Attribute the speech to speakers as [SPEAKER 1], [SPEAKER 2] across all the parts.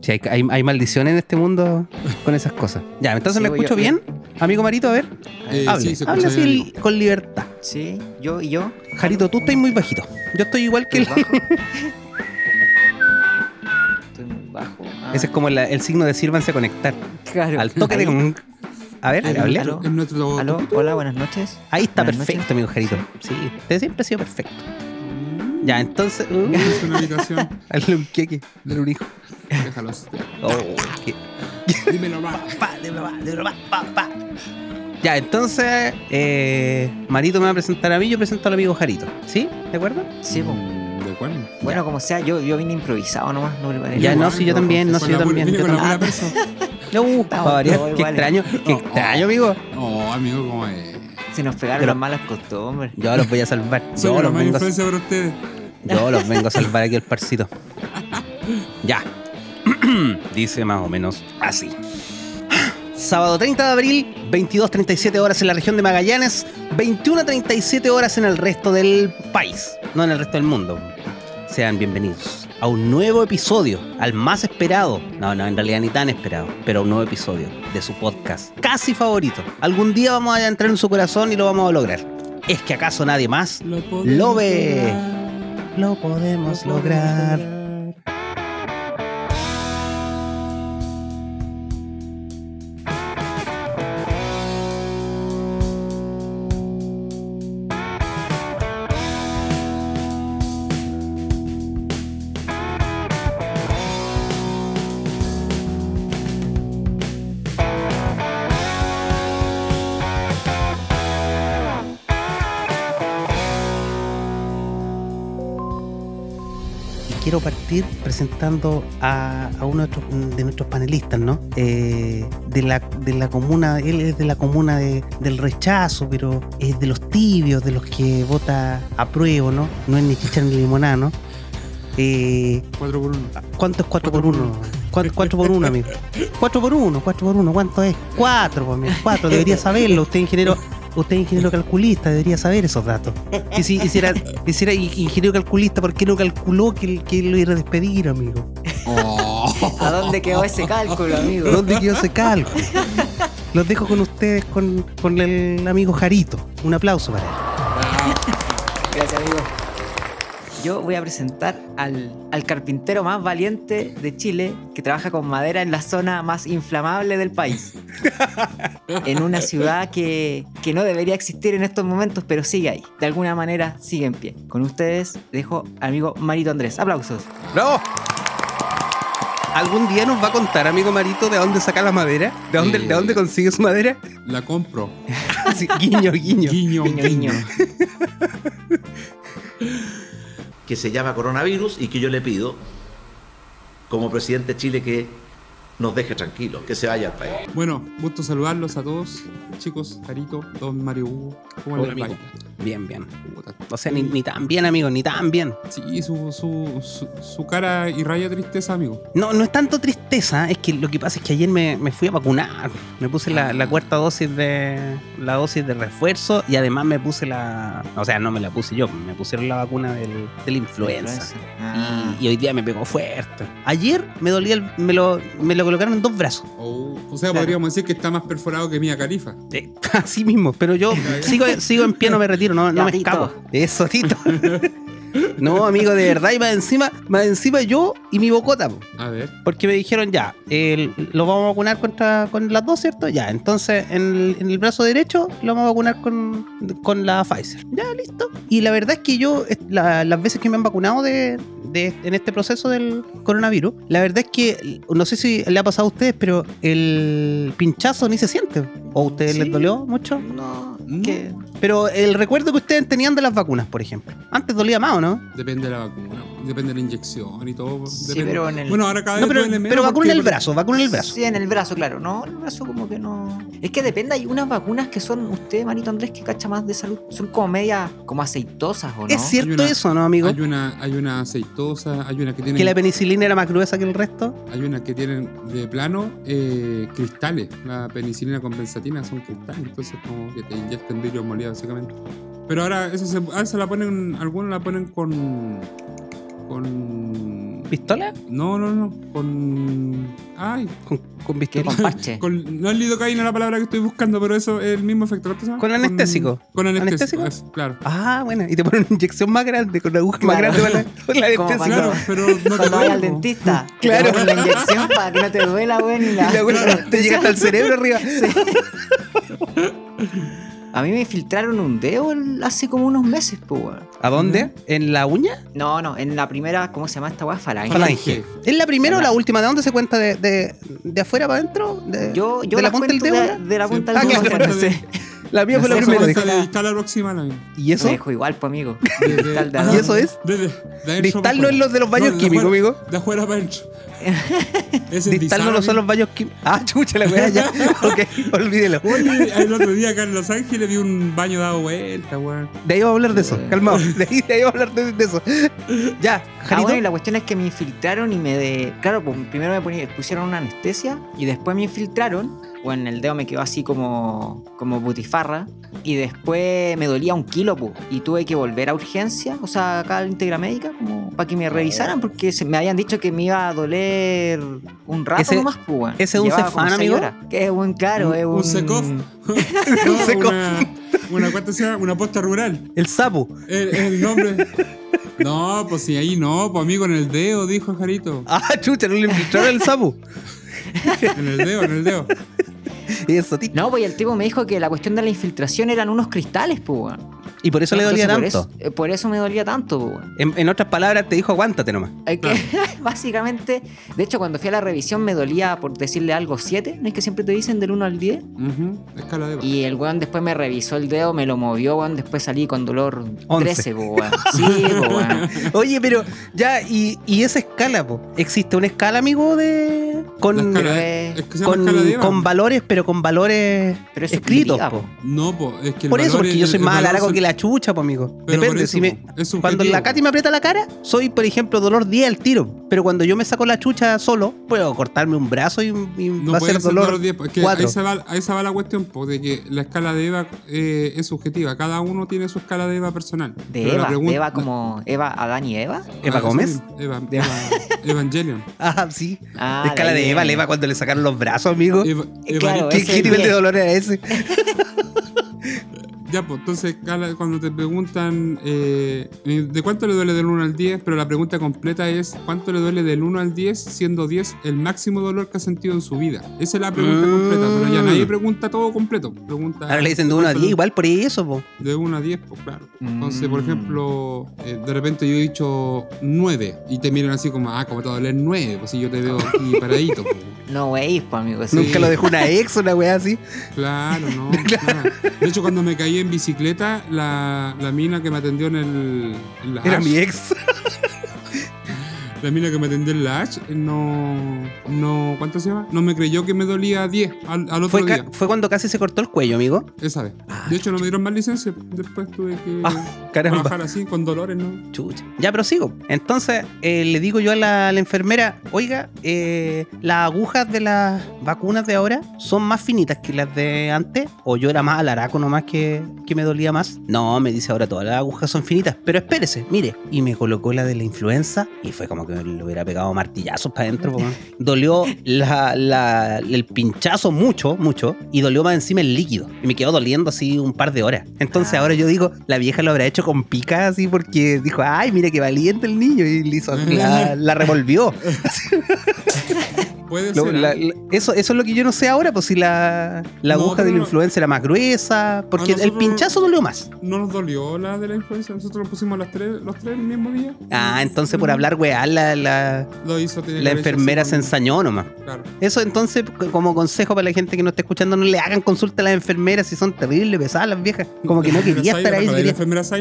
[SPEAKER 1] Si hay, hay, hay maldición en este mundo con esas cosas. Ya, entonces
[SPEAKER 2] Sí,
[SPEAKER 1] me
[SPEAKER 2] voy
[SPEAKER 1] escucho
[SPEAKER 2] yo-
[SPEAKER 1] bien, amigo Marito, a ver.
[SPEAKER 2] Eh,
[SPEAKER 1] hable,
[SPEAKER 3] sí, se
[SPEAKER 1] hable
[SPEAKER 3] escucha bien,
[SPEAKER 1] así
[SPEAKER 3] amigo.
[SPEAKER 1] con libertad.
[SPEAKER 2] Sí, yo y yo.
[SPEAKER 1] Jarito, tú estás muy bajito. Yo estoy igual que
[SPEAKER 2] Estoy
[SPEAKER 1] el...
[SPEAKER 2] bajo. Estoy muy bajo. Ah,
[SPEAKER 1] Ese es como la- el signo de sírvanse a conectar.
[SPEAKER 2] claro.
[SPEAKER 1] Al toque de...
[SPEAKER 2] Ahí.
[SPEAKER 1] con- A ver,
[SPEAKER 3] En
[SPEAKER 1] hablé.
[SPEAKER 3] nuestro- en nuestro-
[SPEAKER 2] Aló, hola, buenas noches.
[SPEAKER 1] Ahí está
[SPEAKER 2] Buenas
[SPEAKER 1] perfecto, amigo Jarito. Sí, usted siempre ha sido perfecto. Ya, entonces... uh,
[SPEAKER 3] Es una habitación.
[SPEAKER 1] Hazle un queque, dale un hijo.
[SPEAKER 3] Déjalos.
[SPEAKER 1] Oh, qué-
[SPEAKER 3] Dímelo más.
[SPEAKER 1] pa, de broma, de broma, pa, pa. Ya, entonces, eh, Marito me va a presentar a mí, yo presento al amigo Jarito. ¿Sí? ¿De acuerdo?
[SPEAKER 2] Sí, po.
[SPEAKER 3] Mm, ¿De cuál?
[SPEAKER 2] bueno, como sea, yo, yo vine improvisado nomás, no preparé
[SPEAKER 1] Ya,
[SPEAKER 2] nada.
[SPEAKER 1] no, sí, yo también, no, sí, yo
[SPEAKER 3] Con la pura-
[SPEAKER 1] también,
[SPEAKER 3] Viene
[SPEAKER 1] yo
[SPEAKER 3] con la pura
[SPEAKER 1] también.
[SPEAKER 3] persa.
[SPEAKER 1] No, uh, para
[SPEAKER 2] Estamos
[SPEAKER 1] variar,
[SPEAKER 2] todos
[SPEAKER 1] qué
[SPEAKER 2] iguales.
[SPEAKER 1] extraño, qué
[SPEAKER 3] Oh, oh.
[SPEAKER 1] extraño, amigo.
[SPEAKER 3] Oh, amigo, ¿cómo es?
[SPEAKER 2] Se nos pegaron
[SPEAKER 1] Pero-
[SPEAKER 2] las malas costumbres.
[SPEAKER 1] Yo los voy a salvar,
[SPEAKER 3] Soy
[SPEAKER 1] yo
[SPEAKER 3] la
[SPEAKER 1] los
[SPEAKER 3] más
[SPEAKER 1] vengo a
[SPEAKER 3] influencia para ustedes.
[SPEAKER 1] Yo los vengo a salvar aquí el parcito. Ya. Dice más o menos así. Sábado 30 de abril, 22.37 horas en la región de Magallanes, 21.37 horas en el resto del país, no en el resto del mundo. Sean bienvenidos a un nuevo episodio, al más esperado, no, no, en realidad ni tan esperado, pero un nuevo episodio de su podcast casi favorito. Algún día vamos a entrar en su corazón y lo vamos a lograr. ¿Es que acaso nadie más
[SPEAKER 3] Lo,
[SPEAKER 1] Lo ve. lo podemos lograr? Y quiero partir presentando a, a uno de nuestros, de nuestros panelistas, ¿no? Eh, de, la, de la comuna, él es de la comuna de- del rechazo, pero es de los tibios, de los que vota a prueba, ¿no? No es ni chichar ni limonada, ¿no? Eh,
[SPEAKER 3] 4 por 1.
[SPEAKER 1] ¿Cuánto es 4
[SPEAKER 3] Cuatro
[SPEAKER 1] por
[SPEAKER 3] por
[SPEAKER 1] 1? 4 por 1, amigo. 4 por 1, 4 por 1, ¿cuánto es? 4, amigo, 4, debería saberlo. Usted ingeniero, usted ingeniero calculista, debería saber esos datos. Y si, y si era, y si era in- ingeniero calculista, ¿por qué no calculó que, que lo iba a despedir, amigo?
[SPEAKER 3] Oh,
[SPEAKER 2] ¿A dónde quedó ese cálculo, amigo?
[SPEAKER 1] ¿Dónde quedó ese cálculo? Los dejo con ustedes, con, con el amigo Jarito. Un aplauso para él.
[SPEAKER 3] Ah,
[SPEAKER 2] Gracias, amigo. Yo voy a presentar al, al carpintero más valiente de Chile que trabaja con madera en la zona más inflamable del país. en una ciudad que, que no debería existir en estos momentos, pero sigue ahí. De alguna manera sigue en pie. Con ustedes dejo al amigo Marito Andrés. Aplausos.
[SPEAKER 1] ¡Bravo! ¿Algún día nos va a contar, amigo Marito, de dónde saca la madera? ¿De dónde,
[SPEAKER 3] Sí.
[SPEAKER 1] ¿de dónde consigue su madera?
[SPEAKER 3] la compro.
[SPEAKER 1] Sí, guiño, guiño.
[SPEAKER 2] Guiño,
[SPEAKER 3] Guiño,
[SPEAKER 2] guiño.
[SPEAKER 3] guiño.
[SPEAKER 4] que se llama coronavirus y que yo le pido, como presidente de Chile, que nos deje tranquilos, que se vaya al país.
[SPEAKER 3] Bueno, gusto saludarlos a todos. Chicos, Carito, Don Mario Hugo. ¿Cómo
[SPEAKER 1] Hola,
[SPEAKER 3] les va?
[SPEAKER 1] amigo. Bien, bien.
[SPEAKER 3] Puta.
[SPEAKER 1] O sea, ni, ni tan bien, amigo, ni tan bien.
[SPEAKER 3] Sí, su, su, su, su cara irradia tristeza, amigo.
[SPEAKER 1] No, no es tanto tristeza, es que lo que pasa es que ayer me, me fui a vacunar. Me puse la, la cuarta dosis de la dosis de refuerzo y además me puse la. O sea, no me la puse yo, me pusieron la vacuna del, de la influenza.
[SPEAKER 2] Ah,
[SPEAKER 1] Y, y hoy día me pegó fuerte. Ayer me dolía el- me, lo, me lo colocaron en dos brazos.
[SPEAKER 3] O, o sea,
[SPEAKER 2] Claro.
[SPEAKER 3] podríamos decir que está más perforado que Mía Califa.
[SPEAKER 1] Eh, así mismo, pero yo sigo, sigo en pie, no me retiro, no, no
[SPEAKER 2] Ya,
[SPEAKER 1] me
[SPEAKER 2] Tito.
[SPEAKER 1] escapo. Eso, Tito. No, amigo, de verdad, y más encima, más encima yo y mi bocota. po.
[SPEAKER 3] A ver.
[SPEAKER 1] Porque me dijeron ya, el- lo vamos a vacunar contra, con las dos, ¿cierto? Ya, entonces en el, en el brazo derecho lo vamos a vacunar con, con la Pfizer. Ya, listo. Y la verdad es que yo, es- la- las veces que me han vacunado de, de- en este proceso del coronavirus, la verdad es que, no sé si le ha pasado a ustedes, pero el pinchazo ni se siente. ¿O a ustedes
[SPEAKER 2] Sí.
[SPEAKER 1] les dolió mucho?
[SPEAKER 2] no,
[SPEAKER 3] Mm.
[SPEAKER 2] que-
[SPEAKER 1] Pero el recuerdo que ustedes tenían de las vacunas, por ejemplo. Antes dolía más, ¿o no?
[SPEAKER 3] Depende de la vacuna, depende de la inyección y todo.
[SPEAKER 2] Sí,
[SPEAKER 3] depende.
[SPEAKER 2] pero en el-
[SPEAKER 3] Bueno, ahora cada vez
[SPEAKER 1] No, pero,
[SPEAKER 3] Ah, duele menos
[SPEAKER 1] pero
[SPEAKER 3] porque-
[SPEAKER 1] vacuna en el brazo, vacuna en el brazo.
[SPEAKER 2] Sí, en el brazo, claro. No, en el brazo como que no. Es que depende, hay unas vacunas que son, usted, Manito Andrés, que cacha más de salud, son como media, como aceitosas, ¿o no?
[SPEAKER 1] ¿Es cierto
[SPEAKER 3] Hay una-
[SPEAKER 1] eso, no, amigo?
[SPEAKER 3] Hay una, hay una aceitosa, hay una que tiene,
[SPEAKER 1] ¿Que la penicilina era más gruesa que el resto?
[SPEAKER 3] hay unas que tienen de plano eh, cristales. La penicilina compensatina son cristales, entonces como que te inyectan vidrio molido básicamente. Pero ahora eso se, a esa la ponen, algunos la ponen con con
[SPEAKER 1] pistola?
[SPEAKER 3] No, no, no. Con. Ay.
[SPEAKER 1] ¿Con, con
[SPEAKER 2] Que
[SPEAKER 1] bisturí?
[SPEAKER 2] con parche.
[SPEAKER 3] Con, no es lidocaína la palabra que estoy buscando, pero eso es el mismo efecto. ¿Cómo se llama?
[SPEAKER 1] Con anestésico.
[SPEAKER 3] Con, con anestésico.
[SPEAKER 1] ¿Anestésico?
[SPEAKER 3] eso, claro.
[SPEAKER 1] Ah, bueno. Y te ponen una inyección más grande, con la aguja más
[SPEAKER 2] Claro.
[SPEAKER 1] grande para la, para la
[SPEAKER 2] Como
[SPEAKER 1] anestesia.
[SPEAKER 2] cuando-
[SPEAKER 3] Claro, pero no te
[SPEAKER 2] Cuando vayas al
[SPEAKER 3] duele, po.
[SPEAKER 2] dentista. que
[SPEAKER 1] Claro.
[SPEAKER 2] Te ponen la inyección para que no te duela, güey, ni
[SPEAKER 1] Y
[SPEAKER 2] la...
[SPEAKER 1] la weá te llega hasta el cerebro arriba.
[SPEAKER 2] A mí me filtraron un dedo el- hace como unos meses, pues, weón.
[SPEAKER 1] ¿A dónde? ¿En la uña?
[SPEAKER 2] No, no, en la primera, ¿cómo se llama esta weá? Falange.
[SPEAKER 1] Falange. ¿Es la primera o la última? ¿De dónde se cuenta? ¿De, de, de afuera para adentro? ¿De,
[SPEAKER 2] Yo,
[SPEAKER 1] de
[SPEAKER 2] yo
[SPEAKER 1] la
[SPEAKER 2] las
[SPEAKER 1] punta del
[SPEAKER 2] cuento
[SPEAKER 1] dedo?
[SPEAKER 2] de, de la
[SPEAKER 3] Sí.
[SPEAKER 2] punta
[SPEAKER 1] Ah,
[SPEAKER 2] del dedo.
[SPEAKER 1] claro.
[SPEAKER 2] bueno, sí.
[SPEAKER 1] La mía
[SPEAKER 2] no
[SPEAKER 1] fue la
[SPEAKER 2] sé,
[SPEAKER 1] primera.
[SPEAKER 2] ¿cómo
[SPEAKER 1] dije.
[SPEAKER 2] está?
[SPEAKER 3] Está está la próxima, la mía.
[SPEAKER 1] ¿Y eso?
[SPEAKER 2] Me dejo igual, pues, amigo.
[SPEAKER 3] De- de-
[SPEAKER 2] Cristal de
[SPEAKER 3] ah,
[SPEAKER 2] adentro.
[SPEAKER 1] ¿Y eso es?
[SPEAKER 3] De, de, de adentro
[SPEAKER 1] Distal
[SPEAKER 3] para
[SPEAKER 1] no es
[SPEAKER 3] afuera.
[SPEAKER 1] los de los baños
[SPEAKER 3] No,
[SPEAKER 1] químicos,
[SPEAKER 3] afuera-
[SPEAKER 1] amigo.
[SPEAKER 3] De afuera para adentro. Ese es
[SPEAKER 1] Distal no lo son los baños químicos. Ah, chucha la weá, ya. ok, olvídelo.
[SPEAKER 3] Oye, el otro día acá en Los Ángeles vi un baño dado vuelta, weón.
[SPEAKER 1] De ahí vamos a hablar de eso, calmado. De ahí, de ahí vamos a hablar de, de eso. Ya,
[SPEAKER 2] Ah,
[SPEAKER 1] Janito.
[SPEAKER 2] bueno, y la cuestión es que me infiltraron y me de... Claro, pues primero me poni- pusieron una anestesia y después me infiltraron. Bueno, el dedo me quedó así como, como butifarra. Y después me dolía un kilo, pues. Y tuve que volver a urgencia, o sea, acá a la íntegra médica, como para
[SPEAKER 1] Oh.
[SPEAKER 2] que me revisaran, porque se, me habían dicho que me iba a doler un rato
[SPEAKER 1] Ese-
[SPEAKER 2] nomás, pues, weón.
[SPEAKER 1] ese es un
[SPEAKER 2] Llevaba como
[SPEAKER 1] cefán,
[SPEAKER 2] seis
[SPEAKER 1] amigo.
[SPEAKER 2] horas. Que es un, claro,
[SPEAKER 3] Un-
[SPEAKER 2] es
[SPEAKER 3] un
[SPEAKER 2] un...
[SPEAKER 3] secof.
[SPEAKER 1] Un
[SPEAKER 3] No,
[SPEAKER 1] seco.
[SPEAKER 3] Una, una, ¿cuánto se llama? Una posta rural.
[SPEAKER 1] El sapo.
[SPEAKER 3] El, el nombre. No, pues si ahí no, pues amigo, en el dedo, dijo Jarito.
[SPEAKER 1] Ah, chucha, no le infiltraron el sapo.
[SPEAKER 3] En el dedo, en el dedo.
[SPEAKER 1] Eso, tío.
[SPEAKER 2] No, pues y el tipo me dijo que la cuestión de la infiltración eran unos cristales, pues, weón.
[SPEAKER 1] Y por eso le dolía
[SPEAKER 2] Entonces,
[SPEAKER 1] tanto.
[SPEAKER 2] Por eso, eh, por eso me dolía tanto, pues, weón.
[SPEAKER 1] En, en otras palabras, te dijo aguántate nomás.
[SPEAKER 2] Hay que- básicamente, de hecho, cuando fui a la revisión me dolía por decirle algo 7, ¿no es que siempre te dicen del 1 al 10?
[SPEAKER 3] Ujú, Escala de
[SPEAKER 2] Y el weón después me revisó el dedo, me lo movió, weón, después salí con dolor
[SPEAKER 1] Once.
[SPEAKER 2] 13, po, weón. Sí, po, weón.
[SPEAKER 1] Oye, pero ya, y, y esa escala, po. ¿Existe una escala, amigo, de.
[SPEAKER 3] La
[SPEAKER 1] con.
[SPEAKER 3] escala de-
[SPEAKER 2] eh,
[SPEAKER 3] es que se llama escala de
[SPEAKER 1] Con,
[SPEAKER 3] Eva.
[SPEAKER 1] con valores, pero con valores
[SPEAKER 2] Pero eso es
[SPEAKER 1] escritos,
[SPEAKER 2] privada,
[SPEAKER 1] po.
[SPEAKER 2] po.
[SPEAKER 3] No, pues es que el
[SPEAKER 1] Por eso,
[SPEAKER 3] valor
[SPEAKER 1] porque
[SPEAKER 3] es-
[SPEAKER 1] yo soy
[SPEAKER 3] el
[SPEAKER 1] más
[SPEAKER 3] valor
[SPEAKER 1] largo
[SPEAKER 3] se-
[SPEAKER 1] que la chucha, po, amigo.
[SPEAKER 3] Pero
[SPEAKER 1] Depende.
[SPEAKER 3] por eso,
[SPEAKER 1] si me,
[SPEAKER 3] po, es subjetivo.
[SPEAKER 1] cuando la Katy me aprieta la cara, soy, por ejemplo, dolor 10 al tiro. Pero cuando yo me saco la chucha solo, puedo cortarme un brazo y, y
[SPEAKER 3] No
[SPEAKER 1] va a
[SPEAKER 3] puede
[SPEAKER 1] ser
[SPEAKER 3] ser
[SPEAKER 1] dolor.
[SPEAKER 3] dolor 10, porque
[SPEAKER 1] cuatro.
[SPEAKER 3] ahí se, va, ahí se va la cuestión, pues, de que la escala de Eva eh, es subjetiva. Cada uno tiene su escala de Eva personal.
[SPEAKER 2] De
[SPEAKER 3] Pero la
[SPEAKER 2] Eva,
[SPEAKER 3] pregunta-
[SPEAKER 2] de Eva como Eva, Adán y Eva.
[SPEAKER 1] ¿Eva
[SPEAKER 3] Ah,
[SPEAKER 1] Gómez?
[SPEAKER 3] sí, Eva, Eva Evangelion.
[SPEAKER 1] Ah, sí.
[SPEAKER 2] Ah,
[SPEAKER 1] La escala
[SPEAKER 2] de
[SPEAKER 1] de
[SPEAKER 2] ahí
[SPEAKER 1] Eva,
[SPEAKER 2] viene.
[SPEAKER 1] la Eva cuando le sacaron los brazos, amigo.
[SPEAKER 3] Eva- Ah.
[SPEAKER 2] Eh, claro,
[SPEAKER 1] ¿Qué,
[SPEAKER 2] ese
[SPEAKER 1] qué
[SPEAKER 2] es
[SPEAKER 1] nivel de
[SPEAKER 2] 10.
[SPEAKER 1] dolor era ese?
[SPEAKER 3] Ya, pues entonces Carla, cuando te preguntan eh, eh, de cuánto le duele del 1 al 10, pero la pregunta completa es cuánto le duele del 1 al 10, siendo 10 el máximo dolor que ha sentido en su vida. Esa es la pregunta
[SPEAKER 1] Mm.
[SPEAKER 3] completa, pero ya nadie pregunta todo completo. Pregunta
[SPEAKER 1] Ahora le dicen de 1 a 10, igual por eso, po.
[SPEAKER 3] De 1 a 10, pues claro. Entonces, por
[SPEAKER 2] Mm.
[SPEAKER 3] ejemplo, eh, de repente yo he dicho 9 y te miran así como, ah, ¿cómo te va a doler 9? Pues si yo te veo aquí paradito. pues.
[SPEAKER 2] No, wey, pues, amigo. sí.
[SPEAKER 1] Nunca lo dejó una ex, una weá así.
[SPEAKER 3] Claro, no. claro. De hecho, cuando me caí en bicicleta, la, la mina que me atendió en el. en la
[SPEAKER 1] Era
[SPEAKER 3] Ash,
[SPEAKER 1] mi ex.
[SPEAKER 3] La mina que me atendió en la H no. no ¿Cuánto se llama? No me creyó que me dolía 10 al, al otro
[SPEAKER 1] Fue, ca-
[SPEAKER 3] día.
[SPEAKER 1] fue cuando casi se cortó el cuello, amigo.
[SPEAKER 3] Esa vez. De hecho, no me dieron más licencia. Después tuve que
[SPEAKER 1] Ah, caramba.
[SPEAKER 3] trabajar así, con dolores, ¿no?
[SPEAKER 1] Chucha. Ya, pero sigo. Entonces, eh, le digo yo a la, a la enfermera, oiga, eh, las agujas de las vacunas de ahora son más finitas que las de antes, o yo era más alaraco nomás que, que me dolía más. No, me dice ahora todas las agujas son finitas, pero espérese, mire. Y me colocó la de la influenza y fue como que le hubiera pegado martillazos para adentro. po, weón. dolió la- la- el pinchazo mucho, mucho, y dolió más encima el líquido. Y me quedó doliendo así un par de horas. Entonces
[SPEAKER 2] Ah.
[SPEAKER 1] ahora yo digo, la vieja lo habrá hecho con pica así porque dijo, ay, mira qué valiente el niño. Y le hizo, la, la revolvió.
[SPEAKER 3] Puede
[SPEAKER 1] Lo-
[SPEAKER 3] ser.
[SPEAKER 1] la-
[SPEAKER 3] ¿eh?
[SPEAKER 1] la- eso, eso es lo que yo no sé ahora, pues si la, la
[SPEAKER 3] No,
[SPEAKER 1] aguja de la
[SPEAKER 3] pero-
[SPEAKER 1] influenza era más gruesa, porque
[SPEAKER 3] A
[SPEAKER 1] el
[SPEAKER 3] nosotros-
[SPEAKER 1] pinchazo dolió más.
[SPEAKER 3] No nos dolió la de la influenza. Nosotros lo pusimos las tres, los tres el mismo día.
[SPEAKER 1] Ah, entonces por hablar weá, la, la,
[SPEAKER 3] Lo hizo. tenía
[SPEAKER 1] la
[SPEAKER 3] que haber hecho
[SPEAKER 1] enfermera
[SPEAKER 3] así
[SPEAKER 1] se
[SPEAKER 3] con-
[SPEAKER 1] ensañó nomás.
[SPEAKER 3] Claro.
[SPEAKER 1] Eso entonces, c- como consejo para la gente que no está escuchando, no le hagan consulta a las enfermeras si son terribles, pesadas las viejas. Como que no
[SPEAKER 3] La
[SPEAKER 1] quería
[SPEAKER 3] enfermera
[SPEAKER 1] estar
[SPEAKER 3] Zaida,
[SPEAKER 1] ahí.
[SPEAKER 3] ¿te acordás de La
[SPEAKER 1] quería-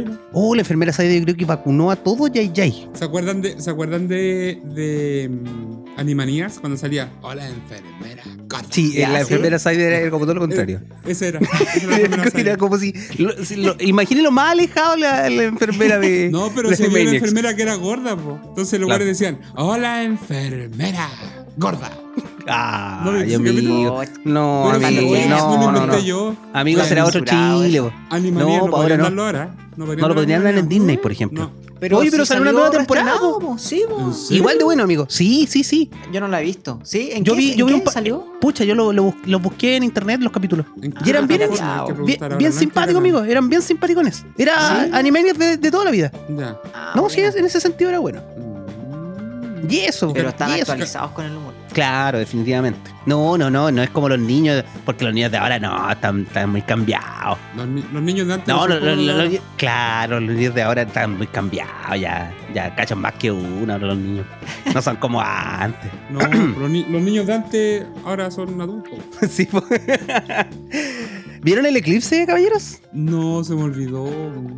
[SPEAKER 3] enfermera Zaida?
[SPEAKER 1] Oh, la enfermera Saida yo creo que vacunó a todo Yay Yay.
[SPEAKER 3] ¿Se acuerdan de, ¿se acuerdan de, de mm, Animanías cuando salía? Hola, enfermera. Corta".
[SPEAKER 1] Sí, eh,
[SPEAKER 2] Ya,
[SPEAKER 1] la
[SPEAKER 2] ¿sí?
[SPEAKER 1] enfermera Saida era como todo lo contrario.
[SPEAKER 3] Ese era. ese era la enfermera
[SPEAKER 1] Era
[SPEAKER 3] Zaida.
[SPEAKER 1] como si. Lo, si lo- imagínenlo más alejado la, la enfermera de.
[SPEAKER 3] No, pero
[SPEAKER 1] de
[SPEAKER 3] si había una
[SPEAKER 1] Maniacs.
[SPEAKER 3] enfermera que era gorda, po. Entonces los
[SPEAKER 1] Claro.
[SPEAKER 3] lugares decían, hola, enfermera. Gorda.
[SPEAKER 1] Ah,
[SPEAKER 3] No,
[SPEAKER 1] Dios
[SPEAKER 3] ¿qué
[SPEAKER 1] mío.
[SPEAKER 2] dijo?
[SPEAKER 1] No,
[SPEAKER 3] Pero si
[SPEAKER 1] amigo.
[SPEAKER 3] lo-
[SPEAKER 2] bueno,
[SPEAKER 1] No,
[SPEAKER 3] lo
[SPEAKER 1] no, no.
[SPEAKER 3] inventé yo.
[SPEAKER 1] Amigo,
[SPEAKER 3] Bueno,
[SPEAKER 1] será otro
[SPEAKER 2] censurado
[SPEAKER 1] chile.
[SPEAKER 2] eso.
[SPEAKER 1] bo.
[SPEAKER 3] Animanías
[SPEAKER 1] No,
[SPEAKER 3] no,
[SPEAKER 1] pa' ahora
[SPEAKER 3] podrían
[SPEAKER 1] no.
[SPEAKER 3] darlo ahora. ¿eh? No, podrían
[SPEAKER 1] No lo
[SPEAKER 3] darlo
[SPEAKER 1] podrían dar en Disney, por ejemplo.
[SPEAKER 3] No.
[SPEAKER 2] Pero
[SPEAKER 1] Oye, pero
[SPEAKER 2] si
[SPEAKER 1] salió una nueva
[SPEAKER 2] ahora está
[SPEAKER 1] temporada,
[SPEAKER 2] nuevo, po. Sí, po.
[SPEAKER 3] ¿En serio?
[SPEAKER 1] Igual de bueno, amigo. Sí, sí, sí.
[SPEAKER 2] Yo no la he visto. ¿Sí? ¿En
[SPEAKER 1] Yo
[SPEAKER 2] qué,
[SPEAKER 1] vi,
[SPEAKER 2] en
[SPEAKER 1] yo vi
[SPEAKER 2] qué
[SPEAKER 1] un pa-
[SPEAKER 2] salió?
[SPEAKER 1] Pucha, yo lo, lo bus- los busqué en internet los capítulos.
[SPEAKER 3] ¿En qué
[SPEAKER 1] Y eran bien,
[SPEAKER 3] plataforma? Hay Ah, que
[SPEAKER 1] bien,
[SPEAKER 3] preguntar ahora,
[SPEAKER 1] bien
[SPEAKER 3] ¿no? ¿En qué
[SPEAKER 1] simpáticos,
[SPEAKER 3] canal?
[SPEAKER 1] amigos. Eran bien simpaticones. Era
[SPEAKER 2] ¿Sí?
[SPEAKER 1] anime de, de toda la vida.
[SPEAKER 3] Ya.
[SPEAKER 2] Ah,
[SPEAKER 1] No, sí,
[SPEAKER 2] buena.
[SPEAKER 1] en ese sentido era bueno.
[SPEAKER 3] Mm.
[SPEAKER 1] Y eso,
[SPEAKER 2] Pero
[SPEAKER 1] y
[SPEAKER 2] están
[SPEAKER 1] eso.
[SPEAKER 2] actualizados con el humor.
[SPEAKER 1] Claro, definitivamente. No, no, no, no es como los niños, porque los niños de ahora no, están, están muy cambiados.
[SPEAKER 3] Los, ni- los niños de antes.
[SPEAKER 1] No,
[SPEAKER 3] son
[SPEAKER 1] los-
[SPEAKER 3] como
[SPEAKER 1] los- los-
[SPEAKER 3] ahora.
[SPEAKER 1] los- claro, los niños de ahora están muy cambiados, ya, ya cachan más que uno ahora los niños. No son como antes.
[SPEAKER 3] No, pero los, ni- los niños de antes ahora son adultos.
[SPEAKER 1] Sí, po. ¿Vieron el eclipse, caballeros?
[SPEAKER 3] No, se me olvidó.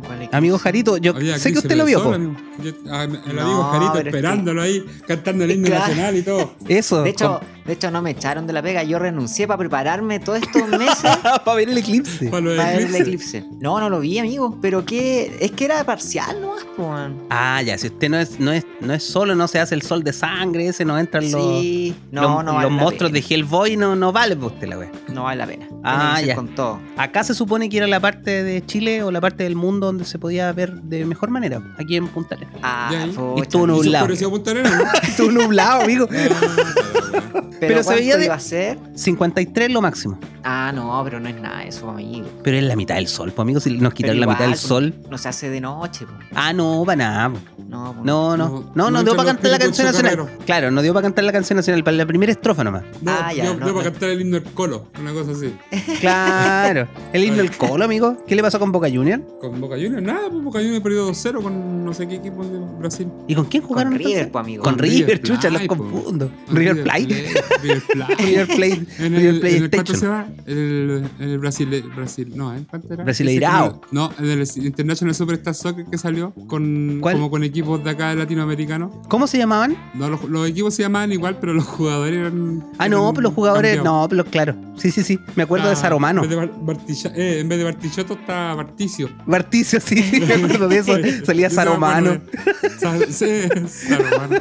[SPEAKER 2] ¿Cuál es?
[SPEAKER 1] Oh, Amigo Jarito, yo
[SPEAKER 3] Había
[SPEAKER 1] sé que
[SPEAKER 3] crisis
[SPEAKER 1] usted lo vio,
[SPEAKER 3] del
[SPEAKER 1] po.
[SPEAKER 3] sol, amigo. Yo- ah, el amigo
[SPEAKER 2] No,
[SPEAKER 3] Jarito
[SPEAKER 2] pero es que-
[SPEAKER 3] esperándolo ahí, cantando el himno
[SPEAKER 2] Claro.
[SPEAKER 3] nacional y todo.
[SPEAKER 1] Eso.
[SPEAKER 2] De hecho, de hecho, no me echaron de la pega. Yo renuncié para prepararme todos estos meses
[SPEAKER 1] para ver el eclipse.
[SPEAKER 3] Para los
[SPEAKER 2] para ver el
[SPEAKER 3] eclipses.
[SPEAKER 2] eclipse. No, no lo vi, amigo. Pero que es que era parcial nomás, po, man.
[SPEAKER 1] Ah, ya, si usted no es, no es, no es solo, no se hace el sol de sangre, ese no entran los.
[SPEAKER 2] Sí, no,
[SPEAKER 1] los,
[SPEAKER 2] no vale
[SPEAKER 1] los
[SPEAKER 2] la
[SPEAKER 1] monstruos
[SPEAKER 2] pena.
[SPEAKER 1] de Hellboy no, no vale para usted la wea.
[SPEAKER 2] No vale la pena.
[SPEAKER 1] Ah,
[SPEAKER 2] Tiene que ser
[SPEAKER 1] ya.
[SPEAKER 2] Con todo.
[SPEAKER 1] Acá se supone que era la parte de Chile o la parte del mundo donde se podía ver de mejor manera, aquí en Punta Arenas.
[SPEAKER 2] Ah,
[SPEAKER 3] Ya, ¿eh?
[SPEAKER 2] pucha,
[SPEAKER 1] Y tú no-
[SPEAKER 3] Y se
[SPEAKER 1] nublado.
[SPEAKER 3] oscureció Punta Arenas, ¿no?
[SPEAKER 1] Estuvo nublado, amigo.
[SPEAKER 3] Ah,
[SPEAKER 2] Pero,
[SPEAKER 1] pero se
[SPEAKER 2] ¿cuánto
[SPEAKER 1] veía de-
[SPEAKER 2] iba a ser?
[SPEAKER 1] 53 lo máximo.
[SPEAKER 2] Ah, no, pero no es nada eso, amigo.
[SPEAKER 1] Pero es la mitad del sol, pues amigos, si nos
[SPEAKER 2] Pero
[SPEAKER 1] quitaron la
[SPEAKER 2] igual,
[SPEAKER 1] mitad del
[SPEAKER 2] pues,
[SPEAKER 1] sol.
[SPEAKER 2] No se hace de noche, po.
[SPEAKER 1] Ah, no, para nada. po.
[SPEAKER 2] No, po.
[SPEAKER 1] No,
[SPEAKER 3] No,
[SPEAKER 1] no. No,
[SPEAKER 3] no
[SPEAKER 1] no dio
[SPEAKER 3] entran
[SPEAKER 1] para
[SPEAKER 3] los
[SPEAKER 1] cantar la
[SPEAKER 3] espíritus
[SPEAKER 1] canción nacional.
[SPEAKER 3] chocarreros.
[SPEAKER 1] Claro, no dio para cantar la canción nacional, para la primera estrofa nomás.
[SPEAKER 3] No,
[SPEAKER 2] Ah, ya,
[SPEAKER 3] yo,
[SPEAKER 2] no,
[SPEAKER 3] yo para
[SPEAKER 2] no.
[SPEAKER 3] cantar el himno del colo, una cosa así.
[SPEAKER 1] Claro. El himno del colo, amigo. ¿Qué le pasó con Boca Junior?
[SPEAKER 3] Con Boca Juniors, nada, pues Boca Juniors perdió 2-0 con no sé qué equipo de Brasil.
[SPEAKER 1] ¿Y con quién
[SPEAKER 2] Con
[SPEAKER 1] jugaron
[SPEAKER 2] River,
[SPEAKER 1] entonces?
[SPEAKER 2] po, amigo.
[SPEAKER 1] Con
[SPEAKER 3] Con
[SPEAKER 1] River,
[SPEAKER 3] River
[SPEAKER 1] chucha, los
[SPEAKER 3] Plate, po.
[SPEAKER 1] confundo. River Plate.
[SPEAKER 3] River Plate.
[SPEAKER 1] River Plate.
[SPEAKER 3] En
[SPEAKER 1] River
[SPEAKER 3] el, en el cuánto se
[SPEAKER 1] PlayStation.
[SPEAKER 3] va? En el, en el Brasil, Brasil, no, ¿eh? ¿Cuánto era?
[SPEAKER 1] Brasileirao.
[SPEAKER 3] Ese que- No, en el International Superstar Soccer que salió con,
[SPEAKER 1] ¿Cuál?
[SPEAKER 3] como con equipos de acá latinoamericanos.
[SPEAKER 1] ¿Cómo se llamaban?
[SPEAKER 3] No, los, los equipos se llamaban igual, pero los jugadores eran.
[SPEAKER 1] Ah, no,
[SPEAKER 3] eran
[SPEAKER 1] pero los jugadores.
[SPEAKER 3] cambiados.
[SPEAKER 1] No, pero claro. Sí, sí, sí. Ah, Me acuerdo de
[SPEAKER 3] Está-
[SPEAKER 1] Saromano.
[SPEAKER 3] En vez de, Bar- Bartilla- eh, en vez de Bartichotto está Barticio.
[SPEAKER 1] Barticio, sí, sí, me acuerdo de eso. Salía
[SPEAKER 3] Ese me
[SPEAKER 1] Saromano.
[SPEAKER 3] acuerdo. Sa- sí, Saromano.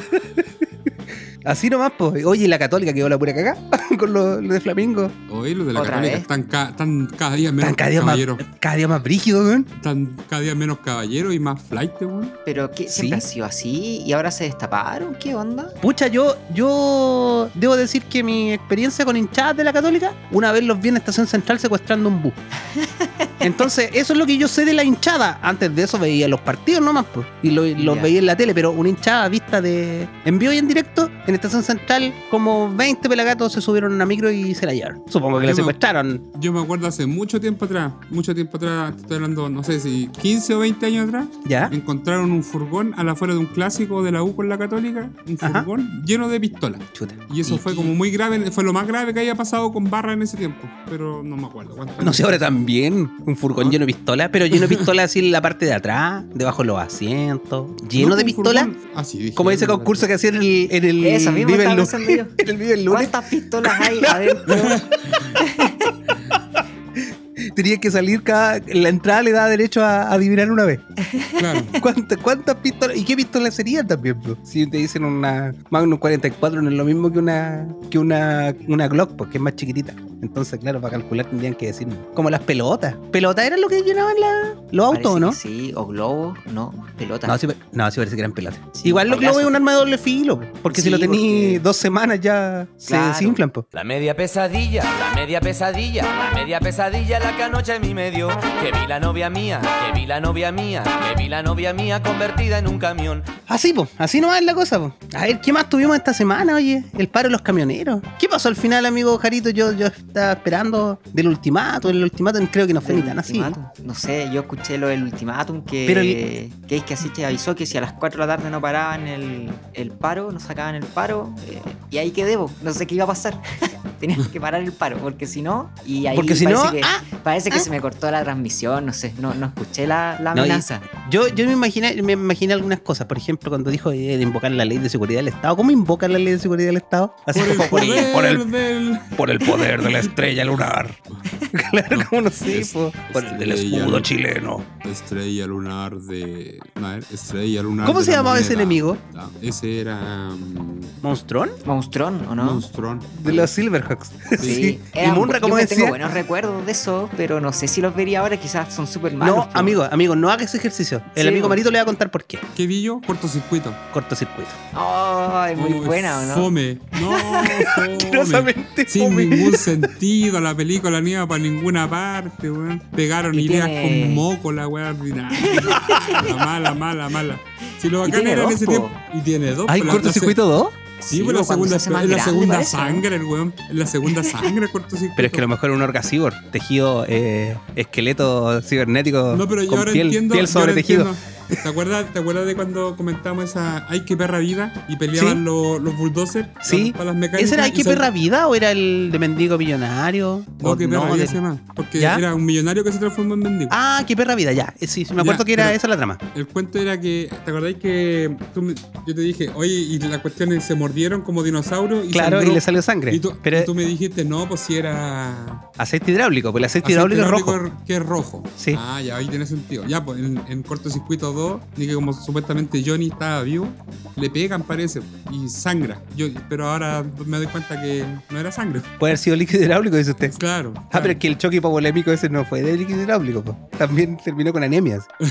[SPEAKER 1] Así nomás, pues. Oye, ¿y la católica quedó la pura cagá con lo, lo de Flamingo.
[SPEAKER 3] Oye, los de la
[SPEAKER 2] ¿Otra
[SPEAKER 3] Católica
[SPEAKER 2] vez?
[SPEAKER 3] están, ca- están cada día menos
[SPEAKER 1] Tan cada día, más,
[SPEAKER 3] caballeros.
[SPEAKER 1] cada día más brígido, weón.
[SPEAKER 3] Están cada día menos caballeros y más flight, weón.
[SPEAKER 2] Pero que siempre ha sido así y ahora se destaparon, ¿qué onda?
[SPEAKER 1] Pucha, yo, yo debo decir que mi experiencia con hinchadas de la católica, una vez los vi en Estación Central secuestrando un bus. Entonces, eso es lo que yo sé de la hinchada. Antes de eso veía los partidos nomás, pues, y lo- los
[SPEAKER 2] Ya.
[SPEAKER 1] veía en la tele, pero una hinchada vista de en vivo y en directo, en Estación Central, como 20 pelagatos se subieron a una micro y se la llevaron. Supongo que la
[SPEAKER 3] Yo me-
[SPEAKER 1] secuestraron.
[SPEAKER 3] Yo me acuerdo hace mucho tiempo atrás, mucho tiempo atrás, te estoy hablando, no sé si 15 o 20 años atrás,
[SPEAKER 1] ¿Ya?
[SPEAKER 3] encontraron un furgón a la afuera de un clásico de la U con la Católica, un
[SPEAKER 1] Ajá.
[SPEAKER 3] furgón lleno de pistolas.
[SPEAKER 1] Chuta.
[SPEAKER 3] Y eso
[SPEAKER 2] ¿Y
[SPEAKER 3] fue
[SPEAKER 2] qué?
[SPEAKER 3] como muy grave, fue lo más grave que había pasado con Barra en ese tiempo, pero no me acuerdo. cuánto.
[SPEAKER 1] No sé, ahora también. Un furgón
[SPEAKER 3] Ah.
[SPEAKER 1] lleno de pistolas, pero lleno de pistolas así en la parte de atrás, debajo de los asientos. Lleno
[SPEAKER 3] No,
[SPEAKER 1] de
[SPEAKER 3] un
[SPEAKER 1] pistolas.
[SPEAKER 3] furgón- Ah, sí, dije,
[SPEAKER 1] Como ese
[SPEAKER 3] no,
[SPEAKER 1] concurso que hacían en el, en el
[SPEAKER 2] Eso mismo
[SPEAKER 1] Vive el
[SPEAKER 2] estaba
[SPEAKER 1] Lunes.
[SPEAKER 2] pensando yo.
[SPEAKER 1] En el Vive el Lunes
[SPEAKER 2] ¿Cuántas pistolas hay adentro?
[SPEAKER 1] tenía que salir cada. La entrada le da derecho a adivinar una vez.
[SPEAKER 3] Claro.
[SPEAKER 1] ¿Cuántas, cuántas pistolas? ¿Y qué pistolas serían también? po? Si te dicen una Magnum 44 no es lo mismo que una que una, una Glock, porque es más chiquitita. Entonces, claro, para calcular tendrían que decirme. Como las pelotas. ¿Pelotas eran lo que llenaban la, los autos
[SPEAKER 2] Parece
[SPEAKER 1] o no?
[SPEAKER 2] que Sí, o globos, no, pelotas.
[SPEAKER 1] No sí, pa- no, sí parece que eran pelotas.
[SPEAKER 2] Sí,
[SPEAKER 1] Igual lo que es
[SPEAKER 2] payaso.
[SPEAKER 1] un arma de doble filo, po, porque si
[SPEAKER 2] Sí,
[SPEAKER 1] lo tení
[SPEAKER 2] porque-
[SPEAKER 1] dos semanas ya se
[SPEAKER 2] Claro.
[SPEAKER 1] desinflan, po.
[SPEAKER 5] La media pesadilla, la media pesadilla, la media pesadilla la que anoche a mí me dio. Que vi la novia mía, que vi la novia mía, que vi la novia mía convertida en un camión.
[SPEAKER 1] Así, po, así nomás es la cosa, po. A ver, ¿qué más tuvimos esta semana, oye? El paro de los camioneros. ¿Qué pasó al final, amigo Jarito? Yo, yo estaba esperando del ultimato, el ultimato creo que no fue
[SPEAKER 2] Del
[SPEAKER 1] ni tan así.
[SPEAKER 2] ultimátum. No sé, yo escuché lo del ultimátum que,
[SPEAKER 1] Pero
[SPEAKER 2] que es que así te avisó que si a las 4 de la tarde no paraban el, el paro, no sacaban el paro, eh, y ahí quedé, po. no sé qué iba a pasar. Tenías que parar el paro, porque si no, y ahí
[SPEAKER 1] Porque si
[SPEAKER 2] parece
[SPEAKER 1] no,
[SPEAKER 2] que,
[SPEAKER 1] ah,
[SPEAKER 2] parece que
[SPEAKER 1] ah.
[SPEAKER 2] se me cortó la transmisión, no sé, no, no escuché la, la
[SPEAKER 1] No, y-
[SPEAKER 2] amenaza.
[SPEAKER 1] Yo, yo me imaginé, me imaginé algunas cosas. Por ejemplo, cuando dijo eh, de invocar la ley de seguridad del Estado. ¿Cómo invocan la ley de seguridad del Estado? Así
[SPEAKER 3] Por el
[SPEAKER 1] como
[SPEAKER 3] poder
[SPEAKER 1] por el,
[SPEAKER 3] del...
[SPEAKER 1] por el poder de la estrella lunar. claro, como no sé,
[SPEAKER 3] Es-
[SPEAKER 1] po. por el del
[SPEAKER 3] estrella
[SPEAKER 1] escudo
[SPEAKER 3] lunar.
[SPEAKER 1] chileno.
[SPEAKER 3] Estrella lunar de... no, a ver, estrella lunar
[SPEAKER 1] ¿Cómo
[SPEAKER 3] de
[SPEAKER 1] se
[SPEAKER 3] la
[SPEAKER 1] llamaba ese
[SPEAKER 3] moneda.
[SPEAKER 1] enemigo?
[SPEAKER 3] Ah, ese era... um,
[SPEAKER 1] ¿Monstrón?
[SPEAKER 2] Monstrón, ¿o no?
[SPEAKER 3] Monstrón.
[SPEAKER 1] De los Silverhawks. Sí. Y
[SPEAKER 2] eran bu-
[SPEAKER 1] Munra,
[SPEAKER 2] yo
[SPEAKER 1] como
[SPEAKER 2] me
[SPEAKER 1] decía.
[SPEAKER 2] tengo buenos recuerdos de eso, pero no sé si los vería ahora, quizás son súper malos.
[SPEAKER 1] No,
[SPEAKER 2] po.
[SPEAKER 1] amigo, amigo, no hagas ese ejercicio. servicio. El
[SPEAKER 2] Sí,
[SPEAKER 1] amigo
[SPEAKER 2] bueno.
[SPEAKER 1] Marito le va a contar por qué.
[SPEAKER 3] ¿Qué vi yo? Cortocircuito.
[SPEAKER 1] Cortocircuito.
[SPEAKER 2] Ay, muy
[SPEAKER 3] Uy,
[SPEAKER 2] buena, ¿o no?
[SPEAKER 3] Fome. No, fome.
[SPEAKER 1] Asquerosamente
[SPEAKER 3] Sin
[SPEAKER 1] fome.
[SPEAKER 3] ningún sentido, la película ni iba para ninguna parte, weón. Pegaron
[SPEAKER 2] Y
[SPEAKER 3] ideas
[SPEAKER 2] tiene-
[SPEAKER 3] con moco, la weá ordinaria. La mala, mala, mala. Si lo bacán
[SPEAKER 2] tiene
[SPEAKER 3] era en
[SPEAKER 2] dos,
[SPEAKER 3] ese
[SPEAKER 2] po.
[SPEAKER 3] tiempo. Y tiene dos.
[SPEAKER 1] ¿Hay
[SPEAKER 3] po, la- la se-
[SPEAKER 1] cortocircuito 2?
[SPEAKER 3] Sí,
[SPEAKER 2] Sí,
[SPEAKER 3] pues la
[SPEAKER 2] po, cuando
[SPEAKER 3] segunda,
[SPEAKER 2] se hace más
[SPEAKER 3] es la
[SPEAKER 2] grande,
[SPEAKER 3] segunda
[SPEAKER 2] parece, ¿no?
[SPEAKER 3] sangre, el weón. Es la segunda sangre, el cortocircuito.
[SPEAKER 1] Pero es que a lo mejor un orgasíbor, tejido, eh, esqueleto cibernético.
[SPEAKER 3] No, pero yo
[SPEAKER 1] con
[SPEAKER 3] ahora
[SPEAKER 1] piel,
[SPEAKER 3] entiendo.
[SPEAKER 1] piel
[SPEAKER 3] yo ahora
[SPEAKER 1] sobre tejido.
[SPEAKER 3] entiendo. ¿Te acuerdas, ¿Te acuerdas de cuando comentamos esa Ay que perra vida y peleaban
[SPEAKER 1] Sí.
[SPEAKER 3] los, los bulldozers?
[SPEAKER 1] Sí.
[SPEAKER 3] Para las mecánicas.
[SPEAKER 1] ¿Ese era Hay
[SPEAKER 3] y
[SPEAKER 1] que
[SPEAKER 3] se-
[SPEAKER 1] perra vida o era el de mendigo millonario?
[SPEAKER 3] No,
[SPEAKER 1] O-
[SPEAKER 3] que Oh, perra
[SPEAKER 1] no,
[SPEAKER 3] vida
[SPEAKER 1] del-
[SPEAKER 3] se llama. Porque
[SPEAKER 1] ¿Ya?
[SPEAKER 3] era un millonario que se transformó en mendigo.
[SPEAKER 1] Ah, qué perra vida, ya. Eh, Sí, sí, me acuerdo
[SPEAKER 3] Ya,
[SPEAKER 1] que era
[SPEAKER 3] pero-
[SPEAKER 1] esa la trama.
[SPEAKER 3] El cuento era que, ¿te acordáis que tú me- yo te dije, oye, y las cuestiones se mordieron como dinosaurios? Y
[SPEAKER 1] Claro,
[SPEAKER 3] sangró?
[SPEAKER 1] y le salió sangre.
[SPEAKER 3] Y tú,
[SPEAKER 1] pero
[SPEAKER 3] y tú me dijiste, no, pues si era.
[SPEAKER 1] aceite hidráulico, pues el aceite, hidráulico es
[SPEAKER 3] aceite
[SPEAKER 1] rojo.
[SPEAKER 3] hidráulico Que es rojo.
[SPEAKER 1] Sí.
[SPEAKER 3] Ah, ya, ahí tiene sentido. Ya, pues en, en cortocircuito 2, ni que como supuestamente Johnny estaba vivo, le pegan, parece, y sangra. Yo, pero ahora me doy cuenta que no era sangre.
[SPEAKER 1] Puede haber sido líquido hidráulico, dice usted.
[SPEAKER 3] Claro.
[SPEAKER 1] Ah,
[SPEAKER 3] claro.
[SPEAKER 1] pero es que el choque hipovolémico ese no fue de líquido hidráulico, po. también terminó con anemias.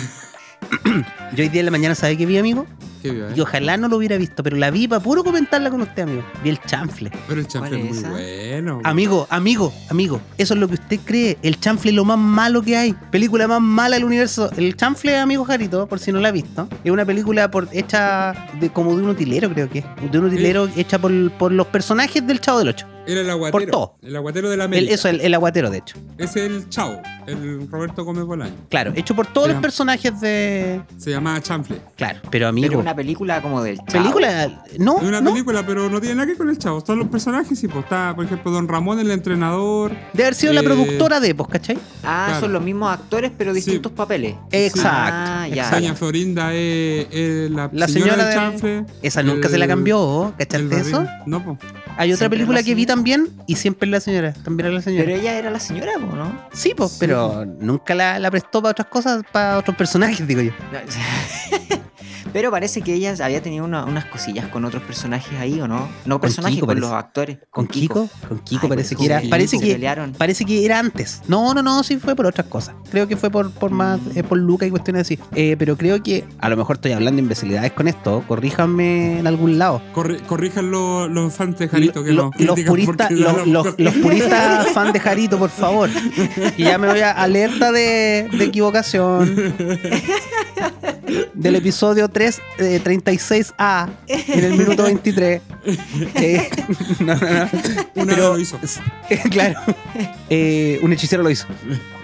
[SPEAKER 1] Yo hoy día en la mañana, ¿sabe qué vi, amigo?
[SPEAKER 3] Qué viva, ¿eh?
[SPEAKER 1] Y ojalá no lo hubiera visto, pero la vi para puro comentarla con usted, amigo. Vi el chanfle.
[SPEAKER 3] Pero el chanfle
[SPEAKER 2] ¿Cuál
[SPEAKER 3] es muy
[SPEAKER 2] es esa?
[SPEAKER 3] bueno. güey.
[SPEAKER 1] Amigo, amigo, amigo, eso es lo que usted cree. El chanfle es lo más malo que hay. Película más mala del universo. El chanfle, amigo Jarito, por si no la ha visto, es una película por, hecha de, como de un utilero, creo que. es. De un utilero hecha por, por los personajes del Chavo del Ocho.
[SPEAKER 3] Era el aguatero.
[SPEAKER 1] Por todo.
[SPEAKER 3] El aguatero de la
[SPEAKER 1] El-
[SPEAKER 3] América.
[SPEAKER 1] eso, el, el aguatero, de hecho.
[SPEAKER 3] Es el Chao, el Roberto Gómez Bolaño.
[SPEAKER 1] Claro, hecho por todos
[SPEAKER 3] Pero-
[SPEAKER 1] los personajes de.
[SPEAKER 3] Se llamaba Chanfle.
[SPEAKER 1] Claro, pero amigo.
[SPEAKER 2] Pero una película como del Chavo.
[SPEAKER 1] ¿Película? No,
[SPEAKER 3] Es una
[SPEAKER 1] no.
[SPEAKER 3] película, pero no tiene nada que ver con el Chavo. Todos los personajes, sí, pues está, por ejemplo, Don Ramón, el entrenador.
[SPEAKER 1] Debe haber sido la
[SPEAKER 3] Eh,
[SPEAKER 1] productora de, ¿vos cachai?
[SPEAKER 2] Ah,
[SPEAKER 3] Claro.
[SPEAKER 2] son los mismos actores, pero
[SPEAKER 3] Sí.
[SPEAKER 2] distintos papeles.
[SPEAKER 1] Exacto.
[SPEAKER 2] Ah, ya.
[SPEAKER 1] Exacto.
[SPEAKER 3] Doña Florinda es es la,
[SPEAKER 1] La
[SPEAKER 3] señora,
[SPEAKER 1] señora
[SPEAKER 3] del
[SPEAKER 1] del-
[SPEAKER 3] Chanfle.
[SPEAKER 1] Esa nunca
[SPEAKER 3] el-
[SPEAKER 1] se la cambió,
[SPEAKER 3] el
[SPEAKER 1] ¿cachaste eso?
[SPEAKER 3] barril. No, pues.
[SPEAKER 1] Hay otra
[SPEAKER 2] Siempre
[SPEAKER 1] película
[SPEAKER 2] la
[SPEAKER 1] que vi
[SPEAKER 2] señora.
[SPEAKER 1] también y siempre la señora, también era la señora.
[SPEAKER 2] Pero ella era la señora, po, ¿no?
[SPEAKER 1] sí, pues,
[SPEAKER 3] sí,
[SPEAKER 1] pero nunca la, la prestó para otras cosas, para otros personajes, digo yo.
[SPEAKER 2] Pero parece que ella había tenido una- unas cosillas con otros personajes ahí, ¿o no? No personajes,
[SPEAKER 1] Kiko
[SPEAKER 2] con,
[SPEAKER 1] parece.
[SPEAKER 2] los actores.
[SPEAKER 1] ¿Con Kiko? Con Kiko
[SPEAKER 2] Ay,
[SPEAKER 1] parece
[SPEAKER 2] con
[SPEAKER 1] que era.
[SPEAKER 2] Kiko.
[SPEAKER 1] Parece
[SPEAKER 2] Se
[SPEAKER 1] que.
[SPEAKER 2] pelearon.
[SPEAKER 1] Parece que era antes. No, no, no, sí fue por otras cosas. Creo que fue por, por más, eh, por Luca y cuestiones así. Eh, pero creo que, a lo mejor estoy hablando de imbecilidades con esto, corríjanme en algún lado.
[SPEAKER 3] Corri- corrijan los los fans de Jarito que
[SPEAKER 1] Lo-
[SPEAKER 3] no.
[SPEAKER 1] los puristas los, los- los puristas fan de Jarito por favor y ya me voy a alerta de, de equivocación del episodio 3 eh, 36A en el minuto 23 Eh, no, no, no.
[SPEAKER 3] Una
[SPEAKER 1] pero-
[SPEAKER 3] lo hizo.
[SPEAKER 1] Eh, claro Eh, un hechicero lo hizo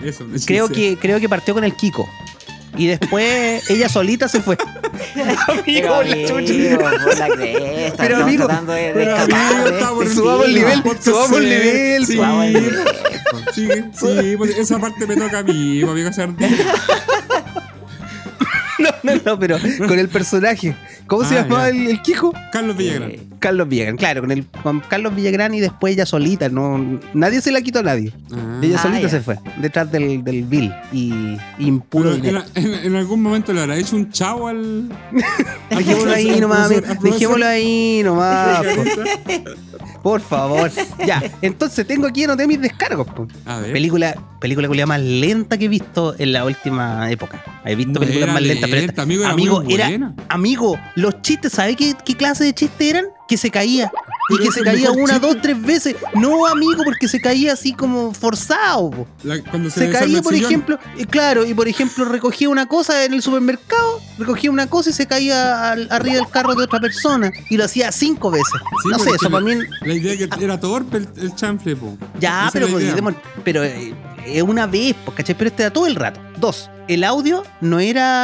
[SPEAKER 3] Eso,
[SPEAKER 1] creo que creo que partió con el Kiko y después ella solita se fue
[SPEAKER 2] Pero
[SPEAKER 1] Amigo, la chucha.
[SPEAKER 2] amigo, por la cresta,
[SPEAKER 1] Pero
[SPEAKER 2] estamos
[SPEAKER 1] amigo,
[SPEAKER 2] tratando de, de
[SPEAKER 3] Pero amigo,
[SPEAKER 2] escapar de
[SPEAKER 3] estamos
[SPEAKER 2] este
[SPEAKER 1] subamos el
[SPEAKER 2] ciclo.
[SPEAKER 1] nivel, subamos el nivel,
[SPEAKER 3] Sí,
[SPEAKER 2] subamos el nivel.
[SPEAKER 3] sí, sí, pues esa parte me toca a mí, pues, amigo Sardina.
[SPEAKER 1] no no no pero con el personaje cómo se
[SPEAKER 3] Ah,
[SPEAKER 1] llamaba
[SPEAKER 3] ya.
[SPEAKER 1] el, el Kiko
[SPEAKER 3] Carlos Villagrán.
[SPEAKER 2] Eh,
[SPEAKER 1] Carlos Villagrán, claro, con, el, con Carlos Villagrán y después ella solita, no, nadie se la quitó a nadie.
[SPEAKER 3] Ah.
[SPEAKER 1] Ella
[SPEAKER 2] Ah,
[SPEAKER 1] solita
[SPEAKER 2] ya.
[SPEAKER 1] se fue, detrás del, del Bill y, y impuro
[SPEAKER 3] Pero en,
[SPEAKER 1] dinero.
[SPEAKER 3] la- en- en algún momento le habrá hecho un chavo al. al
[SPEAKER 1] Dejémoslo
[SPEAKER 3] profesor-
[SPEAKER 1] ahí
[SPEAKER 3] al
[SPEAKER 1] nomás,
[SPEAKER 3] profesor-
[SPEAKER 1] amigo,
[SPEAKER 3] al profesor
[SPEAKER 1] dejémoslo ahí nomás, po,
[SPEAKER 3] Villagrán.
[SPEAKER 1] por favor. Ya, entonces tengo aquí anoté mis descargos. po.
[SPEAKER 3] A ver.
[SPEAKER 1] Película, película culiá más lenta que he visto en la última época. He visto
[SPEAKER 3] No
[SPEAKER 1] películas
[SPEAKER 3] era
[SPEAKER 1] más lentas, pero
[SPEAKER 3] lenta,
[SPEAKER 1] esta-
[SPEAKER 3] amigo, era muy
[SPEAKER 1] era-
[SPEAKER 3] buena.
[SPEAKER 1] amigo, los chistes, ¿sabes qué, qué clase de chistes eran? Que se caía. Y
[SPEAKER 3] Pero
[SPEAKER 1] que
[SPEAKER 3] es
[SPEAKER 1] se
[SPEAKER 3] el
[SPEAKER 1] caía
[SPEAKER 3] mejor
[SPEAKER 1] una,
[SPEAKER 3] chiste.
[SPEAKER 1] dos, tres veces. No, amigo, porque se caía así como forzado. po.
[SPEAKER 3] La- cuando se,
[SPEAKER 1] Se
[SPEAKER 3] desarma
[SPEAKER 1] caía,
[SPEAKER 3] el
[SPEAKER 1] por
[SPEAKER 3] sillón.
[SPEAKER 1] ejemplo, eh, claro, y por ejemplo recogía una cosa en el supermercado, recogía una cosa y se caía al- arriba del carro de otra persona. Y lo hacía cinco veces.
[SPEAKER 3] Sí, pues,
[SPEAKER 1] no sé,
[SPEAKER 3] porque
[SPEAKER 1] eso
[SPEAKER 3] la-
[SPEAKER 1] para mí...
[SPEAKER 3] La idea que era torpe el, el chanfle, po.
[SPEAKER 1] Ya,
[SPEAKER 3] Esa
[SPEAKER 1] pero
[SPEAKER 3] es la
[SPEAKER 1] pues,
[SPEAKER 3] idea.
[SPEAKER 1] digamos, pero eh, es una vez, pues, ¿cachai? Pero este era todo el rato. Dos, el audio no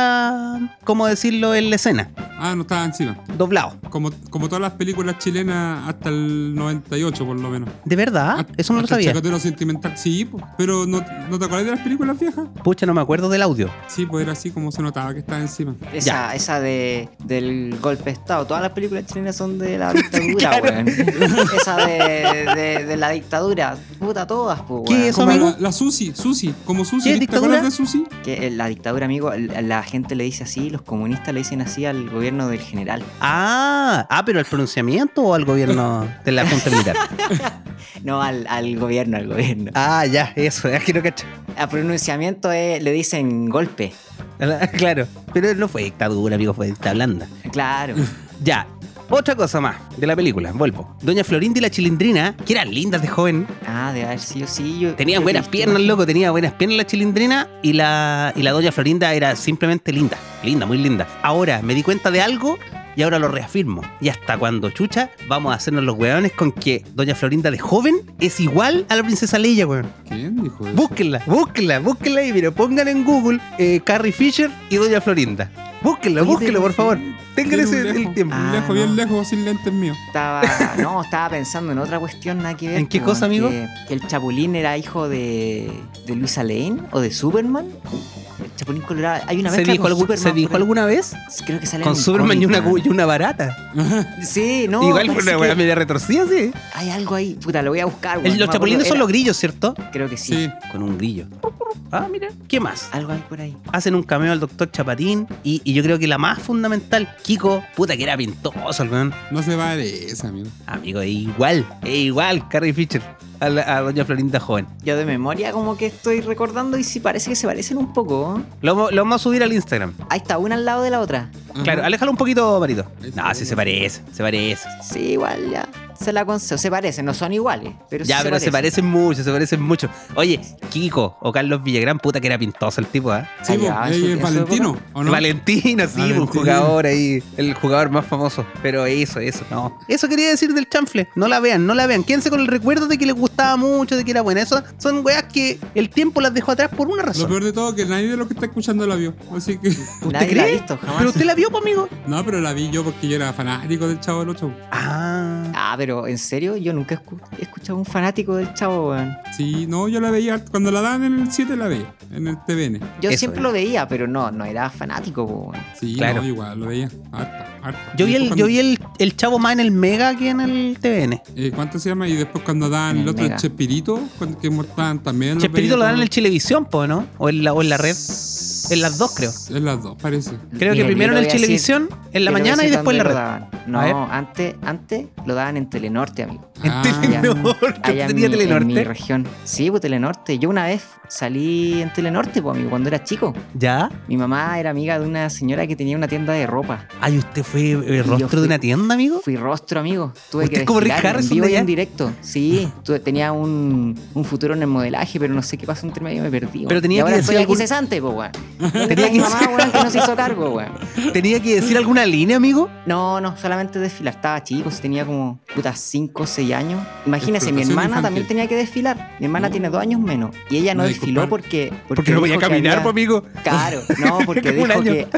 [SPEAKER 1] era, ¿cómo decirlo?, en la escena,
[SPEAKER 3] Ah, no estaba encima.
[SPEAKER 1] doblado.
[SPEAKER 3] Como, como todas las películas chilenas hasta el 98, por lo menos.
[SPEAKER 1] De verdad,
[SPEAKER 3] Hasta-
[SPEAKER 1] Ah, eso no lo
[SPEAKER 3] hasta Ah, el
[SPEAKER 1] sabía.
[SPEAKER 3] Chacotero sentimental, sí, po. Pero ¿no, ¿no te acordás de las películas viejas?
[SPEAKER 1] Pucha, no me acuerdo del audio.
[SPEAKER 3] Sí, pues era así como se notaba que estaba encima.
[SPEAKER 2] Esa, esa de, del golpe de Estado. Todas las películas chilenas son de la dictadura,
[SPEAKER 1] Claro.
[SPEAKER 2] weón. Esa de, de, de la dictadura. Puta, todas, pues,
[SPEAKER 1] ¿Qué es eso,
[SPEAKER 3] Como
[SPEAKER 1] amigo?
[SPEAKER 3] la, la Susi, Susi, como Susi.
[SPEAKER 1] ¿Qué,
[SPEAKER 3] ¿Te
[SPEAKER 1] dictadura?
[SPEAKER 3] acuerdas de Susi?
[SPEAKER 2] Que en la dictadura, amigo, la la gente le dice así, los comunistas le dicen así al gobierno del general.
[SPEAKER 1] Ah, ah, pero al pronunciamiento o al gobierno de la Junta Militar.
[SPEAKER 2] No, al, al gobierno, al gobierno.
[SPEAKER 1] Ah, ya, eso, ya quiero cachar.
[SPEAKER 2] A pronunciamiento eh, le dicen golpe.
[SPEAKER 1] claro. Pero no fue dictadura, amigo, fue dictadura blanda.
[SPEAKER 2] Claro.
[SPEAKER 1] Ya. Otra cosa más de la película, vuelvo. Doña Florinda y la Chilindrina, que eran lindas de joven,
[SPEAKER 2] Ah, de haber sido sí. Yo,
[SPEAKER 1] tenían
[SPEAKER 2] yo
[SPEAKER 1] buenas
[SPEAKER 2] he visto
[SPEAKER 1] piernas,
[SPEAKER 2] imágenes.
[SPEAKER 1] loco, tenía buenas piernas la Chilindrina y la, y la Doña Florinda era simplemente linda, linda, muy linda. Ahora me di cuenta de algo y ahora lo reafirmo. Y hasta cuando chucha, vamos a hacernos los weones con que Doña Florinda de joven es igual a la princesa Leia, weón.
[SPEAKER 3] ¿Quién dijo eso?
[SPEAKER 1] Búsquenla, búsquenla, búsquenla y mira, pongan en Google eh, Carrie Fisher y Doña Florinda. Búsquenla,
[SPEAKER 2] Oye,
[SPEAKER 1] búsquenla, por favor. Tengan
[SPEAKER 3] Tiene un
[SPEAKER 1] ese
[SPEAKER 3] lejos,
[SPEAKER 1] el tiempo.
[SPEAKER 2] Ah,
[SPEAKER 3] un lejos,
[SPEAKER 2] no.
[SPEAKER 3] bien lejos, sin lentes míos.
[SPEAKER 2] Estaba, no, estaba pensando en otra cuestión, nada que ver.
[SPEAKER 1] ¿En qué
[SPEAKER 2] pues,
[SPEAKER 1] cosa,
[SPEAKER 2] weón,
[SPEAKER 1] amigo?
[SPEAKER 2] Que, que el Chapulín era hijo de, de Luisa Lane o de Superman. El Chapulín Colorado. Hay una
[SPEAKER 1] ¿Se
[SPEAKER 2] mezcla
[SPEAKER 1] dijo,
[SPEAKER 2] con
[SPEAKER 1] algún-
[SPEAKER 2] Superman,
[SPEAKER 1] ¿se dijo
[SPEAKER 2] por ahí.
[SPEAKER 1] alguna vez?
[SPEAKER 2] Creo que sale
[SPEAKER 1] Con
[SPEAKER 2] en un
[SPEAKER 1] Superman
[SPEAKER 2] cómic,
[SPEAKER 1] y una,
[SPEAKER 2] weón.
[SPEAKER 1] y una barata.
[SPEAKER 2] Sí, no.
[SPEAKER 1] Igual fue
[SPEAKER 2] parece
[SPEAKER 1] una
[SPEAKER 2] que
[SPEAKER 1] weá media retorcida, sí.
[SPEAKER 2] Hay algo ahí. Puta, lo voy a buscar.
[SPEAKER 1] El-
[SPEAKER 2] weón, no
[SPEAKER 1] los
[SPEAKER 2] me
[SPEAKER 1] chapulines
[SPEAKER 2] acuerdo,
[SPEAKER 1] son
[SPEAKER 2] era-
[SPEAKER 1] los grillos, ¿cierto?
[SPEAKER 2] Creo que sí.
[SPEAKER 3] Sí.
[SPEAKER 1] Con un grillo. Ah, mira. ¿Qué más?
[SPEAKER 2] Algo hay por ahí.
[SPEAKER 1] Hacen un cameo al doctor Chapatín y, y yo creo que la más fundamental, Kiko, puta que era pintoso, el weón.
[SPEAKER 3] No se va de esa, amigo.
[SPEAKER 1] Amigo, es igual, es igual, Carrie Fisher, a, la- a Doña Florinda joven.
[SPEAKER 2] Yo de memoria como que estoy recordando y sí parece que se parecen un poco.
[SPEAKER 1] Lo, vamos- lo vamos a subir al Instagram.
[SPEAKER 2] Ahí está, una al lado de la otra.
[SPEAKER 3] Ajá.
[SPEAKER 1] Claro, aléjalo un poquito, marito.
[SPEAKER 3] Ahí se
[SPEAKER 1] No,
[SPEAKER 3] ve
[SPEAKER 1] sí
[SPEAKER 3] bien.
[SPEAKER 1] se parece, se parece.
[SPEAKER 2] Sí, igual ya. Se la concedo. Se parecen, no son iguales. Pero sí
[SPEAKER 1] ya,
[SPEAKER 2] se
[SPEAKER 1] pero se parecen
[SPEAKER 2] parecen.
[SPEAKER 1] mucho, se parecen mucho. Oye, Kiko o Carlos Villagrán, puta que era pintoso el tipo, ¿ah?
[SPEAKER 3] Sí,
[SPEAKER 2] Allá,
[SPEAKER 3] po,
[SPEAKER 2] en su-
[SPEAKER 3] eh,
[SPEAKER 2] en su
[SPEAKER 3] Valentino,
[SPEAKER 2] época.
[SPEAKER 3] ¿o no?
[SPEAKER 1] Valentino, sí,
[SPEAKER 3] Valentino.
[SPEAKER 1] un pues, jugador ahí, el jugador más famoso. Pero eso, eso, no. Eso quería decir del chanfle. No la vean, no la vean. Quédense con el recuerdo de que les gustaba mucho, de que era buena. Eso son weas que el tiempo las dejó atrás por una
[SPEAKER 3] Lo
[SPEAKER 1] razón.
[SPEAKER 3] peor de todo es que nadie de los que está escuchando la vio. Así que.
[SPEAKER 2] Nadie
[SPEAKER 1] ¿Usted
[SPEAKER 2] la ha
[SPEAKER 1] cree?
[SPEAKER 2] visto jamás.
[SPEAKER 1] Pero usted la vio, pues, amigo.
[SPEAKER 3] No, pero la vi yo porque yo era fanático del Chavo del Ocho.
[SPEAKER 1] Ah.
[SPEAKER 2] Ah, pero en serio, yo nunca escu- he escuchado a un fanático del chavo, weón.
[SPEAKER 3] Sí, no, yo la veía. harto. Cuando la daban en el 7, la veía. En el TVN.
[SPEAKER 2] Yo
[SPEAKER 1] Eso
[SPEAKER 2] siempre
[SPEAKER 1] es.
[SPEAKER 2] lo veía, pero no, no era fanático, weón.
[SPEAKER 3] Sí,
[SPEAKER 1] Claro.
[SPEAKER 3] no, igual, lo veía. Harto, harto.
[SPEAKER 1] Yo
[SPEAKER 3] Y
[SPEAKER 1] vi, el,
[SPEAKER 3] después
[SPEAKER 1] yo
[SPEAKER 3] cuando-
[SPEAKER 1] vi el, el chavo más en el Mega que en el TVN.
[SPEAKER 3] eh, ¿Cuánto se llama? Y después cuando daban
[SPEAKER 2] En
[SPEAKER 3] el
[SPEAKER 2] el
[SPEAKER 3] otro el
[SPEAKER 2] Mega.
[SPEAKER 3] Chespirito, cuando- que mostraban también.
[SPEAKER 1] Chespirito lo dan en el
[SPEAKER 3] el
[SPEAKER 1] Chilevisión, po, ¿no? O en la, o en la red. En las dos, creo.
[SPEAKER 3] En las dos, parece.
[SPEAKER 1] Creo
[SPEAKER 2] Mira,
[SPEAKER 1] que
[SPEAKER 2] yo
[SPEAKER 1] primero
[SPEAKER 2] le
[SPEAKER 1] en el
[SPEAKER 2] voy a decir-
[SPEAKER 1] Chilevisión, en la
[SPEAKER 2] yo le voy a
[SPEAKER 1] mañana y
[SPEAKER 2] decir
[SPEAKER 1] después en la
[SPEAKER 2] dónde
[SPEAKER 1] red.
[SPEAKER 2] lo
[SPEAKER 3] Ah.
[SPEAKER 2] daban.
[SPEAKER 1] A ver.
[SPEAKER 2] No, antes, antes lo daban en Telenorte, amigo.
[SPEAKER 1] En
[SPEAKER 3] Ah,
[SPEAKER 1] Telenor,
[SPEAKER 2] Allá
[SPEAKER 1] tenía
[SPEAKER 2] en mi- en mi
[SPEAKER 1] Telenorte.
[SPEAKER 2] región. Sí, pues Telenorte. Yo una vez salí en Telenorte, pues, amigo, cuando era chico.
[SPEAKER 1] Ya.
[SPEAKER 2] Mi mamá era amiga de una señora que tenía una tienda de ropa.
[SPEAKER 1] Ay, usted fue eh, rostro
[SPEAKER 2] fui-
[SPEAKER 1] de una tienda, amigo.
[SPEAKER 2] Fui rostro, amigo. Tuve
[SPEAKER 1] Usted
[SPEAKER 2] que
[SPEAKER 1] es como Rick
[SPEAKER 2] desfilar en
[SPEAKER 1] Harrison
[SPEAKER 2] vivo
[SPEAKER 1] de
[SPEAKER 2] y en
[SPEAKER 1] allá.
[SPEAKER 2] directo. Sí, tuve- tenía un, un futuro en el modelaje, pero no sé qué pasó entre medio y me perdí. weón.
[SPEAKER 1] Pero tenía
[SPEAKER 2] y
[SPEAKER 1] que
[SPEAKER 2] ahora
[SPEAKER 1] decir
[SPEAKER 2] estoy
[SPEAKER 1] algún-
[SPEAKER 2] aquí cesante, po, weón.
[SPEAKER 1] Tenía
[SPEAKER 2] Tenía
[SPEAKER 1] que-
[SPEAKER 2] que mamá, weón, que no se hizo cargo, weón.
[SPEAKER 1] ¿Tenía que decir alguna línea, amigo?
[SPEAKER 2] No, no, solamente desfilar. Estaba chico, si tenía como putas 5 o 6 años. Imagínense, mi
[SPEAKER 3] Explotación
[SPEAKER 2] hermana
[SPEAKER 3] infantil.
[SPEAKER 2] también tenía que desfilar. Mi hermana
[SPEAKER 3] No.
[SPEAKER 2] tiene 2 años menos. Y ella no
[SPEAKER 3] Ay,
[SPEAKER 2] desfiló
[SPEAKER 3] compadre.
[SPEAKER 2] porque.
[SPEAKER 1] Uh. Porque no voy a
[SPEAKER 2] dijo que
[SPEAKER 1] caminar,
[SPEAKER 2] había-
[SPEAKER 1] pues, amigo.
[SPEAKER 2] Claro, no, porque
[SPEAKER 1] Como un
[SPEAKER 2] dijo
[SPEAKER 1] año.
[SPEAKER 2] que,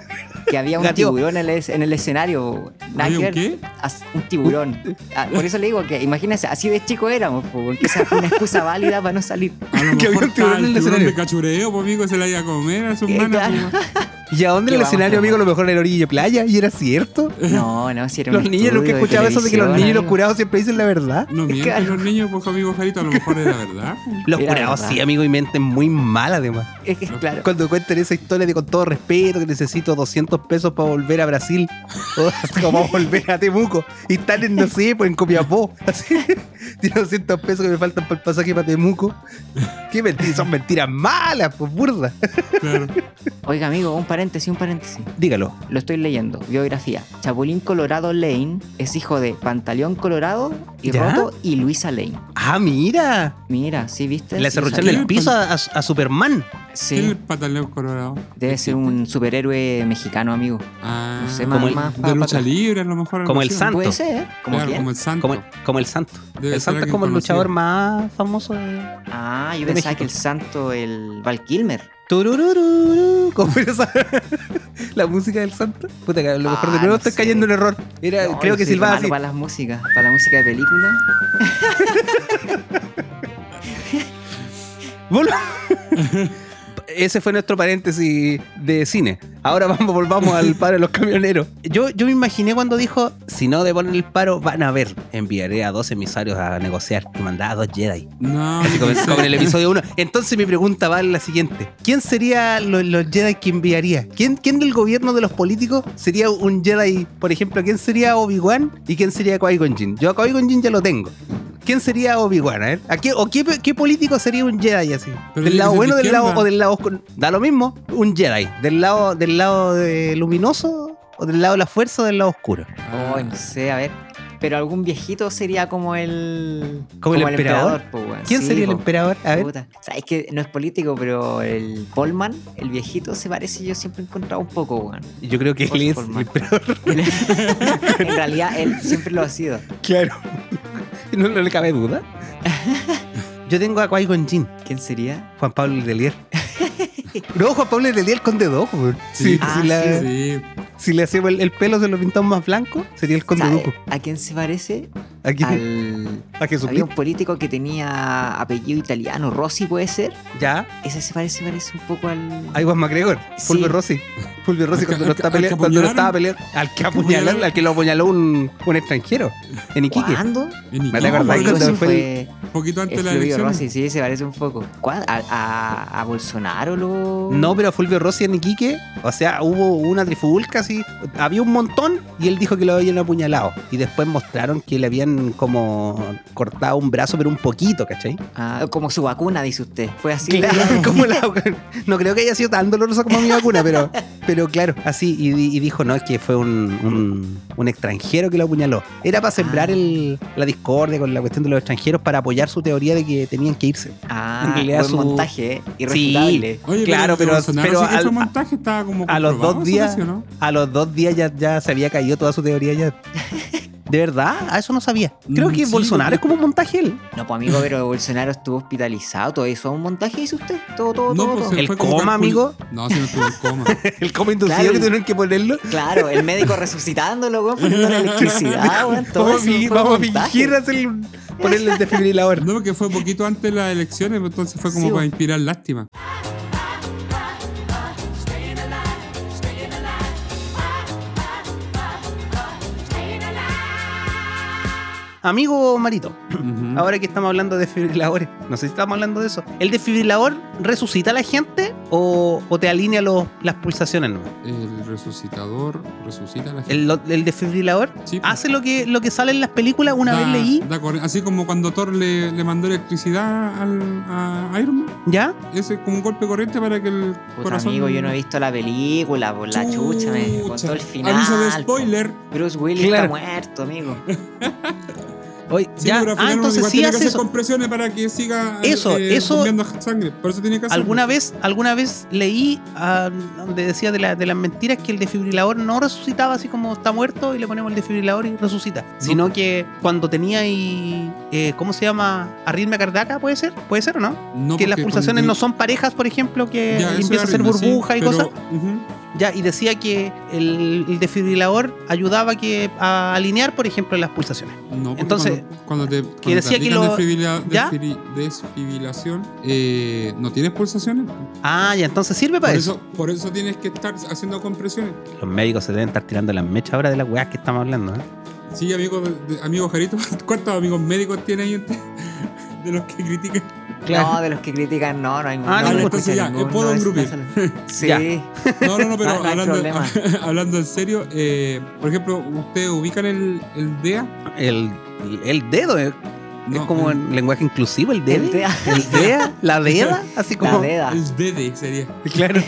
[SPEAKER 2] que había un
[SPEAKER 1] Gateó.
[SPEAKER 2] tiburón en el, es- en el escenario. weón. Nada
[SPEAKER 3] ¿Había
[SPEAKER 2] que ver.
[SPEAKER 3] un qué?
[SPEAKER 2] As- Un tiburón. Ah, Por eso le digo que, imagínense, así de chico éramos, po, weón, que esa fue una excusa válida para no salir.
[SPEAKER 3] A lo
[SPEAKER 1] Que había
[SPEAKER 3] mejor
[SPEAKER 1] un tiburón
[SPEAKER 3] estaba el
[SPEAKER 1] en el
[SPEAKER 3] tiburón
[SPEAKER 1] escenario.
[SPEAKER 3] de cachureo, pues amigo, se la iba a comer a sus
[SPEAKER 2] Eh,
[SPEAKER 3] manos.
[SPEAKER 2] claro.
[SPEAKER 3] pues.
[SPEAKER 1] ¿Y a dónde en el
[SPEAKER 2] Que vamos,
[SPEAKER 1] escenario,
[SPEAKER 2] que
[SPEAKER 1] amigo? A
[SPEAKER 2] vamos.
[SPEAKER 1] lo mejor en el orilla de playa. ¿Y era cierto?
[SPEAKER 2] No, no, si era un
[SPEAKER 1] Los niños, nunca he
[SPEAKER 2] estudio de
[SPEAKER 1] escuchado eso de que los niños y los
[SPEAKER 2] televisión, ¿eh?
[SPEAKER 1] curados siempre dicen la verdad.
[SPEAKER 3] No mienten
[SPEAKER 2] Claro.
[SPEAKER 3] los niños, pues amigo Jarito, a lo mejor era verdad. pues.
[SPEAKER 1] Los
[SPEAKER 2] Era
[SPEAKER 1] curados
[SPEAKER 2] verdad.
[SPEAKER 1] sí, amigo, y mienten muy mal además.
[SPEAKER 2] amigo. Es que, claro.
[SPEAKER 1] Cuando cuentan esa historia de con todo respeto que necesito 200 pesos para volver a Brasil o como volver a Temuco y están en, no sé, pues en Copiapó. Así, tiene 200 pesos que me faltan para el pasaje para Temuco. Qué mentiras, son mentiras malas, pues burda.
[SPEAKER 3] Claro.
[SPEAKER 2] Oiga, amigo, un paréntesis, un paréntesis.
[SPEAKER 1] Dígalo.
[SPEAKER 2] Lo estoy leyendo, biografía. Chapulín Colorado Lane es hijo de Pantaleón Colorado y
[SPEAKER 1] ¿Ya?
[SPEAKER 2] Roto y Luisa Lane.
[SPEAKER 1] Ah, mira.
[SPEAKER 2] Mira, ¿sí viste?
[SPEAKER 1] Le
[SPEAKER 2] Sí,
[SPEAKER 1] cerrucharon
[SPEAKER 2] sabía.
[SPEAKER 1] el piso a, a- a Superman.
[SPEAKER 3] ¿Quién es
[SPEAKER 2] Sí,
[SPEAKER 3] el pataleo colorado?
[SPEAKER 2] debe ser un superhéroe mexicano, amigo.
[SPEAKER 3] Ah,
[SPEAKER 2] No sé,
[SPEAKER 1] Como
[SPEAKER 2] más,
[SPEAKER 1] el-
[SPEAKER 2] más
[SPEAKER 3] de
[SPEAKER 2] pa-
[SPEAKER 3] lucha
[SPEAKER 2] pa-
[SPEAKER 3] libre, a lo mejor.
[SPEAKER 1] Como
[SPEAKER 3] algo
[SPEAKER 1] el
[SPEAKER 3] así,
[SPEAKER 1] Santo.
[SPEAKER 2] Puede ser, como
[SPEAKER 3] Claro,
[SPEAKER 2] quién.
[SPEAKER 3] como el santo.
[SPEAKER 1] Como, como el santo.
[SPEAKER 3] Debe
[SPEAKER 1] el santo
[SPEAKER 3] ser
[SPEAKER 1] es
[SPEAKER 3] alguien
[SPEAKER 1] como el
[SPEAKER 3] conocido.
[SPEAKER 1] luchador más famoso de.
[SPEAKER 2] Ah, yo
[SPEAKER 1] de
[SPEAKER 2] pensaba
[SPEAKER 1] México.
[SPEAKER 2] que el santo, el Val Kilmer.
[SPEAKER 1] Tururururu. ¿Cómo era esa? la música del santo. Puta, que a lo mejor de
[SPEAKER 2] Ah,
[SPEAKER 1] nuevo
[SPEAKER 2] no
[SPEAKER 1] estoy
[SPEAKER 2] sé.
[SPEAKER 1] cayendo en error. Era,
[SPEAKER 2] No,
[SPEAKER 1] Eh, creo
[SPEAKER 2] yo
[SPEAKER 1] que
[SPEAKER 2] soy re
[SPEAKER 1] silbaba
[SPEAKER 2] malo
[SPEAKER 1] así.
[SPEAKER 2] Para las músicas, para la música de película.
[SPEAKER 1] Vol- Ese fue nuestro paréntesis de cine. Ahora vamos, volvamos al paro de los camioneros. Yo, yo me imaginé cuando dijo, si no devuelven el paro, van a ver. Enviaré a dos emisarios a negociar y mandaba a dos Jedi.
[SPEAKER 3] No,
[SPEAKER 1] Así
[SPEAKER 3] yo
[SPEAKER 1] como,
[SPEAKER 3] pensé-
[SPEAKER 1] como en el episodio 1. Entonces mi pregunta va en la siguiente. ¿Quién sería lo- los Jedi que enviaría? ¿Quién, ¿Quién del gobierno de los políticos sería un Jedi? Por ejemplo, ¿quién sería Obi-Wan y quién sería Qui-Gon Jinn? Yo a Qui-Gon Jinn ya lo tengo. ¿Quién sería Obi-Wan? A ver, ¿a qué, ¿O qué, qué político sería un Jedi así?
[SPEAKER 3] Pero tiene
[SPEAKER 1] ¿Del
[SPEAKER 3] que
[SPEAKER 1] lado
[SPEAKER 3] ser
[SPEAKER 1] bueno
[SPEAKER 3] de
[SPEAKER 1] del lado,
[SPEAKER 3] izquierda.
[SPEAKER 1] o del lado oscuro? Da lo mismo, un Jedi. ¿Del lado, del lado de luminoso o del lado de la fuerza o del lado oscuro?
[SPEAKER 2] Ay, no sé, a ver. Pero algún viejito sería como el.
[SPEAKER 1] ¿Como el emperador?
[SPEAKER 2] po, weón.
[SPEAKER 1] ¿Quién
[SPEAKER 2] Sí,
[SPEAKER 1] sería el
[SPEAKER 2] po.
[SPEAKER 1] emperador? A ver.
[SPEAKER 2] Puta. O sea, es que no es político, pero el Polman, el viejito, se parece yo siempre he encontrado un poco, weón.
[SPEAKER 1] Yo creo que
[SPEAKER 2] Por
[SPEAKER 1] él es el
[SPEAKER 2] forma.
[SPEAKER 1] emperador.
[SPEAKER 2] Él- en realidad, él siempre lo ha sido.
[SPEAKER 1] Claro. No, no le cabe duda. Yo tengo a Qui-Gon Jinn,
[SPEAKER 2] ¿Quién sería?
[SPEAKER 1] Juan Pablo Letelier. No, Juan Pablo Letelier con dedo. güey. Si,
[SPEAKER 3] Sí.
[SPEAKER 1] si
[SPEAKER 2] Ah,
[SPEAKER 1] la-
[SPEAKER 3] Sí,
[SPEAKER 1] si le hacemos el, el pelo, se lo pintamos más blanco, sería el conde
[SPEAKER 2] ¿Sabe
[SPEAKER 1] Duco.
[SPEAKER 2] ¿A quién se parece?
[SPEAKER 1] Aquí,
[SPEAKER 2] Al.
[SPEAKER 1] a
[SPEAKER 2] Había
[SPEAKER 1] Jesucristo.
[SPEAKER 2] un político que tenía apellido italiano, Rossi puede ser.
[SPEAKER 1] Ya,
[SPEAKER 2] Ese se parece, parece un poco al.
[SPEAKER 1] a Iwan McGregor,
[SPEAKER 2] Sí.
[SPEAKER 1] Fulvio Rossi. Fulvio Rossi
[SPEAKER 3] Al que-
[SPEAKER 1] cuando lo
[SPEAKER 3] al que-
[SPEAKER 1] está
[SPEAKER 3] al que
[SPEAKER 1] pelea- cuando lo estaba
[SPEAKER 3] apuñalaron.
[SPEAKER 1] peleando. Al que apuñalaron, al que lo apuñaló un, un extranjero en Iquique.
[SPEAKER 2] ¿Cuándo?
[SPEAKER 3] en
[SPEAKER 1] ¿Me
[SPEAKER 3] Iquique,
[SPEAKER 1] te acordás
[SPEAKER 3] bueno,
[SPEAKER 2] Algo
[SPEAKER 1] cuando
[SPEAKER 2] así
[SPEAKER 1] fue
[SPEAKER 2] fue
[SPEAKER 3] Un poquito antes
[SPEAKER 2] Es
[SPEAKER 3] de la
[SPEAKER 2] Flavio
[SPEAKER 3] elección.
[SPEAKER 2] Rossi, sí, se parece un poco. ¿Cuál? ¿A, a, a Bolsonaro lo...?
[SPEAKER 1] No, pero a Fulvio Rossi en Iquique, o sea, hubo una trifulca así, había un montón y él dijo que lo habían apuñalado. Y después mostraron que le habían como cortado un brazo, pero un poquito, ¿cachai?
[SPEAKER 2] Ah, como su vacuna, dice usted. Fue así.
[SPEAKER 1] Claro, como la- no creo que haya sido tan doloroso como mi vacuna, pero, pero claro, así. Y, di- y dijo, no, es que fue un, un- un extranjero que lo apuñaló. Era para
[SPEAKER 3] Ah.
[SPEAKER 1] sembrar el- la discordia con la cuestión de los extranjeros para apoyar su teoría de que tenían que irse. En
[SPEAKER 2] Ah,
[SPEAKER 1] realidad
[SPEAKER 2] buen
[SPEAKER 1] su-
[SPEAKER 2] montaje, ¿eh? Irrefutable.
[SPEAKER 3] Oye,
[SPEAKER 1] Claro,
[SPEAKER 3] pero,
[SPEAKER 1] pero-
[SPEAKER 3] Bolsonaro
[SPEAKER 1] pero
[SPEAKER 3] sí que
[SPEAKER 1] al-
[SPEAKER 3] hizo montaje estaba como
[SPEAKER 1] a los
[SPEAKER 3] comprobado
[SPEAKER 1] dos
[SPEAKER 3] eso,
[SPEAKER 1] días-
[SPEAKER 3] ¿sí o no?
[SPEAKER 1] A los dos días ya, ya se había caído toda su teoría ya. ¿De verdad? A eso no sabía. Creo
[SPEAKER 3] Mm,
[SPEAKER 1] que
[SPEAKER 3] sí,
[SPEAKER 1] Bolsonaro
[SPEAKER 3] porque-
[SPEAKER 1] es como un montaje él.
[SPEAKER 2] No, pues amigo, pero Bolsonaro estuvo hospitalizado, todo eso. ¿Un montaje dice usted? Todo, todo,
[SPEAKER 3] No,
[SPEAKER 2] todo.
[SPEAKER 3] pues,
[SPEAKER 2] todo.
[SPEAKER 3] se
[SPEAKER 1] ¿El
[SPEAKER 3] fue como
[SPEAKER 1] coma,
[SPEAKER 3] calcul-
[SPEAKER 1] amigo?
[SPEAKER 3] No, si no estuvo en coma.
[SPEAKER 1] El como inducido
[SPEAKER 2] Claro,
[SPEAKER 1] que
[SPEAKER 2] y-
[SPEAKER 1] tuvieron que ponerlo.
[SPEAKER 2] Claro, el médico resucitándolo, weón, poniendo la electricidad, weón. Todo
[SPEAKER 1] vamos a,
[SPEAKER 2] eso
[SPEAKER 1] fi-
[SPEAKER 2] fue
[SPEAKER 1] vamos a
[SPEAKER 2] un montaje.
[SPEAKER 1] fingir hacer un- ponerle el desfibrilador.
[SPEAKER 3] No, porque fue poquito antes de las elecciones, entonces fue como
[SPEAKER 2] Sí,
[SPEAKER 3] para
[SPEAKER 2] bo.
[SPEAKER 3] inspirar lástima.
[SPEAKER 1] Amigo Marito,
[SPEAKER 3] Ujú.
[SPEAKER 1] ahora que estamos hablando de desfibriladores, no sé si estamos hablando de eso. ¿El desfibrilador resucita a la gente o, o te alinea los- las pulsaciones? nomás?
[SPEAKER 3] El resucitador resucita a la gente.
[SPEAKER 1] ¿El, lo- el desfibrilador
[SPEAKER 3] Sí, pues.
[SPEAKER 1] hace lo que, lo que sale en las películas? Una
[SPEAKER 3] Da-
[SPEAKER 1] vez leí,
[SPEAKER 3] da corri- así como cuando Thor le, le mandó electricidad al, a Iron Man.
[SPEAKER 1] ¿ya?
[SPEAKER 3] Ese es como un golpe corriente para que el
[SPEAKER 2] Puta,
[SPEAKER 3] corazón.
[SPEAKER 2] amigo, yo no he visto la película, por la chucha, me contó el final.
[SPEAKER 3] Aviso de
[SPEAKER 2] po.
[SPEAKER 3] spoiler.
[SPEAKER 2] Bruce Willis
[SPEAKER 1] Claro.
[SPEAKER 2] está muerto, amigo.
[SPEAKER 1] Hoy-
[SPEAKER 3] Sí,
[SPEAKER 1] ya,
[SPEAKER 3] pero al
[SPEAKER 1] ah,
[SPEAKER 3] final uno
[SPEAKER 1] entonces
[SPEAKER 3] igual
[SPEAKER 1] sí
[SPEAKER 3] tiene que
[SPEAKER 1] hace
[SPEAKER 3] hacer
[SPEAKER 1] eso.
[SPEAKER 3] compresiones para que siga eh,
[SPEAKER 1] Eso,
[SPEAKER 3] eh,
[SPEAKER 1] eso-
[SPEAKER 3] bombeando sangre. Por eso tiene que hacer.
[SPEAKER 1] Alguna vez, alguna vez leí ah, donde decía de, la- de las mentiras que el desfibrilador no resucitaba así como está muerto y le ponemos el desfibrilador y resucita. Sino que cuando tenía y eh, ¿cómo se llama? Arritmia cardíaca, puede ser, puede ser o no? que las pulsaciones no son parejas, por ejemplo, que empieza a hacer burbuja y cosas. Ya, y decía que el, el desfibrilador ayudaba que, a alinear, por ejemplo, las pulsaciones. Entonces,
[SPEAKER 3] Entonces, cuando, te, cuando te
[SPEAKER 1] decía que
[SPEAKER 3] aplican
[SPEAKER 1] lo-
[SPEAKER 3] desfibrila-
[SPEAKER 1] ¿Ya?
[SPEAKER 3] desfibri- desfibrilación, eh, no tienes pulsaciones.
[SPEAKER 1] Ah, ya, entonces sirve
[SPEAKER 3] Por
[SPEAKER 1] para eso.
[SPEAKER 3] eso, por eso tienes que estar haciendo compresiones.
[SPEAKER 1] Los médicos se deben estar tirando las mechas ahora de las weas que estamos hablando, ¿eh?
[SPEAKER 3] Sí, amigo, de- amigo Jarito, ¿cuántos amigos médicos tiene ahí entre- de los que critican?
[SPEAKER 1] Claro.
[SPEAKER 2] No, de los que critican, no, no hay
[SPEAKER 1] Ah, no,
[SPEAKER 2] no,
[SPEAKER 3] entonces ya, eh, puedo engrupir.
[SPEAKER 2] Sí.
[SPEAKER 1] Ya.
[SPEAKER 3] No, no, no, pero
[SPEAKER 2] No, no hay
[SPEAKER 3] hablando,
[SPEAKER 2] problema.
[SPEAKER 3] hablando en serio, eh, por ejemplo, ¿ustedes ubican el, el DEA?
[SPEAKER 1] El, el dedo eh. es,
[SPEAKER 3] No,
[SPEAKER 1] es como
[SPEAKER 3] el,
[SPEAKER 1] en lenguaje inclusivo, el dedo.
[SPEAKER 2] El DEA.
[SPEAKER 1] El DEA, la DEA, así
[SPEAKER 2] La
[SPEAKER 1] como.
[SPEAKER 2] deda.
[SPEAKER 3] el DD sería.
[SPEAKER 1] Claro.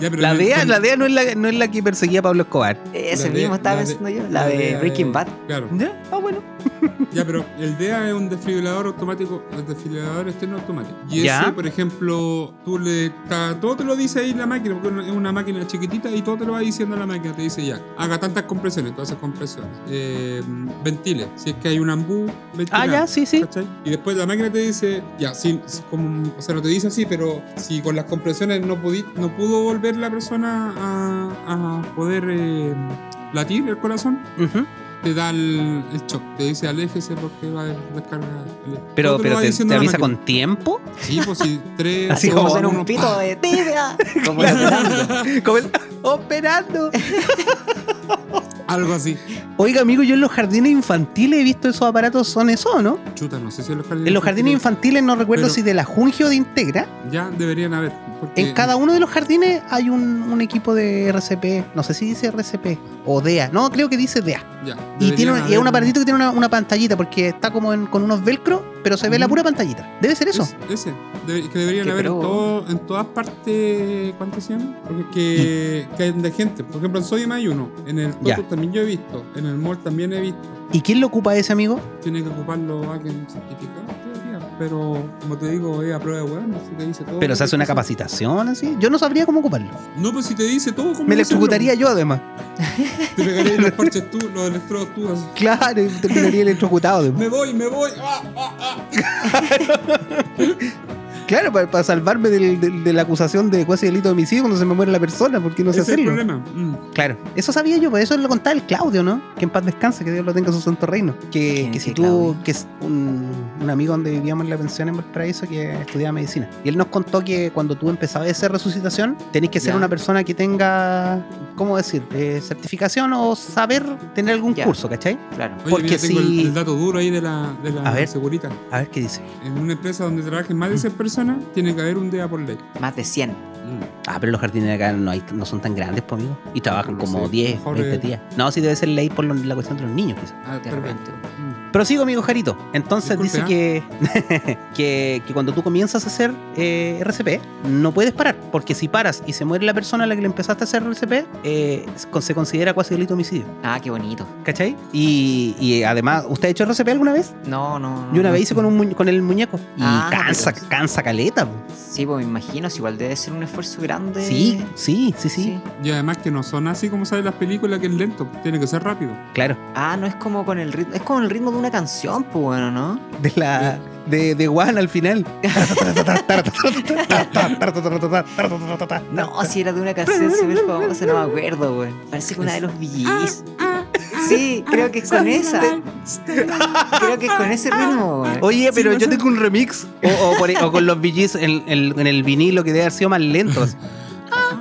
[SPEAKER 3] Ya, pero
[SPEAKER 1] La
[SPEAKER 3] en el-
[SPEAKER 1] DEA,
[SPEAKER 3] con-
[SPEAKER 1] la DEA no es la, no es la que perseguía a Pablo Escobar.
[SPEAKER 2] Ese
[SPEAKER 3] la
[SPEAKER 2] mismo
[SPEAKER 3] de-
[SPEAKER 2] estaba
[SPEAKER 3] la de-
[SPEAKER 2] pensando yo. La de
[SPEAKER 3] DEA
[SPEAKER 2] Breaking Bad.
[SPEAKER 3] Claro.
[SPEAKER 1] ¿Ya? Ah, bueno.
[SPEAKER 3] Ya, pero el DEA es un desfibrilador automático, el desfibrilador externo automático. Y
[SPEAKER 1] Ya.
[SPEAKER 3] ese, por ejemplo, tú le ta- todo te lo dice ahí la máquina, porque es una máquina chiquitita y todo te lo va diciendo la máquina. Te dice ya, haga tantas compresiones, todas esas compresiones. Eh, ventile, si es que hay un ambú, ventila.
[SPEAKER 1] Ah, ya, sí, sí.
[SPEAKER 3] ¿cachai? Y después la máquina te dice, ya, sí, sí, como, o sea, no te dice así, pero si con las compresiones no, pudi- no pudo volver la persona a, a poder eh, latir el corazón,
[SPEAKER 1] Ujú.
[SPEAKER 3] te da el, el shock, te dice aléjese porque va a descargar. el-".
[SPEAKER 1] Pero,
[SPEAKER 3] Todo lo
[SPEAKER 1] pero
[SPEAKER 3] va
[SPEAKER 1] te,
[SPEAKER 3] diciendo
[SPEAKER 1] te
[SPEAKER 3] la
[SPEAKER 1] avisa
[SPEAKER 3] máquina.
[SPEAKER 1] con tiempo.
[SPEAKER 3] Sí, pues si tres.
[SPEAKER 1] Así
[SPEAKER 3] dos,
[SPEAKER 2] como
[SPEAKER 1] como
[SPEAKER 2] hacer
[SPEAKER 3] uno,
[SPEAKER 2] un pito de tibia. Como
[SPEAKER 1] Claro.
[SPEAKER 2] operando.
[SPEAKER 1] Como el- operando.
[SPEAKER 3] Algo así.
[SPEAKER 1] Oiga, amigo, yo en los jardines infantiles he visto esos aparatos, son eso, ¿no?
[SPEAKER 3] Chuta, no sé si en los jardines.
[SPEAKER 1] En los jardines infantiles no recuerdo
[SPEAKER 3] Pero-
[SPEAKER 1] si de la Junge o de Integra.
[SPEAKER 3] Ya deberían haber. porque-
[SPEAKER 1] En cada uno de los jardines hay un, un equipo de RCP. No sé si dice RCP o DEA. No, creo que dice E DEA.
[SPEAKER 3] Ya,
[SPEAKER 1] Y,
[SPEAKER 3] deberían
[SPEAKER 1] tiene un, y es
[SPEAKER 3] haber
[SPEAKER 1] un aparatito que tiene una, una pantallita porque está como en- con unos velcro, pero se ve la
[SPEAKER 3] Ujú.
[SPEAKER 1] pura pantallita. Debe ser eso.
[SPEAKER 3] Es- ese. Debe- que deberían
[SPEAKER 2] Que
[SPEAKER 3] haber en,
[SPEAKER 2] pero-
[SPEAKER 3] todo- en todas partes. ¿Cuántos se llama? Porque que, que hay de gente. Por ejemplo, en Sodium hay uno. En el
[SPEAKER 1] Mm. Ya.
[SPEAKER 3] Toto también yo he visto. En el Mall también he visto.
[SPEAKER 1] ¿Y quién lo ocupa ese amigo?
[SPEAKER 3] Tiene que ocuparlo alguien certificado, en teoría. Pero, como te digo, es a prueba de hueón. Así que dice todo.
[SPEAKER 1] Pero
[SPEAKER 3] lo
[SPEAKER 1] se hace
[SPEAKER 3] que
[SPEAKER 1] una
[SPEAKER 3] pasa.
[SPEAKER 1] capacitación así. Yo no sabría cómo ocuparlo.
[SPEAKER 3] No, pues si te dice todo, como.
[SPEAKER 1] Me electrocutaría yo además.
[SPEAKER 3] Te pegaría los parches tú, los electrodos tú. Así.
[SPEAKER 1] Claro, y terminaría electrocutado. de-
[SPEAKER 3] Me voy, me voy. ¡Ah, ah, ah!
[SPEAKER 1] Claro, para, para salvarme del- del- de la acusación de cuasi delito de homicidio cuando se me muere la persona, porque no sé
[SPEAKER 3] Ese es el
[SPEAKER 1] hacerlo.
[SPEAKER 3] problema. Mm.
[SPEAKER 1] Claro, eso sabía yo, por eso lo contaba el Claudio, ¿no? Que en paz descanse, que Dios lo tenga en su santo reino. Que,
[SPEAKER 2] ¿Quién
[SPEAKER 1] que
[SPEAKER 2] es
[SPEAKER 1] si
[SPEAKER 2] el
[SPEAKER 1] tú,
[SPEAKER 2] Claudio?
[SPEAKER 1] que es un, un amigo donde vivíamos en la pensión en Valparaíso que estudiaba medicina. Y él nos contó que cuando tú empezabas a hacer resucitación, tenés que ser
[SPEAKER 2] Ya.
[SPEAKER 1] una persona que tenga, ¿cómo decir? Eh, certificación o saber tener algún
[SPEAKER 2] Ya.
[SPEAKER 1] curso, ¿cachai?
[SPEAKER 2] Claro.
[SPEAKER 3] Oye,
[SPEAKER 1] Porque
[SPEAKER 3] mira, tengo
[SPEAKER 1] si-
[SPEAKER 3] el, el dato duro ahí de la, de la
[SPEAKER 1] A ver. Mm.
[SPEAKER 3] segurita.
[SPEAKER 1] A ver qué dice.
[SPEAKER 3] En una empresa donde trabajen más de 6 personas, tiene que haber un DEA por ley.
[SPEAKER 2] Más de 100.
[SPEAKER 1] Ah, pero los jardines de acá no, hay, no son tan grandes, pues, amigo. Y trabajan
[SPEAKER 3] No
[SPEAKER 1] como
[SPEAKER 3] sé,
[SPEAKER 1] 10,
[SPEAKER 3] mejor,
[SPEAKER 1] 20
[SPEAKER 3] eh.
[SPEAKER 1] días. No, sí debe ser ley por lo- la cuestión de los niños, quizás.
[SPEAKER 3] Ah,
[SPEAKER 2] De
[SPEAKER 3] perfecto.
[SPEAKER 2] repente.
[SPEAKER 3] Mm.
[SPEAKER 1] Prosigo, amigo Jarito. Entonces
[SPEAKER 3] Disculpe,
[SPEAKER 1] dice que, que, que cuando tú comienzas a hacer eh, RCP, no puedes parar, porque si paras y se muere la persona a la que le empezaste a hacer RCP, eh, se con- se considera cuasi delito de homicidio.
[SPEAKER 2] Ah, qué bonito.
[SPEAKER 1] ¿Cachai? Y, y además, ¿usted ha hecho RCP alguna vez?
[SPEAKER 2] No, no. no,
[SPEAKER 1] Yo una
[SPEAKER 2] no.
[SPEAKER 1] vez hice con, un muñe- con el muñeco. Y
[SPEAKER 2] Ah,
[SPEAKER 1] cansa,
[SPEAKER 2] pero-
[SPEAKER 1] cansa caleta. po.
[SPEAKER 2] Sí, pues me imagino, si igual debe ser un esfuerzo grande.
[SPEAKER 1] Sí, sí, sí, sí,
[SPEAKER 3] Y además que no son así como salen las películas, que es lento. Tiene que ser rápido.
[SPEAKER 1] Claro.
[SPEAKER 2] Ah, no es como con el ritmo. Es como el ritmo de una canción, pues bueno, ¿no?
[SPEAKER 1] De la. De, de Juan al final.
[SPEAKER 2] No, si era de una canción súper famosa, no me acuerdo, güey. Parece que una de los VGs.
[SPEAKER 6] Ah,
[SPEAKER 2] Sí, creo que es con esa. Creo que es con ese ritmo, güey.
[SPEAKER 1] Oye, pero yo tengo un remix. O, o por- e, o con los VGs en, en- en el vinilo que debe haber sido más lento. así.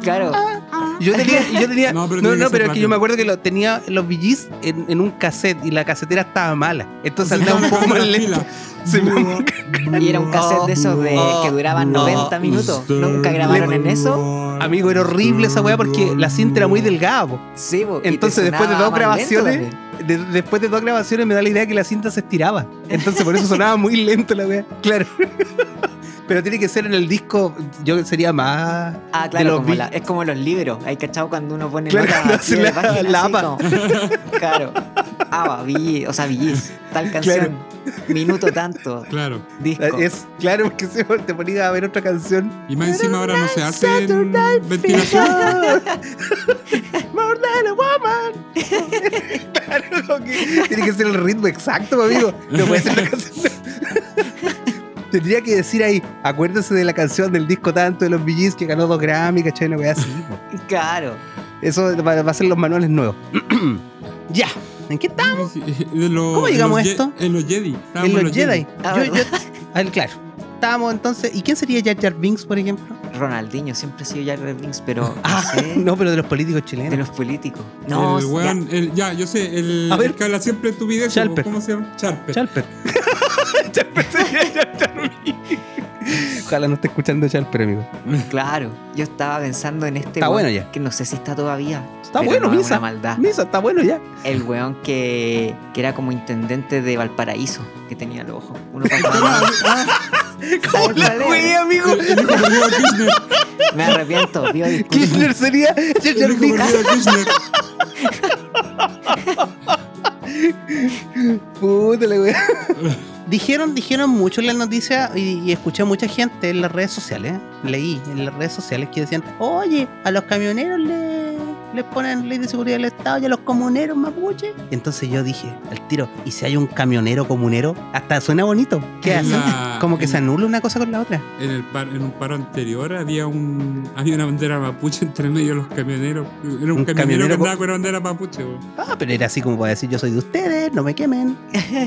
[SPEAKER 2] Claro.
[SPEAKER 6] ah.
[SPEAKER 1] Yo tenía. Yo tenía no,
[SPEAKER 3] No, pero
[SPEAKER 1] no,
[SPEAKER 3] tiene que
[SPEAKER 1] pero es
[SPEAKER 3] ser
[SPEAKER 1] que yo
[SPEAKER 3] rápido.
[SPEAKER 1] me acuerdo que lo, tenía los VGs en, en un cassette y la casetera estaba mala. Entonces
[SPEAKER 3] Se
[SPEAKER 1] andaba un
[SPEAKER 3] estaban
[SPEAKER 1] poco más
[SPEAKER 3] acabando
[SPEAKER 1] lento.
[SPEAKER 3] las pilas.
[SPEAKER 1] Se me-
[SPEAKER 2] Y era un cassette de esos de que duraban
[SPEAKER 1] No.
[SPEAKER 2] 90 minutos. ¿Nunca grabaron en eso?
[SPEAKER 1] Amigo, era horrible esa weá porque la cinta era muy delgada. po.
[SPEAKER 2] Sí, pues. y te
[SPEAKER 1] Entonces, después de
[SPEAKER 2] sonaba
[SPEAKER 1] dos
[SPEAKER 2] más lento
[SPEAKER 1] grabaciones,
[SPEAKER 2] también.
[SPEAKER 1] de- después de dos grabaciones me da la idea que la cinta se estiraba. Entonces por eso sonaba muy lento la weá. Claro. Pero tiene que ser en el disco, yo sería más... de
[SPEAKER 2] Ah,
[SPEAKER 1] los
[SPEAKER 2] claro, como
[SPEAKER 1] vi-
[SPEAKER 2] la- es como los libros. Hay cachado cuando uno pone
[SPEAKER 1] Claro,
[SPEAKER 2] notas
[SPEAKER 1] no,
[SPEAKER 2] así
[SPEAKER 1] sí,
[SPEAKER 2] de
[SPEAKER 1] la-
[SPEAKER 2] página,
[SPEAKER 1] la
[SPEAKER 2] así
[SPEAKER 1] APA.
[SPEAKER 2] como- claro. ABBA, VG, o sea, VGs, tal canción, minuto tanto,
[SPEAKER 3] Claro.
[SPEAKER 2] disco.
[SPEAKER 1] Es claro, porque si no, te ponía a ver otra canción.
[SPEAKER 3] Y más encima ahora no se hace ventilación.
[SPEAKER 1] More than a woman. claro, como que tiene que ser el ritmo exacto, amigo. No puede ser la canción. Tendría que decir ahí, acuérdense de la canción del disco tanto de los VGs que ganó dos Grammy, ¿cachai? Una weá así. po.
[SPEAKER 2] Claro.
[SPEAKER 1] Eso va, va a ser los manuales nuevos. ya. ¿En qué estamos?
[SPEAKER 3] De los-
[SPEAKER 1] ¿Cómo
[SPEAKER 3] en
[SPEAKER 1] llegamos
[SPEAKER 3] los
[SPEAKER 1] a esto?
[SPEAKER 3] Ye- En los Jedi. Estábamos
[SPEAKER 1] En los Jedi.
[SPEAKER 2] Ah,
[SPEAKER 1] Yo- yo-
[SPEAKER 2] ¿verdad?
[SPEAKER 1] a ver, claro. Estábamos entonces. ¿Y quién sería Jar Jar Binks, por ejemplo?
[SPEAKER 2] Ronaldinho siempre ha sido Jared Binks, pero no
[SPEAKER 1] Ah,
[SPEAKER 2] sé,
[SPEAKER 1] no, pero de los políticos chilenos.
[SPEAKER 2] Eh. de los políticos. No,
[SPEAKER 3] el
[SPEAKER 2] ya,
[SPEAKER 3] weón, el- ya, yo sé, el,
[SPEAKER 1] A ver.
[SPEAKER 3] el que habla siempre en tu video,
[SPEAKER 1] Sharper.
[SPEAKER 3] ¿cómo se llama? Charper.
[SPEAKER 1] Charper. Charper sería Charper. Ojalá no esté escuchando Charper, amigo.
[SPEAKER 2] claro. Yo estaba pensando en este
[SPEAKER 1] Está
[SPEAKER 2] weón
[SPEAKER 1] bueno ya.
[SPEAKER 2] que no sé si está todavía.
[SPEAKER 1] Está
[SPEAKER 2] pero
[SPEAKER 1] bueno,
[SPEAKER 2] no es
[SPEAKER 1] Misa.
[SPEAKER 2] una maldad.
[SPEAKER 1] Misa, está bueno ya.
[SPEAKER 2] El weón que, que era como intendente de Valparaíso, que tenía los ojos. Uno para cada lado.
[SPEAKER 3] Ah, ah,
[SPEAKER 1] ¿Cómo
[SPEAKER 2] ¿Sabes
[SPEAKER 1] la
[SPEAKER 2] cuál es?
[SPEAKER 1] jugué, amigo?
[SPEAKER 3] el el hijo perdido de Kirchner.
[SPEAKER 2] Me arrepiento, pido disculpas.
[SPEAKER 1] Kirchner sería Charper
[SPEAKER 3] El hijo perdido de Kirchner.
[SPEAKER 1] Puta la wea. Dijeron, dijeron mucho en las noticias y, y escuché a mucha gente en las redes sociales. ¿eh? Leí en las redes sociales que decían, oye, a los camioneros le- les ponen ley de seguridad del Estado y a los comuneros mapuche. Entonces yo dije, al tiro, ¿y si hay un camionero comunero? Hasta suena bonito. ¿Qué
[SPEAKER 3] En
[SPEAKER 1] hacen?
[SPEAKER 3] la-
[SPEAKER 1] Como que
[SPEAKER 3] en-
[SPEAKER 1] se anula una cosa con la otra.
[SPEAKER 3] En, el par- en un paro anterior había un había una bandera mapuche entre medio de los camioneros. Era un,
[SPEAKER 1] Un
[SPEAKER 3] camionero,
[SPEAKER 1] camionero
[SPEAKER 3] que
[SPEAKER 1] con-
[SPEAKER 3] andaba con una bandera mapuche. güey.
[SPEAKER 1] Ah, pero era así como para decir, yo soy de ustedes, no me quemen.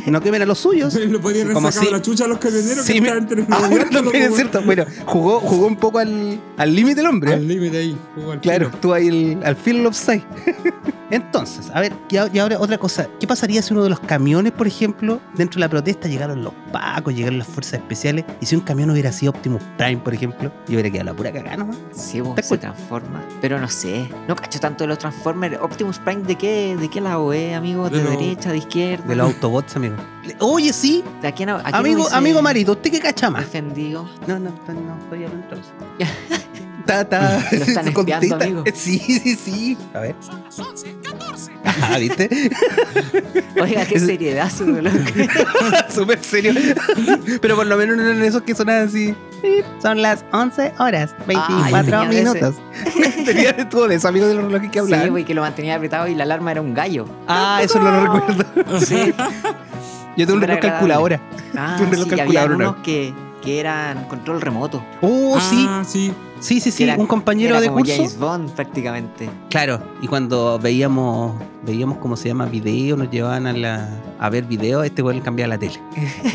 [SPEAKER 1] No quemen a los suyos.
[SPEAKER 3] Lo podían
[SPEAKER 1] Como
[SPEAKER 3] sacar
[SPEAKER 1] si-
[SPEAKER 3] la chucha a los camioneros
[SPEAKER 1] Sí,
[SPEAKER 3] que
[SPEAKER 1] me-
[SPEAKER 3] estaban entre medio.
[SPEAKER 1] Ah, bueno,
[SPEAKER 3] de los
[SPEAKER 1] también es
[SPEAKER 3] güey.
[SPEAKER 1] cierto. Bueno, jugó, jugó un poco al al límite el hombre.
[SPEAKER 3] Al límite ahí. jugó al
[SPEAKER 1] Claro,
[SPEAKER 3] filo.
[SPEAKER 1] tú ahí el- al filo el offside. Entonces, a ver, y a- y ahora otra cosa. ¿Qué pasaría si uno de los camiones, por ejemplo, dentro de la protesta llegaron los pacos, llegaron las fuerzas especiales? Y si un camión hubiera sido Optimus Prime, por ejemplo, yo hubiera quedado la pura cagada nomás.
[SPEAKER 2] Sí, vos,
[SPEAKER 1] Está
[SPEAKER 2] se
[SPEAKER 1] cool.
[SPEAKER 2] transforma. Pero no sé. No cacho tanto de los Transformers. Optimus Prime, ¿de qué, de qué lado es, amigo? ¿De,
[SPEAKER 3] De lo-
[SPEAKER 2] derecha, de izquierda?
[SPEAKER 1] De los Autobots, amigo. Le- Oye, sí,
[SPEAKER 2] ¿A quién, a quién
[SPEAKER 1] amigo,
[SPEAKER 2] hubiese
[SPEAKER 1] amigo Marito, ¿usted qué cacha más?
[SPEAKER 2] Defendido.
[SPEAKER 1] No, no, no, no estoy hablando de eso. Ta, ta,
[SPEAKER 2] Lo están
[SPEAKER 1] contesta.
[SPEAKER 2] espiando, amigo.
[SPEAKER 1] Sí, sí, sí. A ver. Son las 11, 14. Ajá, ¿viste?
[SPEAKER 2] Oiga, qué
[SPEAKER 1] Es-
[SPEAKER 2] seriedad su dolor.
[SPEAKER 1] Ah, Súper serio. Pero por lo menos no eran esos que sonaban así. Son las 11 horas, 24
[SPEAKER 2] tenía de
[SPEAKER 1] minutos. tenía de todo de eso, amigo de los relojes que
[SPEAKER 2] Sí,
[SPEAKER 1] hablaban.
[SPEAKER 2] güey, que lo mantenía apretado y la alarma era un gallo.
[SPEAKER 1] ah, eso no lo recuerdo.
[SPEAKER 2] Sí.
[SPEAKER 1] Yo tengo un
[SPEAKER 2] Súper
[SPEAKER 1] reloj
[SPEAKER 2] agradable.
[SPEAKER 1] calculadora.
[SPEAKER 2] Ah,
[SPEAKER 1] Tú me lo
[SPEAKER 2] sí, y había
[SPEAKER 1] calcularon, ¿no?
[SPEAKER 2] unos que, que eran control remoto.
[SPEAKER 1] Oh, sí.
[SPEAKER 3] Ah, sí.
[SPEAKER 1] Sí, sí, sí.
[SPEAKER 2] Era-
[SPEAKER 1] un compañero
[SPEAKER 2] Era
[SPEAKER 1] de
[SPEAKER 2] como
[SPEAKER 1] curso.
[SPEAKER 2] James Bond prácticamente.
[SPEAKER 1] Claro, y cuando veíamos, veíamos cómo se llama video, nos llevaban a, la, a ver video, este weón cambiaba la tele.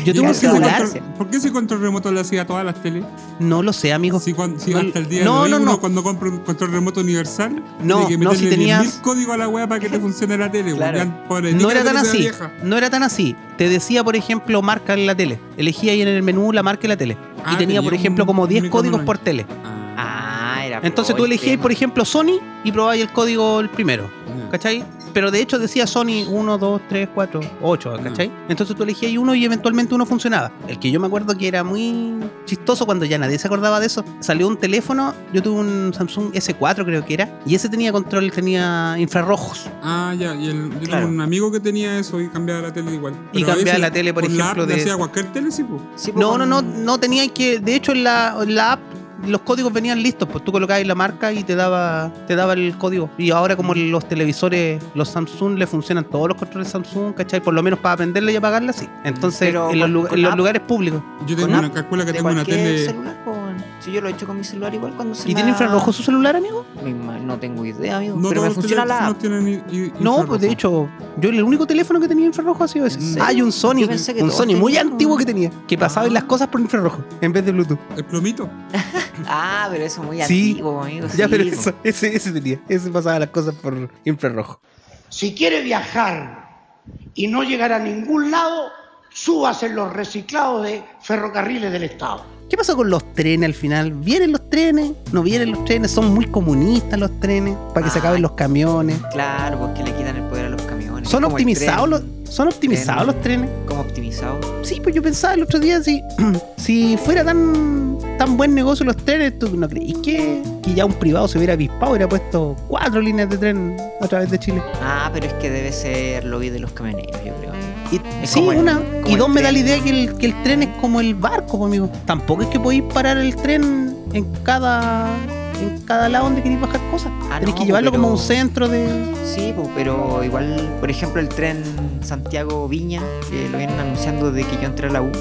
[SPEAKER 1] Yo
[SPEAKER 3] ¿Y
[SPEAKER 1] tengo un
[SPEAKER 3] por qué ese
[SPEAKER 1] celular,
[SPEAKER 3] control- ¿Por qué ese control remoto le hacía a todas las teles?
[SPEAKER 1] no lo sé, amigo.
[SPEAKER 3] Si, cuan- si
[SPEAKER 1] No,
[SPEAKER 3] hasta el día
[SPEAKER 1] no,
[SPEAKER 3] de hoy
[SPEAKER 1] no,
[SPEAKER 3] uno
[SPEAKER 1] no.
[SPEAKER 3] cuando compra un control remoto universal,
[SPEAKER 1] No,
[SPEAKER 3] tiene que
[SPEAKER 1] no, si
[SPEAKER 3] meterle
[SPEAKER 1] tenías-
[SPEAKER 3] 10.000 código a la wea para que te funcione la tele.
[SPEAKER 2] Claro.
[SPEAKER 3] weón. Pobre,
[SPEAKER 1] No
[SPEAKER 3] ni
[SPEAKER 1] era
[SPEAKER 3] la
[SPEAKER 1] tan
[SPEAKER 3] tele sea
[SPEAKER 1] así,
[SPEAKER 3] vieja.
[SPEAKER 1] no era tan así. Te decía, por ejemplo, marca en la tele. Elegía ahí en el menú la marca en la tele. y
[SPEAKER 3] Ah,
[SPEAKER 1] tenía,
[SPEAKER 3] tenía
[SPEAKER 1] por ejemplo,
[SPEAKER 3] un-
[SPEAKER 1] como
[SPEAKER 3] un
[SPEAKER 1] 10 códigos
[SPEAKER 3] icono
[SPEAKER 1] por tele.
[SPEAKER 3] Ah,
[SPEAKER 2] Ah, era
[SPEAKER 1] Entonces
[SPEAKER 2] pro
[SPEAKER 1] tú
[SPEAKER 2] el
[SPEAKER 1] elegías,
[SPEAKER 2] tema.
[SPEAKER 1] por ejemplo, Sony y probabas el código el primero.
[SPEAKER 3] Ah, ya.
[SPEAKER 1] ¿cachai? Pero de hecho decía Sony 1, 2, 3, 4, 8, ¿cachai? Entonces tú elegías ahí uno y eventualmente uno funcionaba. El que yo me acuerdo que era muy chistoso cuando ya nadie se acordaba de eso. Salió un teléfono, yo tuve un Samsung S4 creo que era, y ese tenía control, tenía infrarrojos.
[SPEAKER 3] Ah, ya. Y el, yo tengo
[SPEAKER 2] Claro.
[SPEAKER 3] un amigo que tenía eso y cambiaba la tele igual.
[SPEAKER 1] Y
[SPEAKER 3] Pero a
[SPEAKER 1] cambiaba
[SPEAKER 3] veces
[SPEAKER 1] la tele, por
[SPEAKER 3] la
[SPEAKER 1] ejemplo,
[SPEAKER 3] app le
[SPEAKER 1] de-
[SPEAKER 3] hacía cualquier tele, sí, po.
[SPEAKER 2] Sí, pues,
[SPEAKER 1] No, no, no,
[SPEAKER 2] con-
[SPEAKER 1] no tenía que, de hecho en la, en la app los códigos venían listos, pues tú colocabas la marca y te daba te daba el código. Y ahora como
[SPEAKER 2] Mm.
[SPEAKER 1] los televisores, los Samsung le funcionan todos los controles Samsung, ¿cachai? Por lo menos para aprenderle y apagarla, sí. Entonces,
[SPEAKER 2] Pero
[SPEAKER 1] en los,
[SPEAKER 2] con-
[SPEAKER 1] lu-
[SPEAKER 2] con
[SPEAKER 1] en los
[SPEAKER 2] app.
[SPEAKER 1] lugares públicos.
[SPEAKER 3] Yo
[SPEAKER 2] Con
[SPEAKER 3] tengo una,
[SPEAKER 2] app
[SPEAKER 3] calcula que
[SPEAKER 2] de
[SPEAKER 3] tengo una
[SPEAKER 2] cualquier
[SPEAKER 3] tele.
[SPEAKER 2] celular, pues. Sí, yo lo he hecho con mi celular igual cuando se
[SPEAKER 1] ¿Y
[SPEAKER 2] me
[SPEAKER 1] tiene
[SPEAKER 2] ha-
[SPEAKER 1] infrarrojo su celular, amigo?
[SPEAKER 2] Mi ma- No tengo idea, amigo.
[SPEAKER 3] No
[SPEAKER 2] pero me
[SPEAKER 3] todos los
[SPEAKER 2] funciona la
[SPEAKER 3] teléfonos
[SPEAKER 2] app.
[SPEAKER 3] tienen i- i-
[SPEAKER 1] No, pues de
[SPEAKER 3] infrarrojo.
[SPEAKER 1] hecho, yo el único teléfono que tenía infrarrojo ha sido ese.
[SPEAKER 2] ¿En serio?
[SPEAKER 1] Hay un Sony,
[SPEAKER 2] Yo pensé que
[SPEAKER 1] un
[SPEAKER 2] todos
[SPEAKER 1] Sony muy
[SPEAKER 2] tenían,
[SPEAKER 1] antiguo
[SPEAKER 2] ¿no?
[SPEAKER 1] que tenía, que pasaba
[SPEAKER 2] Ah.
[SPEAKER 1] las cosas por infrarrojo en vez de Bluetooth.
[SPEAKER 3] El plomito.
[SPEAKER 2] Ah, pero eso es muy
[SPEAKER 1] Sí.
[SPEAKER 2] antiguo, amigo.
[SPEAKER 1] ya,
[SPEAKER 2] sí,
[SPEAKER 1] pero
[SPEAKER 2] pues.
[SPEAKER 1] eso- ese, ese tenía, ese pasaba las cosas por infrarrojo.
[SPEAKER 7] Si quiere viajar y no llegar a ningún lado, súbase en los reciclados de ferrocarriles del Estado.
[SPEAKER 1] ¿Qué pasó con los trenes al final? ¿Vienen los trenes? ¿No vienen los trenes? Son muy comunistas los trenes para que se
[SPEAKER 2] Ah.
[SPEAKER 1] acaben los camiones.
[SPEAKER 2] Claro, porque le quitan el poder a los camiones.
[SPEAKER 1] ¿Son
[SPEAKER 2] Como el
[SPEAKER 1] optimizados los,
[SPEAKER 2] tren,
[SPEAKER 1] ¿son optimizados los trenes?
[SPEAKER 2] Como optimizados.
[SPEAKER 1] Sí, pues yo pensaba el otro día si, si fuera tan, tan buen negocio los trenes, ¿tú no creís que, que ya un privado se hubiera avispado y hubiera puesto cuatro líneas de tren a través de Chile?
[SPEAKER 2] Ah, pero es que debe ser lobby de los camioneros, yo creo.
[SPEAKER 1] Y,
[SPEAKER 2] Es
[SPEAKER 1] sí,
[SPEAKER 2] como el-
[SPEAKER 1] una.
[SPEAKER 2] como
[SPEAKER 1] Y
[SPEAKER 2] el
[SPEAKER 1] dos, me da la
[SPEAKER 2] tren.
[SPEAKER 1] idea que el, que el tren es como el barco, pues, amigo. Tampoco es que podéis parar el tren en cada en cada lado donde queréis bajar cosas.
[SPEAKER 2] Ah,
[SPEAKER 1] Tenéis
[SPEAKER 2] no,
[SPEAKER 1] que llevarlo
[SPEAKER 2] pero-
[SPEAKER 1] como a un centro de.
[SPEAKER 2] Sí, po, pero igual, por ejemplo, el tren Santiago-Viña, que lo vienen anunciando desde que yo entré a la U.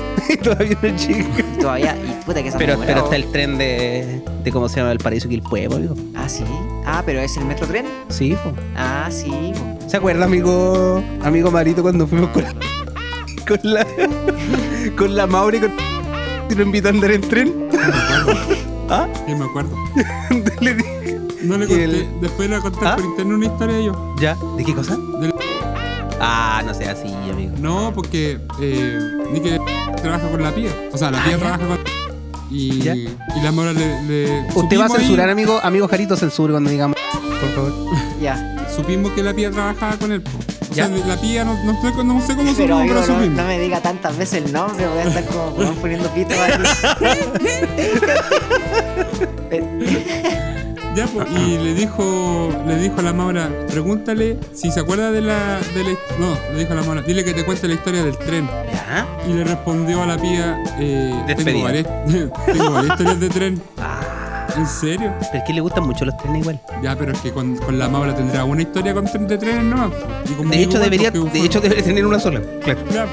[SPEAKER 1] Todavía no llega.
[SPEAKER 2] Y todavía, y puta que se han
[SPEAKER 1] Pero, pero
[SPEAKER 2] demorado.
[SPEAKER 1] está el tren de, de. ¿Cómo se llama? El Paraíso Quilpuevo, amigo.
[SPEAKER 2] Ah, sí. Ah, pero es el metro tren.
[SPEAKER 1] Sí, po.
[SPEAKER 2] Ah, sí. po.
[SPEAKER 1] ¿Se acuerda, amigo, amigo Marito, cuando fuimos con, con la con la Maure con, y lo invitó a andar en tren? ¿Ah?
[SPEAKER 3] Sí, me acuerdo.
[SPEAKER 1] Le dije-
[SPEAKER 3] No le
[SPEAKER 1] Y
[SPEAKER 3] conté.
[SPEAKER 1] el-
[SPEAKER 3] Después le conté
[SPEAKER 1] ¿Ah?
[SPEAKER 3] por interno una historia yo.
[SPEAKER 1] ¿Ya? ¿De qué cosa?
[SPEAKER 3] Del-
[SPEAKER 1] Ah, no sea así, amigo.
[SPEAKER 3] No, porque eh, ni que trabaja con la pía. O sea, la pía trabaja con. Y,
[SPEAKER 1] Ah, Ya.
[SPEAKER 3] y la mora le. le-
[SPEAKER 1] Usted va a
[SPEAKER 3] supimos ahí-
[SPEAKER 1] censurar, amigo, amigo Jarito, censure cuando digamos. Por favor.
[SPEAKER 2] Ya.
[SPEAKER 3] Supimos que la pía trabajaba con él. po. O
[SPEAKER 1] Ya.
[SPEAKER 3] sea, la pía no, no, sé- no sé cómo supimos,
[SPEAKER 2] Pero
[SPEAKER 3] pero,
[SPEAKER 2] amigo, no,
[SPEAKER 3] supimos.
[SPEAKER 2] no me diga tantas veces el nombre, voy a estar como weón, poniendo pito. aquí.
[SPEAKER 3] Ya, po, y le dijo, le dijo a la Maura, pregúntale si se acuerda de la, de la- No, le dijo a la Maura, dile que te cuente la historia del tren.
[SPEAKER 1] ¿Ya?
[SPEAKER 3] Y le respondió a la pía, eh, tengo,
[SPEAKER 1] Despedida.
[SPEAKER 3] varias, tengo varias historias de tren.
[SPEAKER 1] Ah,
[SPEAKER 3] ¿En serio?
[SPEAKER 1] pero es que le gustan mucho los trenes igual.
[SPEAKER 3] Ya, pero es que con, con la Maura tendrá una historia con tren de trenes, ¿no? Y conmigo
[SPEAKER 1] De hecho,
[SPEAKER 3] igual,
[SPEAKER 1] debería,
[SPEAKER 3] porque
[SPEAKER 1] de
[SPEAKER 3] fue-
[SPEAKER 1] hecho, debería tener una sola. Claro.
[SPEAKER 3] Ya.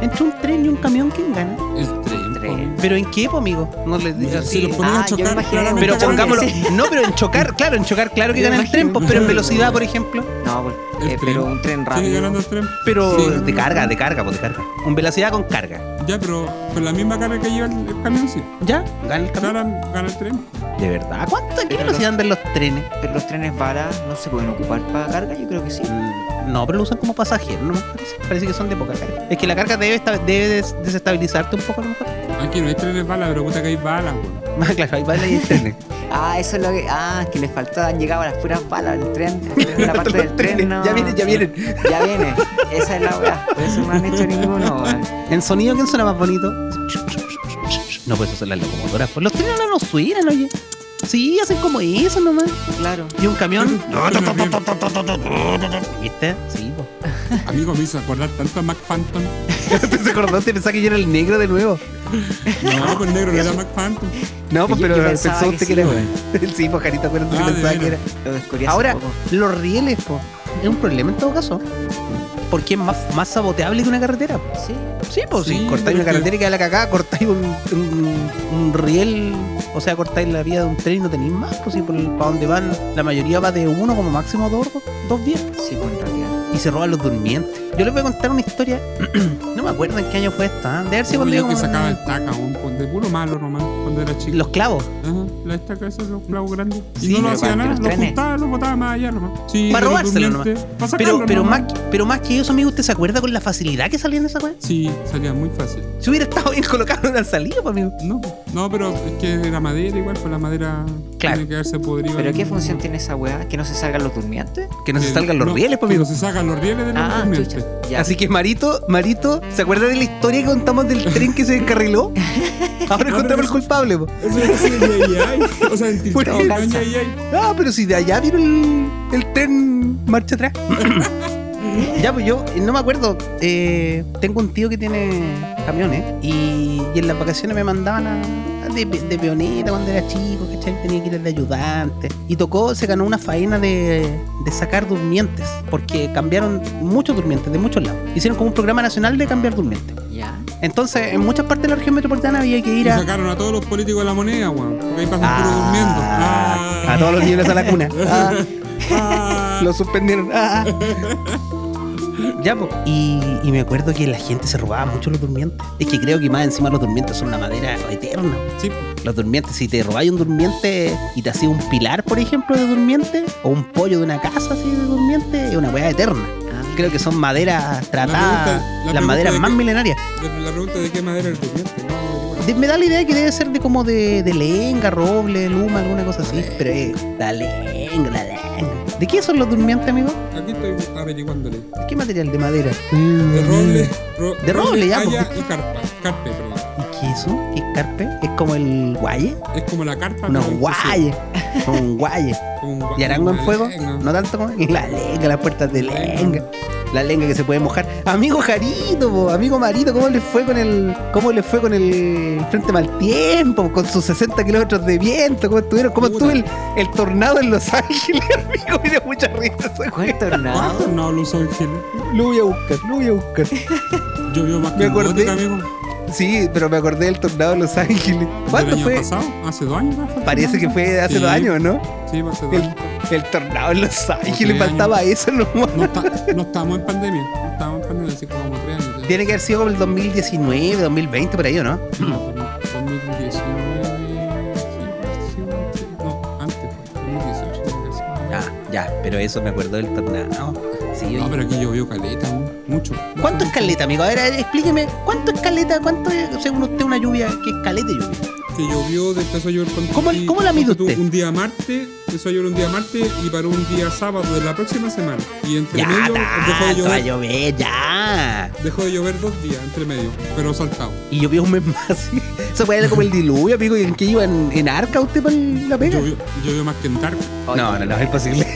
[SPEAKER 6] Entre un tren y un camión, ¿quién gana?
[SPEAKER 3] El tren.
[SPEAKER 2] Tren.
[SPEAKER 6] ¿Pero en qué, po, amigo? No les
[SPEAKER 3] po.
[SPEAKER 6] digo
[SPEAKER 3] Si
[SPEAKER 6] pues. así.
[SPEAKER 3] los ponen
[SPEAKER 2] Ah,
[SPEAKER 3] a
[SPEAKER 2] yo me
[SPEAKER 3] chocar,
[SPEAKER 2] imaginé
[SPEAKER 3] claramente
[SPEAKER 6] Pero
[SPEAKER 2] Nunca lo
[SPEAKER 6] pongámoslo.
[SPEAKER 2] pensé.
[SPEAKER 6] No, pero en chocar, claro, en chocar, claro que
[SPEAKER 2] Yo me
[SPEAKER 6] gana el tren, po,
[SPEAKER 2] imagino.
[SPEAKER 6] pero en velocidad, por ejemplo.
[SPEAKER 2] No, por-
[SPEAKER 3] El
[SPEAKER 2] eh,
[SPEAKER 3] tren.
[SPEAKER 2] pero un tren
[SPEAKER 3] Sigue
[SPEAKER 2] rápido.
[SPEAKER 3] ganando el tren.
[SPEAKER 6] Pero
[SPEAKER 3] Sí.
[SPEAKER 6] de carga, de carga, pues de carga. En velocidad con carga.
[SPEAKER 3] Ya, pero con la misma carga que lleva el, el camión, sí.
[SPEAKER 6] ¿Ya? Gana el camión.
[SPEAKER 3] Gana, gana el tren.
[SPEAKER 6] De verdad. ¿Cuánto? ¿A qué
[SPEAKER 2] Pero
[SPEAKER 6] velocidad andan los trenes?
[SPEAKER 2] Pero los trenes bala no se pueden ocupar para carga, yo creo que sí.
[SPEAKER 6] Mm, No, pero lo usan como pasajeros, ¿no? me Parece, parece que son de poca carga. Es que la carga debe, esta- debe des- desestabilizarte un poco, a lo mejor.
[SPEAKER 3] Aquí no hay trenes balas, pero puta que hay balas, weón.
[SPEAKER 6] Más claro, ahí va la internet.
[SPEAKER 2] Ah, eso es lo que. Ah, que les faltaba, han llegado las puras balas del tren. La parte del tren, no.
[SPEAKER 6] Ya vienen, ya vienen.
[SPEAKER 2] Ya viene. Esa es la weá. Por eso no han hecho ninguno, weón.
[SPEAKER 6] En sonido, ¿quién suena más bonito? No, pues eso son las locomotoras. Pues los trenes no nos suenan, oye. Sí, hacen como eso nomás.
[SPEAKER 2] Claro.
[SPEAKER 6] Y un camión.
[SPEAKER 3] Suena bien.
[SPEAKER 6] ¿Viste? Sí, pues. po.
[SPEAKER 3] Amigo, me hizo acordar tanto a Mac Phantom.
[SPEAKER 6] ¿Te acordaste? Pensaba que yo era el negro de nuevo.
[SPEAKER 3] No, con negro no era Mac Phantom.
[SPEAKER 6] No, pues,
[SPEAKER 2] Yo-
[SPEAKER 6] pero
[SPEAKER 2] yo pensaba
[SPEAKER 6] pensó
[SPEAKER 2] que
[SPEAKER 6] usted
[SPEAKER 2] sí,
[SPEAKER 6] que era.
[SPEAKER 2] güey.
[SPEAKER 6] Sí, pues, Jarito, acuérdate
[SPEAKER 3] Ah, de
[SPEAKER 6] que pensaba que era.
[SPEAKER 3] veras.
[SPEAKER 2] Lo descubrí hace
[SPEAKER 6] Ahora,
[SPEAKER 2] poco.
[SPEAKER 6] los rieles, po, es un problema en todo caso. Porque es más, más saboteable que una carretera.
[SPEAKER 2] Sí.
[SPEAKER 6] Sí, pues
[SPEAKER 3] Sí, pero
[SPEAKER 6] si cortáis una
[SPEAKER 3] es que-
[SPEAKER 6] carretera y queda la cagada, cortáis un, un- un riel, o sea, cortáis la vía de un tren y no tenéis más, pues si por para donde van, la mayoría va de uno como máximo dos, dos vías
[SPEAKER 2] Sí, pues en realidad.
[SPEAKER 6] y se roban los durmientes. Yo les voy a contar una historia, no me acuerdo en qué año fue esta, ¿eh? de haber sido
[SPEAKER 3] Como
[SPEAKER 6] cuando
[SPEAKER 3] yo
[SPEAKER 6] yo
[SPEAKER 3] que
[SPEAKER 6] como-
[SPEAKER 3] sacaba el taca, weón, con- de puro malo nomás, cuando era chico.
[SPEAKER 6] los clavos.
[SPEAKER 3] Ajá, la estaca esa los clavos grandes. Y
[SPEAKER 6] Sí,
[SPEAKER 3] no lo
[SPEAKER 2] pero
[SPEAKER 3] hacía
[SPEAKER 2] para
[SPEAKER 3] nada,
[SPEAKER 2] los
[SPEAKER 3] lo
[SPEAKER 2] trenes.
[SPEAKER 3] juntaba, lo botaba más allá nomás. Sí,
[SPEAKER 6] Para
[SPEAKER 3] de los
[SPEAKER 6] robárselo
[SPEAKER 3] durmientes, para
[SPEAKER 6] Pero,
[SPEAKER 3] sacarlo
[SPEAKER 6] pero,
[SPEAKER 3] nomás.
[SPEAKER 6] más, que- pero más que eso, amigo, ¿usted se acuerda con la facilidad que salían esa weá?
[SPEAKER 3] Sí, salía muy fácil.
[SPEAKER 6] Si hubiera estado bien colocado, no hubieran salido, pues, amigo.
[SPEAKER 3] No, no, pero es que era madera igual, pues la madera
[SPEAKER 6] Claro.
[SPEAKER 3] tiene que haberse podrido.
[SPEAKER 2] ¿Pero
[SPEAKER 3] en-
[SPEAKER 2] qué función tiene esa weá? ¿Que no se salgan los durmientes?
[SPEAKER 6] Que no se
[SPEAKER 3] Eh,
[SPEAKER 6] salgan los
[SPEAKER 3] no,
[SPEAKER 6] rieles, pues,
[SPEAKER 3] que
[SPEAKER 6] amigo.
[SPEAKER 3] No se sacan los rieles de los
[SPEAKER 2] Ah,
[SPEAKER 3] durmientes.
[SPEAKER 2] chucha. Ya.
[SPEAKER 6] Así que Marito, Marito, ¿se acuerda de la historia que contamos del tren que se descarriló? Ahora encontramos el culpable. po.
[SPEAKER 3] Eso es así en Yayay. O sea, en TikTok,
[SPEAKER 6] Bueno,
[SPEAKER 3] no en
[SPEAKER 2] calza.
[SPEAKER 3] Yayay.
[SPEAKER 6] Ah, pero si de allá vieron el, el tren marcha atrás. ya, pues yo eh, no me acuerdo. eh, tengo un tío que tiene camiones y, y en las vacaciones me mandaban a- a de, pe- de peoneta cuando era chico, ¿cachai? Tenía que ir de ayudante. Y tocó, se ganó una faena de, de sacar durmientes, porque cambiaron muchos durmientes de muchos lados. Hicieron como un programa nacional de cambiar durmientes.
[SPEAKER 2] Ya.
[SPEAKER 6] Entonces, en muchas partes de la región metropolitana había que
[SPEAKER 3] Y
[SPEAKER 6] ir a.
[SPEAKER 3] sacaron a todos los políticos de la moneda, weón. Porque ahí pasan puro durmiendo.
[SPEAKER 6] Ah,
[SPEAKER 3] Ah,
[SPEAKER 6] a todos los niños a la cuna. Ah,
[SPEAKER 3] ah.
[SPEAKER 6] lo suspendieron. Ah. Ya, po. y, y me acuerdo que la gente se robaba mucho los durmientes. Es que creo que más encima los durmientes son una madera eterna.
[SPEAKER 3] Sí,
[SPEAKER 6] Los durmientes, si te robáis un durmiente y te hacía un pilar, por ejemplo, de durmiente, o un pollo de una casa así de durmiente, es una weá eterna.
[SPEAKER 2] Ah,
[SPEAKER 6] Creo que son maderas tratadas,
[SPEAKER 3] pregunta- la
[SPEAKER 6] las
[SPEAKER 3] pregunta
[SPEAKER 6] maderas
[SPEAKER 3] de
[SPEAKER 6] más
[SPEAKER 3] que-
[SPEAKER 6] milenarias.
[SPEAKER 3] pues, la la pregunta de qué madera era el durmiente. No,
[SPEAKER 6] De- me da la idea que debe ser de como de, de lenga, roble, luma, alguna cosa así. Pero eh, la lenga, la lenga. ¿De qué son los durmientes, amigo?
[SPEAKER 3] Aquí estoy averiguándole.
[SPEAKER 6] ¿De qué material? ¿De madera?
[SPEAKER 3] De roble. ro-
[SPEAKER 6] Mm. De roble, ya, pues.
[SPEAKER 3] haya
[SPEAKER 6] porque-
[SPEAKER 3] y carpa. Carpe, perdón.
[SPEAKER 6] ¿Y qué es eso? ¿Qué es carpe? ¿Es como el guaye?
[SPEAKER 3] Es como la carpa.
[SPEAKER 6] Unos
[SPEAKER 3] pero
[SPEAKER 6] guayes. Son un guaye.
[SPEAKER 3] inclusive, como un gua-
[SPEAKER 6] ¿Y arango en
[SPEAKER 3] una
[SPEAKER 6] fuego?
[SPEAKER 3] lenga.
[SPEAKER 6] No tanto como la lenga, las puertas de lenga. La lenga que se puede mojar. Amigo Jarito, po, amigo Marito, ¿cómo le fue con el cómo le fue con el frente mal tiempo? Con sus 60 kilómetros de viento, ¿cómo estuvieron? ¿Cómo
[SPEAKER 3] Puta.
[SPEAKER 6] estuvo el, el tornado en Los Ángeles, amigo? Me dio mucha risa. esa wea.
[SPEAKER 2] ¿Cuál tornado?
[SPEAKER 3] ¿Cuántos no los ángeles?
[SPEAKER 6] Lo voy a buscar, lo voy a buscar.
[SPEAKER 3] Yo vivo más
[SPEAKER 6] Me
[SPEAKER 3] que en
[SPEAKER 6] acordé.
[SPEAKER 3] Gótica, amigo. ¿Del
[SPEAKER 6] Sí, pero me acordé del tornado en Los Ángeles. ¿Cuándo
[SPEAKER 3] año
[SPEAKER 6] fue?
[SPEAKER 3] pasado? ¿Hace dos años? ¿no?
[SPEAKER 6] Parece que fue hace
[SPEAKER 3] Sí.
[SPEAKER 6] dos años, ¿no?
[SPEAKER 3] Sí, hace dos
[SPEAKER 6] El-
[SPEAKER 3] años.
[SPEAKER 6] El tornado en Los Ángeles,
[SPEAKER 3] tres
[SPEAKER 6] faltaba eso nomás.
[SPEAKER 3] No, está- no estábamos en pandemia. No estábamos en pandemia, así que como tres años.
[SPEAKER 6] Tiene que haber sido como el 2019, 2020, por ahí, ¿o no?
[SPEAKER 3] No, 2019. sí, sí, sí, No, antes pues, fue. 2018. tiene que ser.
[SPEAKER 6] Ah, ya, pero eso me acuerdo del tornado. Sí, oye.
[SPEAKER 3] No, pero aquí llovió caleta, ¿no? mucho. mucho,
[SPEAKER 6] ¿Cuánto es
[SPEAKER 3] mucho.
[SPEAKER 6] caleta, amigo? A ver, a ver, explíqueme, ¿cuánto es caleta? ¿Cuánto es, según usted, una lluvia? ¿Qué es caleta de lluvia?
[SPEAKER 3] Que llovió, este después empezó a llover con
[SPEAKER 6] ¿Cómo-
[SPEAKER 3] y-
[SPEAKER 6] cómo la mide
[SPEAKER 3] ponte tú,
[SPEAKER 6] usted?
[SPEAKER 3] Un día martes, empezó a llover un día martes y paró un día sábado de la próxima semana. Y entre
[SPEAKER 6] Ya,
[SPEAKER 3] medio dejó de
[SPEAKER 6] tanto va a
[SPEAKER 3] llover.
[SPEAKER 6] llover, ya.
[SPEAKER 3] Dejó de llover dos días entre medio, pero saltado.
[SPEAKER 6] Y llovió un mes más. Eso fue como el diluvio, amigo. ¿Y en qué iba? ¿En, en arca usted para la pega?
[SPEAKER 3] Llovió, llovió más que en Dark.
[SPEAKER 6] No, no, no, es imposible.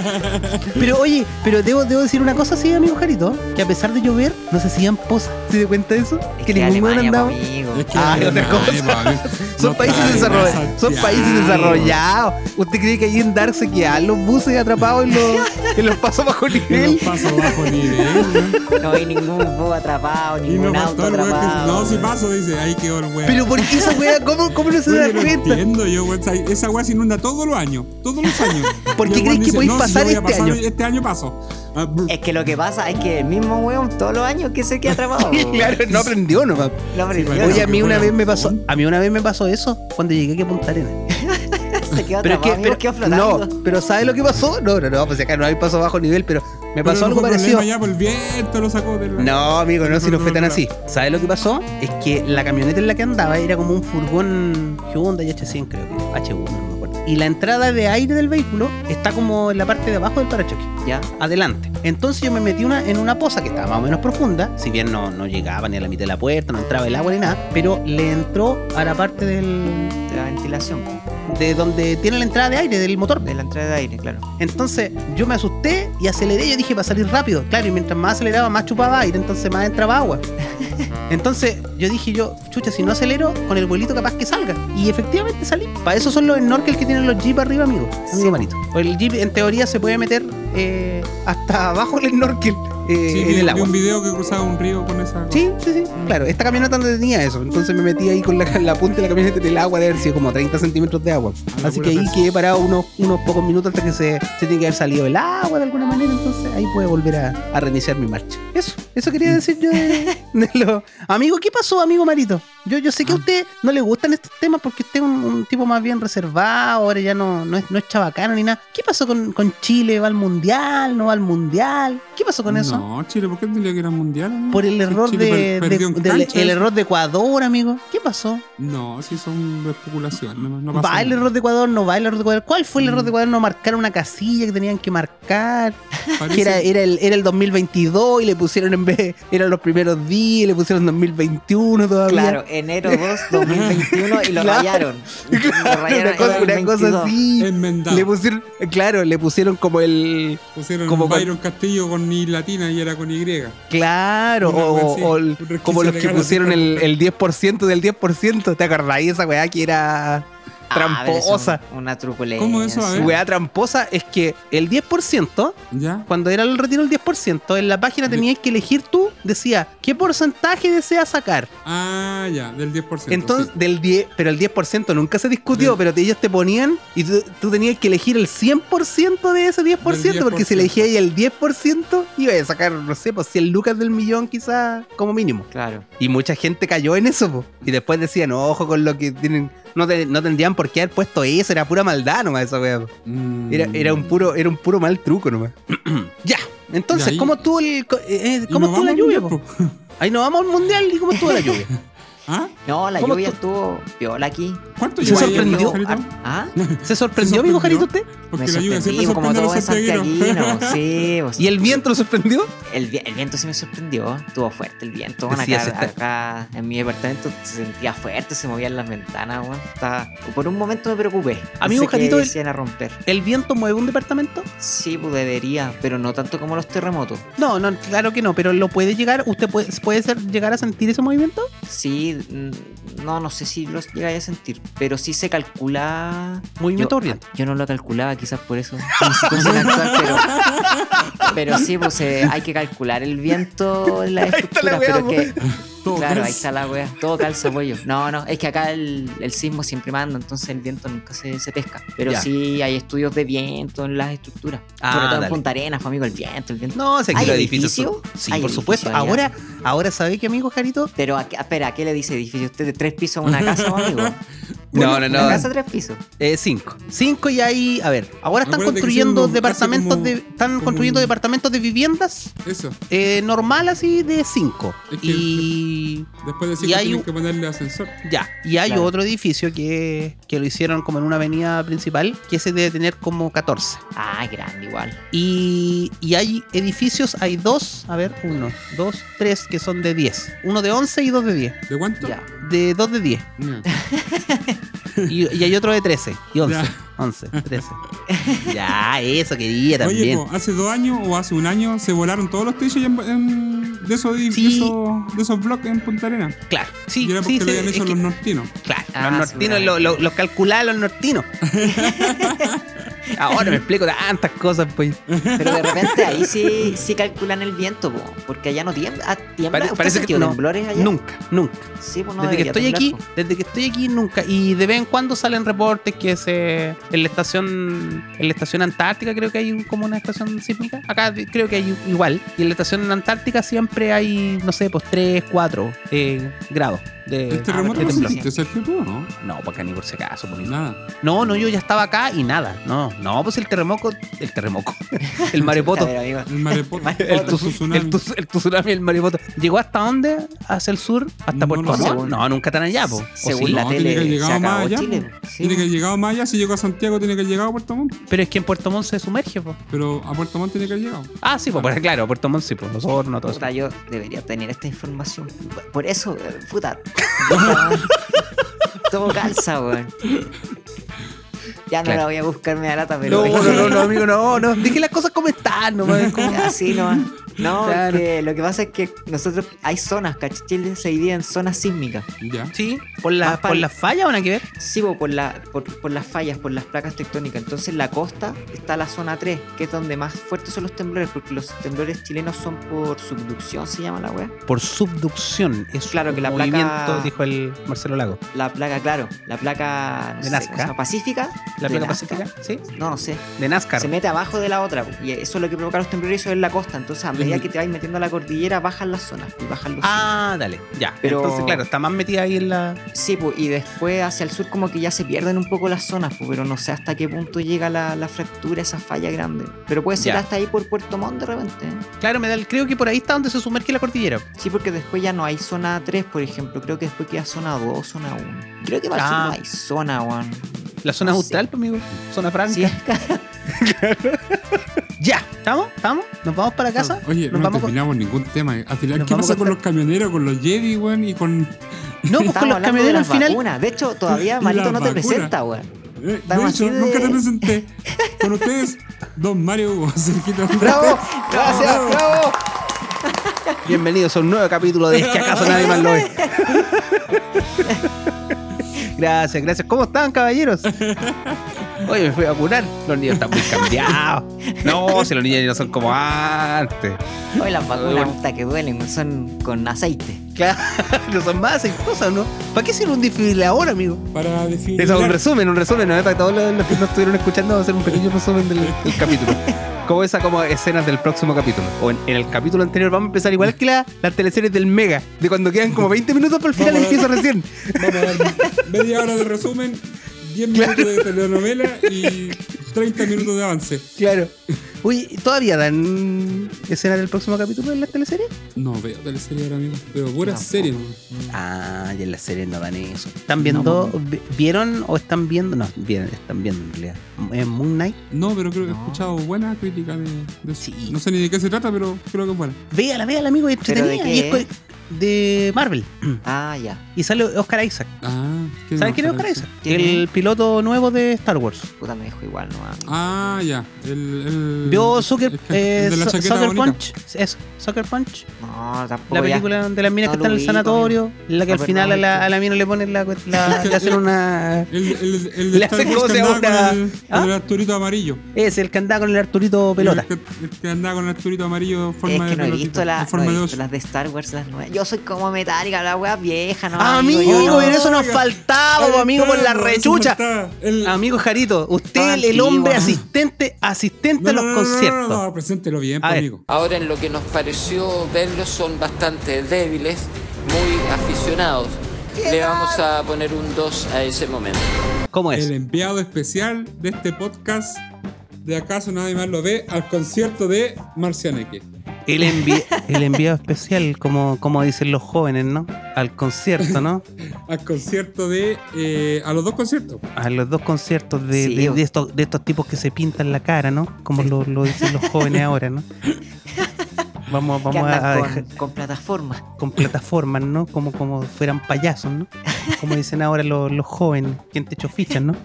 [SPEAKER 6] pero oye, pero debo, debo decir una cosa sí, amigo Jarito, que a pesar de llover, no se hacían posas. ¿Se dio cuenta de eso?
[SPEAKER 2] Es que
[SPEAKER 6] que ningún weón
[SPEAKER 2] Alemania, po,
[SPEAKER 6] andaba.
[SPEAKER 2] amigo.
[SPEAKER 3] Es que
[SPEAKER 6] Ah,
[SPEAKER 3] no
[SPEAKER 6] otra
[SPEAKER 3] nadie,
[SPEAKER 6] cosa.
[SPEAKER 3] pa, a ver.
[SPEAKER 6] Son
[SPEAKER 3] No
[SPEAKER 6] países
[SPEAKER 3] trae
[SPEAKER 6] desarrollados.
[SPEAKER 3] nada,
[SPEAKER 6] Son países
[SPEAKER 3] Santiago.
[SPEAKER 6] desarrollados. ¿Usted cree que allí en Dark se quedan los buses atrapados en los, en los pasos bajo
[SPEAKER 3] En
[SPEAKER 6] nivel?
[SPEAKER 3] los pasos bajo nivel, weón.
[SPEAKER 2] No hay ningún bus atrapado,
[SPEAKER 3] Y no
[SPEAKER 2] ningún auto
[SPEAKER 3] pasó el weón que
[SPEAKER 2] atrapado.
[SPEAKER 3] No, si paso, dice. Ahí quedó el weón.
[SPEAKER 6] Pero ¿por qué esa weá? ¿Cómo, cómo no se
[SPEAKER 3] Weón,
[SPEAKER 6] da
[SPEAKER 3] yo no
[SPEAKER 6] cuenta?
[SPEAKER 3] entiendo yo, weón. Esa- Esa weá se inunda todos los años. Todos los años.
[SPEAKER 6] ¿Por
[SPEAKER 3] Y
[SPEAKER 6] qué
[SPEAKER 3] el
[SPEAKER 6] crees
[SPEAKER 3] weón
[SPEAKER 6] que
[SPEAKER 3] dice,
[SPEAKER 6] podéis
[SPEAKER 3] "No, si
[SPEAKER 6] pasar
[SPEAKER 3] yo voy a
[SPEAKER 6] este año?" Eh,
[SPEAKER 3] Este año paso. Ah, brr.
[SPEAKER 2] Es que lo que pasa es que el mismo weón todos los años que se queda atrapado.
[SPEAKER 6] Claro, no aprendió nomás.
[SPEAKER 2] Lo aprendió,
[SPEAKER 3] bueno,
[SPEAKER 6] Oye, a mí
[SPEAKER 3] que
[SPEAKER 6] una
[SPEAKER 3] fuera
[SPEAKER 6] vez me pasó,
[SPEAKER 3] huevón.
[SPEAKER 6] a mí una vez me pasó eso cuando llegué aquí a Punta Arenas.
[SPEAKER 2] se quedó
[SPEAKER 6] Pero es que,
[SPEAKER 2] atrapado, amigo, quedó
[SPEAKER 6] pero-
[SPEAKER 2] flotando.
[SPEAKER 6] no, pero ¿sabes lo que pasó? No, no, no, pues acá no hay paso bajo nivel, pero me
[SPEAKER 3] Pero
[SPEAKER 6] pasó
[SPEAKER 3] no
[SPEAKER 6] algo
[SPEAKER 3] fue
[SPEAKER 6] parecido.
[SPEAKER 3] problema Ya por el viento lo sacó del-
[SPEAKER 6] No, amigo, no, si no fue tan
[SPEAKER 3] Claro.
[SPEAKER 6] así. ¿Sabes lo que pasó? Es que la camioneta en la que andaba era como un furgón Hyundai H100, creo que. H1, no me acuerdo. Y la entrada de aire del vehículo está como en la parte de abajo del parachoque,
[SPEAKER 2] Ya,
[SPEAKER 6] adelante. Entonces yo me metí una, en una poza que estaba más o menos profunda, si bien no, no llegaba ni a la mitad de la puerta, no entraba el agua ni nada, pero le entró a la parte del,
[SPEAKER 2] de la ventilación,
[SPEAKER 6] de donde tiene la entrada de aire del motor.
[SPEAKER 2] de la entrada de aire, claro.
[SPEAKER 6] Entonces yo me asusté y aceleré. Yo dije para salir rápido. Claro, y mientras más aceleraba, más chupaba aire, entonces más entraba agua. Entonces yo dije yo, chucha, si no acelero, con el vuelito capaz que salga. Y efectivamente salí. Para eso son los snorkel que tienen los jeep arriba, amigo. Amigo
[SPEAKER 2] Sí.
[SPEAKER 6] manito. El jeep en teoría se puede meter eh, hasta abajo el snorkel eh,
[SPEAKER 3] Sí,
[SPEAKER 6] en
[SPEAKER 3] vi,
[SPEAKER 6] el
[SPEAKER 3] vi
[SPEAKER 6] agua.
[SPEAKER 3] un video que cruzaba un río con esa.
[SPEAKER 6] Sí, sí, sí, claro. Esta camioneta no tenía eso. Entonces me metí ahí con la, la punta de la camioneta en el agua de haber sido como 30 centímetros de agua.
[SPEAKER 3] Ah, la
[SPEAKER 6] Así
[SPEAKER 3] pura
[SPEAKER 6] que ahí
[SPEAKER 3] persona.
[SPEAKER 6] quedé parado unos, unos pocos minutos hasta que se, se tiene que haber salido el agua de alguna manera. Entonces ahí pude volver a, a reiniciar mi marcha. Eso, eso
[SPEAKER 3] Mm.
[SPEAKER 6] quería decir yo de, de lo- Amigo, ¿qué pasó, amigo Marito? Yo, yo sé que a
[SPEAKER 3] Ah.
[SPEAKER 6] usted no le gustan estos temas porque usted es un, un tipo más bien reservado, ahora ya no, no, es, no es chabacano ni nada. ¿Qué pasó con, con Chile? ¿Va al mundial? ¿No va al mundial? ¿Qué pasó con eso?
[SPEAKER 3] No, Chile, ¿por qué diría que era mundial? amigo?
[SPEAKER 6] Por el
[SPEAKER 3] Si
[SPEAKER 6] error
[SPEAKER 3] Chile
[SPEAKER 6] de,
[SPEAKER 3] per-
[SPEAKER 6] de-
[SPEAKER 3] perdió en
[SPEAKER 6] del-
[SPEAKER 3] cancha,
[SPEAKER 6] el
[SPEAKER 3] eso.
[SPEAKER 6] error de Ecuador, amigo. ¿Qué pasó?
[SPEAKER 3] No, sí son especulaciones. No, no pasa
[SPEAKER 6] ¿Va el
[SPEAKER 3] nada.
[SPEAKER 6] error de Ecuador? ¿No va el error de Ecuador? ¿Cuál fue el error de
[SPEAKER 2] Mm.
[SPEAKER 6] Ecuador? ¿No marcar una casilla que tenían que marcar? Que
[SPEAKER 3] Parece-
[SPEAKER 6] era, era, el, era el 2022 y le pusieron en vez... Eran los primeros días y le pusieron 2021 todavía.
[SPEAKER 2] Claro, enero 2, 2021 y lo
[SPEAKER 6] Claro.
[SPEAKER 2] rayaron. Lo
[SPEAKER 6] Claro,
[SPEAKER 2] rayaron
[SPEAKER 6] una, cosa,
[SPEAKER 2] en el
[SPEAKER 6] una cosa
[SPEAKER 2] 22.
[SPEAKER 6] así.
[SPEAKER 3] Enmendado.
[SPEAKER 6] Le pusieron... Claro, le pusieron como el...
[SPEAKER 3] Pusieron
[SPEAKER 6] como con-
[SPEAKER 3] Byron Castillo con I latina y era con Y.
[SPEAKER 6] Claro,
[SPEAKER 3] Una
[SPEAKER 6] o,
[SPEAKER 3] wea así,
[SPEAKER 6] o el-
[SPEAKER 3] un resquicio
[SPEAKER 6] como los que
[SPEAKER 3] legal así
[SPEAKER 6] pusieron
[SPEAKER 3] por-
[SPEAKER 6] el, el 10% del 10%. ¿Te acordáis esa weá que era
[SPEAKER 2] Ah, pero eso
[SPEAKER 6] tramposa?
[SPEAKER 2] es Una truculencia.
[SPEAKER 3] ¿Cómo eso? A ver.
[SPEAKER 6] Weá tramposa es que el 10%,
[SPEAKER 3] ¿Ya?
[SPEAKER 6] cuando era el retiro del 10%, en la página tenías que elegir tú, decía, ¿qué porcentaje deseas sacar?
[SPEAKER 3] Ah, ya, del 10%.
[SPEAKER 6] Entonces,
[SPEAKER 3] sí.
[SPEAKER 6] del 10, pero el 10% nunca se discutió,
[SPEAKER 3] Sí.
[SPEAKER 6] pero te- ellos te ponían y tú, tú tenías que elegir el 100% de ese 10%, porque si
[SPEAKER 3] 10%.
[SPEAKER 6] elegías el 10%, ibas a sacar, no sé, pues 100 lucas del millón quizás como mínimo.
[SPEAKER 2] Claro.
[SPEAKER 6] Y mucha gente cayó en eso, po. Y después decían, ojo con lo que tienen. No, te- no tendrían por qué haber puesto eso, era pura maldad nomás esa weá. po.
[SPEAKER 3] Mm.
[SPEAKER 6] Era, era un puro, era un puro mal truco nomás. ya. Entonces,
[SPEAKER 3] Ya, y-
[SPEAKER 6] ¿cómo estuvo el co- eh, eh,
[SPEAKER 3] ¿Y
[SPEAKER 6] cómo
[SPEAKER 3] nos
[SPEAKER 6] estuvo la
[SPEAKER 3] vamos,
[SPEAKER 6] lluvia?
[SPEAKER 3] ya,
[SPEAKER 6] po?
[SPEAKER 3] po?
[SPEAKER 6] Ahí nos vamos al mundial y cómo estuvo la lluvia.
[SPEAKER 3] ¿Ah?
[SPEAKER 2] No, la
[SPEAKER 6] ¿Cómo
[SPEAKER 2] lluvia
[SPEAKER 6] tú-
[SPEAKER 2] estuvo piola aquí.
[SPEAKER 3] ¿Cuánto
[SPEAKER 6] Se
[SPEAKER 3] llegó ayer,
[SPEAKER 6] sorprendió.
[SPEAKER 3] Carito?
[SPEAKER 2] ¿Ah?
[SPEAKER 6] ¿Se sorprendió, amigo Jarito, usted?
[SPEAKER 3] Porque
[SPEAKER 2] me
[SPEAKER 3] la lluvia siempre
[SPEAKER 2] sorprendí, como
[SPEAKER 3] sorprende a
[SPEAKER 2] todo
[SPEAKER 3] los
[SPEAKER 2] en santiaguino.
[SPEAKER 3] santiaguinos.
[SPEAKER 2] Sí, vos-
[SPEAKER 6] ¿Y el viento lo sorprendió?
[SPEAKER 2] El, vi- el viento sí me sorprendió. Estuvo fuerte el viento. bueno,
[SPEAKER 6] Sí,
[SPEAKER 2] acá,
[SPEAKER 6] ese está-
[SPEAKER 2] acá en mi departamento se sentía fuerte, se movían las ventanas. bueno, estaba- Por un momento me preocupé. Pensé
[SPEAKER 6] Amigo
[SPEAKER 2] que
[SPEAKER 6] Jarito, el-
[SPEAKER 2] se iban a romper.
[SPEAKER 6] ¿El viento mueve un departamento?
[SPEAKER 2] Sí, pues debería, pero no tanto como los terremotos.
[SPEAKER 6] No, no, claro que no, pero lo puede llegar, ¿usted puede, puede ser, llegar a sentir ese movimiento?
[SPEAKER 2] Sí, mm, no, no sé si los llegáis a sentir, pero sí se calcula.
[SPEAKER 6] Movimiento
[SPEAKER 2] yo, ah,
[SPEAKER 6] corriente.
[SPEAKER 2] Yo no lo calculaba, quizás por eso. No sé cómo se va a actuar, pero, pero sí, pues eh, hay que calcular el viento en la
[SPEAKER 6] está la
[SPEAKER 2] estructura, pero
[SPEAKER 6] wea, pues.
[SPEAKER 2] que.
[SPEAKER 3] Todo
[SPEAKER 2] claro, ahí
[SPEAKER 3] calza.
[SPEAKER 2] está la wea. Todo calza, pollo. No, no, es que acá el, el sismo siempre manda, entonces el viento nunca se, se pesca. Pero
[SPEAKER 6] Ya.
[SPEAKER 2] sí hay estudios de viento en las estructuras.
[SPEAKER 6] Ah,
[SPEAKER 2] Sobre todo
[SPEAKER 6] dale.
[SPEAKER 2] en Punta Arenas, pues, amigo, el viento, el viento.
[SPEAKER 6] No, se
[SPEAKER 2] ¿Hay
[SPEAKER 6] quitó edificios.
[SPEAKER 2] edificio?
[SPEAKER 6] ah, Sí,
[SPEAKER 2] ¿Hay
[SPEAKER 6] por supuesto.
[SPEAKER 2] edificio allá?
[SPEAKER 6] Ahora, ahora sabe que, amigo Jarito,
[SPEAKER 2] Pero, ¿a qué- espera, ¿a qué le dice edificio? ¿Usted de tres pisos a una casa, pues, amigo?
[SPEAKER 6] No, no, no.
[SPEAKER 2] Una casa tres pisos.
[SPEAKER 6] Eh, cinco. Cinco y hay. A ver, ahora
[SPEAKER 3] Acuérdate
[SPEAKER 6] están
[SPEAKER 3] que
[SPEAKER 6] construyendo
[SPEAKER 3] hicieron casi
[SPEAKER 6] departamentos
[SPEAKER 3] como-
[SPEAKER 6] de. Están
[SPEAKER 3] como
[SPEAKER 6] construyendo
[SPEAKER 3] un-
[SPEAKER 6] departamentos de viviendas
[SPEAKER 3] Eso.
[SPEAKER 6] eh, normal así de cinco.
[SPEAKER 3] Es que-
[SPEAKER 6] Y.
[SPEAKER 3] Después de
[SPEAKER 6] Y
[SPEAKER 3] decir que
[SPEAKER 6] hay
[SPEAKER 3] tienen
[SPEAKER 6] un-
[SPEAKER 3] que ponerle ascensor.
[SPEAKER 6] Ya, y hay
[SPEAKER 2] Claro.
[SPEAKER 6] otro edificio que, que lo hicieron como en una avenida principal, que ese debe tener como 14.
[SPEAKER 2] Ah, grande igual.
[SPEAKER 6] Y, y hay edificios, hay dos, a ver, uno, dos, tres, que son de 10. Uno de 11 y dos de 10.
[SPEAKER 3] ¿De cuánto?
[SPEAKER 2] Ya.
[SPEAKER 6] De dos de 10.
[SPEAKER 3] Ya.
[SPEAKER 6] Y, y hay otro de 13 y 11.
[SPEAKER 3] Ya.
[SPEAKER 6] 11, 13. ya, eso quería
[SPEAKER 3] Oye,
[SPEAKER 6] también.
[SPEAKER 3] po, hace dos años o hace un año se volaron todos los techos en, en, esos, de esos, de
[SPEAKER 6] Sí.
[SPEAKER 3] esos, de esos blogs en Punta Arena.
[SPEAKER 6] Claro,
[SPEAKER 3] Y
[SPEAKER 6] sí,
[SPEAKER 3] era porque
[SPEAKER 6] sí, sí,
[SPEAKER 3] lo habían
[SPEAKER 6] es
[SPEAKER 3] hecho
[SPEAKER 6] que-
[SPEAKER 3] los nortinos.
[SPEAKER 6] Claro,
[SPEAKER 2] Ah,
[SPEAKER 6] los nortinos,
[SPEAKER 2] seguramente.
[SPEAKER 6] los lo, lo calculaba los nortinos. Ahora me explico tantas cosas, pues.
[SPEAKER 2] Pero de repente ahí sí, sí calculan el viento, po, porque allá no tiembla. Ah, tiembla.
[SPEAKER 6] Pare-
[SPEAKER 2] ¿Usted
[SPEAKER 6] parece que
[SPEAKER 2] sintió
[SPEAKER 6] no,
[SPEAKER 2] temblores allá?
[SPEAKER 6] nunca, nunca.
[SPEAKER 2] Sí, pues no
[SPEAKER 6] desde que
[SPEAKER 2] debería
[SPEAKER 6] estoy
[SPEAKER 2] temblar,
[SPEAKER 6] aquí,
[SPEAKER 2] po.
[SPEAKER 6] desde que estoy aquí nunca. Y de vez en cuando salen reportes que se en la estación, en la estación antártica creo que hay un- como una estación sísmica. Acá de- creo que hay igual. Y en la estación antártica siempre hay, no sé, pues 3, 4 grados de,
[SPEAKER 3] ¿El terremoto
[SPEAKER 6] de
[SPEAKER 3] lo
[SPEAKER 6] temblor.
[SPEAKER 3] sentiste, Sergio, tú o no?
[SPEAKER 6] No, porque ni por si acaso, por mi-
[SPEAKER 3] Nada.
[SPEAKER 6] No, no, yo ya estaba acá y nada. No, no, pues el terremoto, el terremoto, el marepoto.
[SPEAKER 2] A ver, amigo.
[SPEAKER 3] El marepoto.
[SPEAKER 6] El,
[SPEAKER 3] tu
[SPEAKER 6] tuz-
[SPEAKER 3] tsunami.
[SPEAKER 6] el tuz- el tsunami, el maripoto. ¿Llegó hasta dónde? ¿Hacia el sur? ¿Hasta
[SPEAKER 3] No
[SPEAKER 6] Puerto
[SPEAKER 3] lo sé.
[SPEAKER 6] Montt? No, nunca tan allá, po. ¿O
[SPEAKER 2] Según
[SPEAKER 6] sí?
[SPEAKER 2] la
[SPEAKER 3] No, tiene que haber
[SPEAKER 2] tele, se
[SPEAKER 3] llegado más
[SPEAKER 2] acabó
[SPEAKER 3] allá,
[SPEAKER 2] Chile. po. Sí,
[SPEAKER 3] Tiene que haber llegado más allá. Si llegó a Santiago, tiene que haber llegado a Puerto Montt.
[SPEAKER 6] Pero es que en Puerto Montt se sumerge, po.
[SPEAKER 3] Pero a Puerto Montt tiene que haber llegado.
[SPEAKER 6] Ah, sí, pues claro, Puerto Montt sí, pues nosotros no todos.
[SPEAKER 2] Puta, yo debería tener esta información. Por eso, eh, puta. Tomo calza, weón. Ya no
[SPEAKER 6] Claro.
[SPEAKER 2] la voy a buscar, me da lata, pero.
[SPEAKER 6] amigo, no, no. Dije las cosas como están, no
[SPEAKER 2] Así nomás. No,
[SPEAKER 6] Claro.
[SPEAKER 2] que lo que pasa es que nosotros hay zonas, ¿cachai? Chile se divide en zonas sísmicas.
[SPEAKER 3] Ya.
[SPEAKER 6] Sí, por las
[SPEAKER 2] Más
[SPEAKER 6] por
[SPEAKER 2] pal-
[SPEAKER 6] las fallas van a que ver.
[SPEAKER 2] Sí, po, por, la, por, por las fallas, por las placas tectónicas. Entonces, la costa está la zona 3, que es donde más fuertes son los temblores, porque los temblores chilenos son por subducción, se llama la weá.
[SPEAKER 6] Por subducción. Es
[SPEAKER 2] Claro que la
[SPEAKER 6] un
[SPEAKER 2] placa-
[SPEAKER 6] movimiento, dijo el Marcelo Lago.
[SPEAKER 2] La placa, claro, la placa. no
[SPEAKER 6] De
[SPEAKER 2] sé,
[SPEAKER 6] Nazca.
[SPEAKER 2] ¿cómo se llama? ¿Pacífica?
[SPEAKER 6] La
[SPEAKER 2] ¿De
[SPEAKER 6] placa
[SPEAKER 2] Nazca?
[SPEAKER 6] pacífica, ¿sí?
[SPEAKER 2] No, no sé.
[SPEAKER 6] De NASCAR.
[SPEAKER 2] Se mete abajo de la otra. po, Y eso es lo que provoca los temblores y eso es la costa. Entonces, a medida que te vas metiendo a la cordillera, bajan las zonas y bajan los.
[SPEAKER 6] Ah, dale, ya.
[SPEAKER 2] Pero-
[SPEAKER 6] Entonces, claro, está más metida ahí en la.
[SPEAKER 2] Sí, pues, y después hacia el sur como que ya se pierden un poco las zonas, pues, pero no sé hasta qué punto llega la, la fractura, esa falla grande. Pero puede ser
[SPEAKER 6] Ya.
[SPEAKER 2] hasta ahí por Puerto Montt de repente. ¿eh?
[SPEAKER 6] Claro, me da el- creo que por ahí está donde se sumerge la cordillera.
[SPEAKER 2] Sí, porque después ya no hay zona 3, por ejemplo. Creo que después queda zona 2, zona 1. Creo que para el sur
[SPEAKER 6] Ah.
[SPEAKER 2] no hay zona, weón.
[SPEAKER 6] La zona
[SPEAKER 2] No sé.
[SPEAKER 6] austral, pues, amigo. Zona franca.
[SPEAKER 2] Sí,
[SPEAKER 6] Ya, ¿estamos? ¿Estamos? ¿Nos vamos para casa?
[SPEAKER 3] Oye,
[SPEAKER 6] ¿Nos
[SPEAKER 3] no
[SPEAKER 6] vamos con-
[SPEAKER 3] terminamos ningún tema. Al final,
[SPEAKER 6] Nos
[SPEAKER 3] ¿qué
[SPEAKER 6] vamos
[SPEAKER 3] pasa
[SPEAKER 6] con-
[SPEAKER 3] con los camioneros, con los Jedi, weón? Y con.
[SPEAKER 6] No, pues
[SPEAKER 2] estamos
[SPEAKER 6] con los
[SPEAKER 2] hablando de
[SPEAKER 6] camioneros al
[SPEAKER 2] las
[SPEAKER 6] final.
[SPEAKER 2] vacunas. De hecho, todavía
[SPEAKER 3] Las
[SPEAKER 2] Marito no te
[SPEAKER 3] vacunas.
[SPEAKER 2] presenta, weón.
[SPEAKER 3] Eh, de
[SPEAKER 2] Estamos
[SPEAKER 3] hecho,
[SPEAKER 2] así de-
[SPEAKER 3] nunca te presenté. Con ustedes, Don Mario Hugo. Sergito.
[SPEAKER 6] ¡Gracias! ¡Bravo! Bienvenidos a un nuevo capítulo de Es que acaso nadie más lo ve. Gracias, gracias. ¿Cómo están, caballeros? Oye, me fui a vacunar. Los niños están muy cambiados. No, si los niños ya no son como antes.
[SPEAKER 2] Hoy las vacunas,
[SPEAKER 6] Bueno.
[SPEAKER 2] puta, que duelen, son con aceite.
[SPEAKER 6] Claro, no son más aceitosas, ¿no? ¿Para qué sirve un desfibrilador, amigo?
[SPEAKER 3] Para definir.
[SPEAKER 6] Eso es un resumen, un resumen, ¿no? Para todos los, los que no estuvieron escuchando, va a ser un pequeño resumen del, del capítulo. Como esa, como escenas del próximo capítulo. O en, en el capítulo anterior vamos a empezar igual que la- las teleseries del Mega, de cuando quedan como 20 minutos para el final
[SPEAKER 3] Vamos a ver.
[SPEAKER 6] empieza recién.
[SPEAKER 3] Vamos a dar media hora de resumen, 10 minutos de telenovela y 30 minutos de avance.
[SPEAKER 6] Claro. Uy, ¿todavía dan escenas del próximo capítulo en las teleseries?
[SPEAKER 3] No veo teleserie ahora mismo, pero pura
[SPEAKER 2] Tampoco.
[SPEAKER 3] serie, man.
[SPEAKER 6] Ah, y en las series no dan eso. ¿Están viendo, vi- vieron o están viendo? No, vieron, están viendo en realidad. ¿Es Moon Knight?
[SPEAKER 3] No, pero creo que he
[SPEAKER 2] No.
[SPEAKER 3] escuchado buena crítica de, de eso.
[SPEAKER 6] Sí.
[SPEAKER 3] No sé ni de qué se trata, pero creo que es buena.
[SPEAKER 6] Véala, véala, amigo, es
[SPEAKER 2] ¿Pero de
[SPEAKER 6] entretenida. y
[SPEAKER 2] qué
[SPEAKER 6] es co- de Marvel.
[SPEAKER 2] Ah, ya.
[SPEAKER 6] Y sale Oscar Isaac.
[SPEAKER 3] Ah, ¿qué
[SPEAKER 6] ¿Sabes quién es
[SPEAKER 3] otra
[SPEAKER 6] Oscar Isaac?
[SPEAKER 2] ¿Quién
[SPEAKER 6] El piloto nuevo de Star Wars.
[SPEAKER 2] Puta, me dejó igual, no. Ah.
[SPEAKER 3] Ah, ya. El, el,
[SPEAKER 6] ¿Vio Zucker,
[SPEAKER 3] el Mm, que- el de la chaqueta
[SPEAKER 6] Soccer
[SPEAKER 3] bonita.
[SPEAKER 6] Punch? Eso, Soccer Punch.
[SPEAKER 2] No, tampoco.
[SPEAKER 6] La
[SPEAKER 2] Oh, ya.
[SPEAKER 6] película de las minas
[SPEAKER 2] No
[SPEAKER 6] que
[SPEAKER 2] lo Ah,
[SPEAKER 6] están en el
[SPEAKER 2] ubico,
[SPEAKER 6] sanatorio. en La que
[SPEAKER 2] No,
[SPEAKER 6] al
[SPEAKER 2] pero
[SPEAKER 6] final
[SPEAKER 2] no
[SPEAKER 6] a, la,
[SPEAKER 2] ubico.
[SPEAKER 6] a la mina le ponen la. la- le hacen una.
[SPEAKER 3] El, el, el de
[SPEAKER 6] Le
[SPEAKER 3] Star
[SPEAKER 6] hacen
[SPEAKER 3] Wars
[SPEAKER 6] como
[SPEAKER 3] que
[SPEAKER 6] sea
[SPEAKER 3] andaba con
[SPEAKER 6] una-
[SPEAKER 3] el,
[SPEAKER 6] ¿Ah?
[SPEAKER 3] el Arturito amarillo.
[SPEAKER 6] Es el que andaba con el Arturito Pelota.
[SPEAKER 3] El que, el que andaba con el Arturito amarillo en
[SPEAKER 2] Es
[SPEAKER 3] forma
[SPEAKER 2] que
[SPEAKER 3] de
[SPEAKER 2] no he
[SPEAKER 3] pelotita,
[SPEAKER 2] visto, la-
[SPEAKER 3] en forma
[SPEAKER 2] no he
[SPEAKER 3] de
[SPEAKER 2] visto
[SPEAKER 3] oso.
[SPEAKER 2] las de Star Wars, las nuevas. Yo soy como metálica, la wea vieja, ¿no?
[SPEAKER 1] Ah,
[SPEAKER 6] Amigo,
[SPEAKER 2] yo no.
[SPEAKER 6] en eso nos
[SPEAKER 3] Oiga.
[SPEAKER 6] faltaba,
[SPEAKER 3] Ahí
[SPEAKER 6] amigo, por
[SPEAKER 3] está,
[SPEAKER 6] la
[SPEAKER 3] ahí
[SPEAKER 6] rechucha.
[SPEAKER 3] está. El-
[SPEAKER 6] Amigo Jarito, usted el
[SPEAKER 2] Antigua.
[SPEAKER 6] hombre asistente, asistente a los conciertos.
[SPEAKER 3] No, no, no, preséntelo bien,
[SPEAKER 6] A
[SPEAKER 3] pues,
[SPEAKER 6] ver.
[SPEAKER 3] amigo.
[SPEAKER 5] Ahora en lo que nos pareció verlos son bastante débiles, muy aficionados. Le vamos a poner un 2 a ese momento.
[SPEAKER 6] ¿Cómo es?
[SPEAKER 3] El enviado especial de este podcast de acaso nadie más lo ve al concierto de Marcianeque.
[SPEAKER 6] El, envi- el enviado especial, como, como dicen los jóvenes, ¿no? Al concierto, ¿no?
[SPEAKER 3] Al concierto de. eh, a los dos conciertos.
[SPEAKER 6] A los dos conciertos de,
[SPEAKER 2] Sí,
[SPEAKER 6] de-
[SPEAKER 2] o-
[SPEAKER 6] de estos, de estos tipos que se pintan la cara, ¿no? Como lo, lo dicen los jóvenes ahora, ¿no? Vamos,
[SPEAKER 2] Que
[SPEAKER 6] vamos
[SPEAKER 2] andan
[SPEAKER 6] a, a
[SPEAKER 2] con,
[SPEAKER 6] dejar
[SPEAKER 2] con plataformas.
[SPEAKER 6] con plataformas, ¿no? Como, como fueran payasos, ¿no? Como dicen ahora los, los jóvenes, quien te echó fichas, ¿no?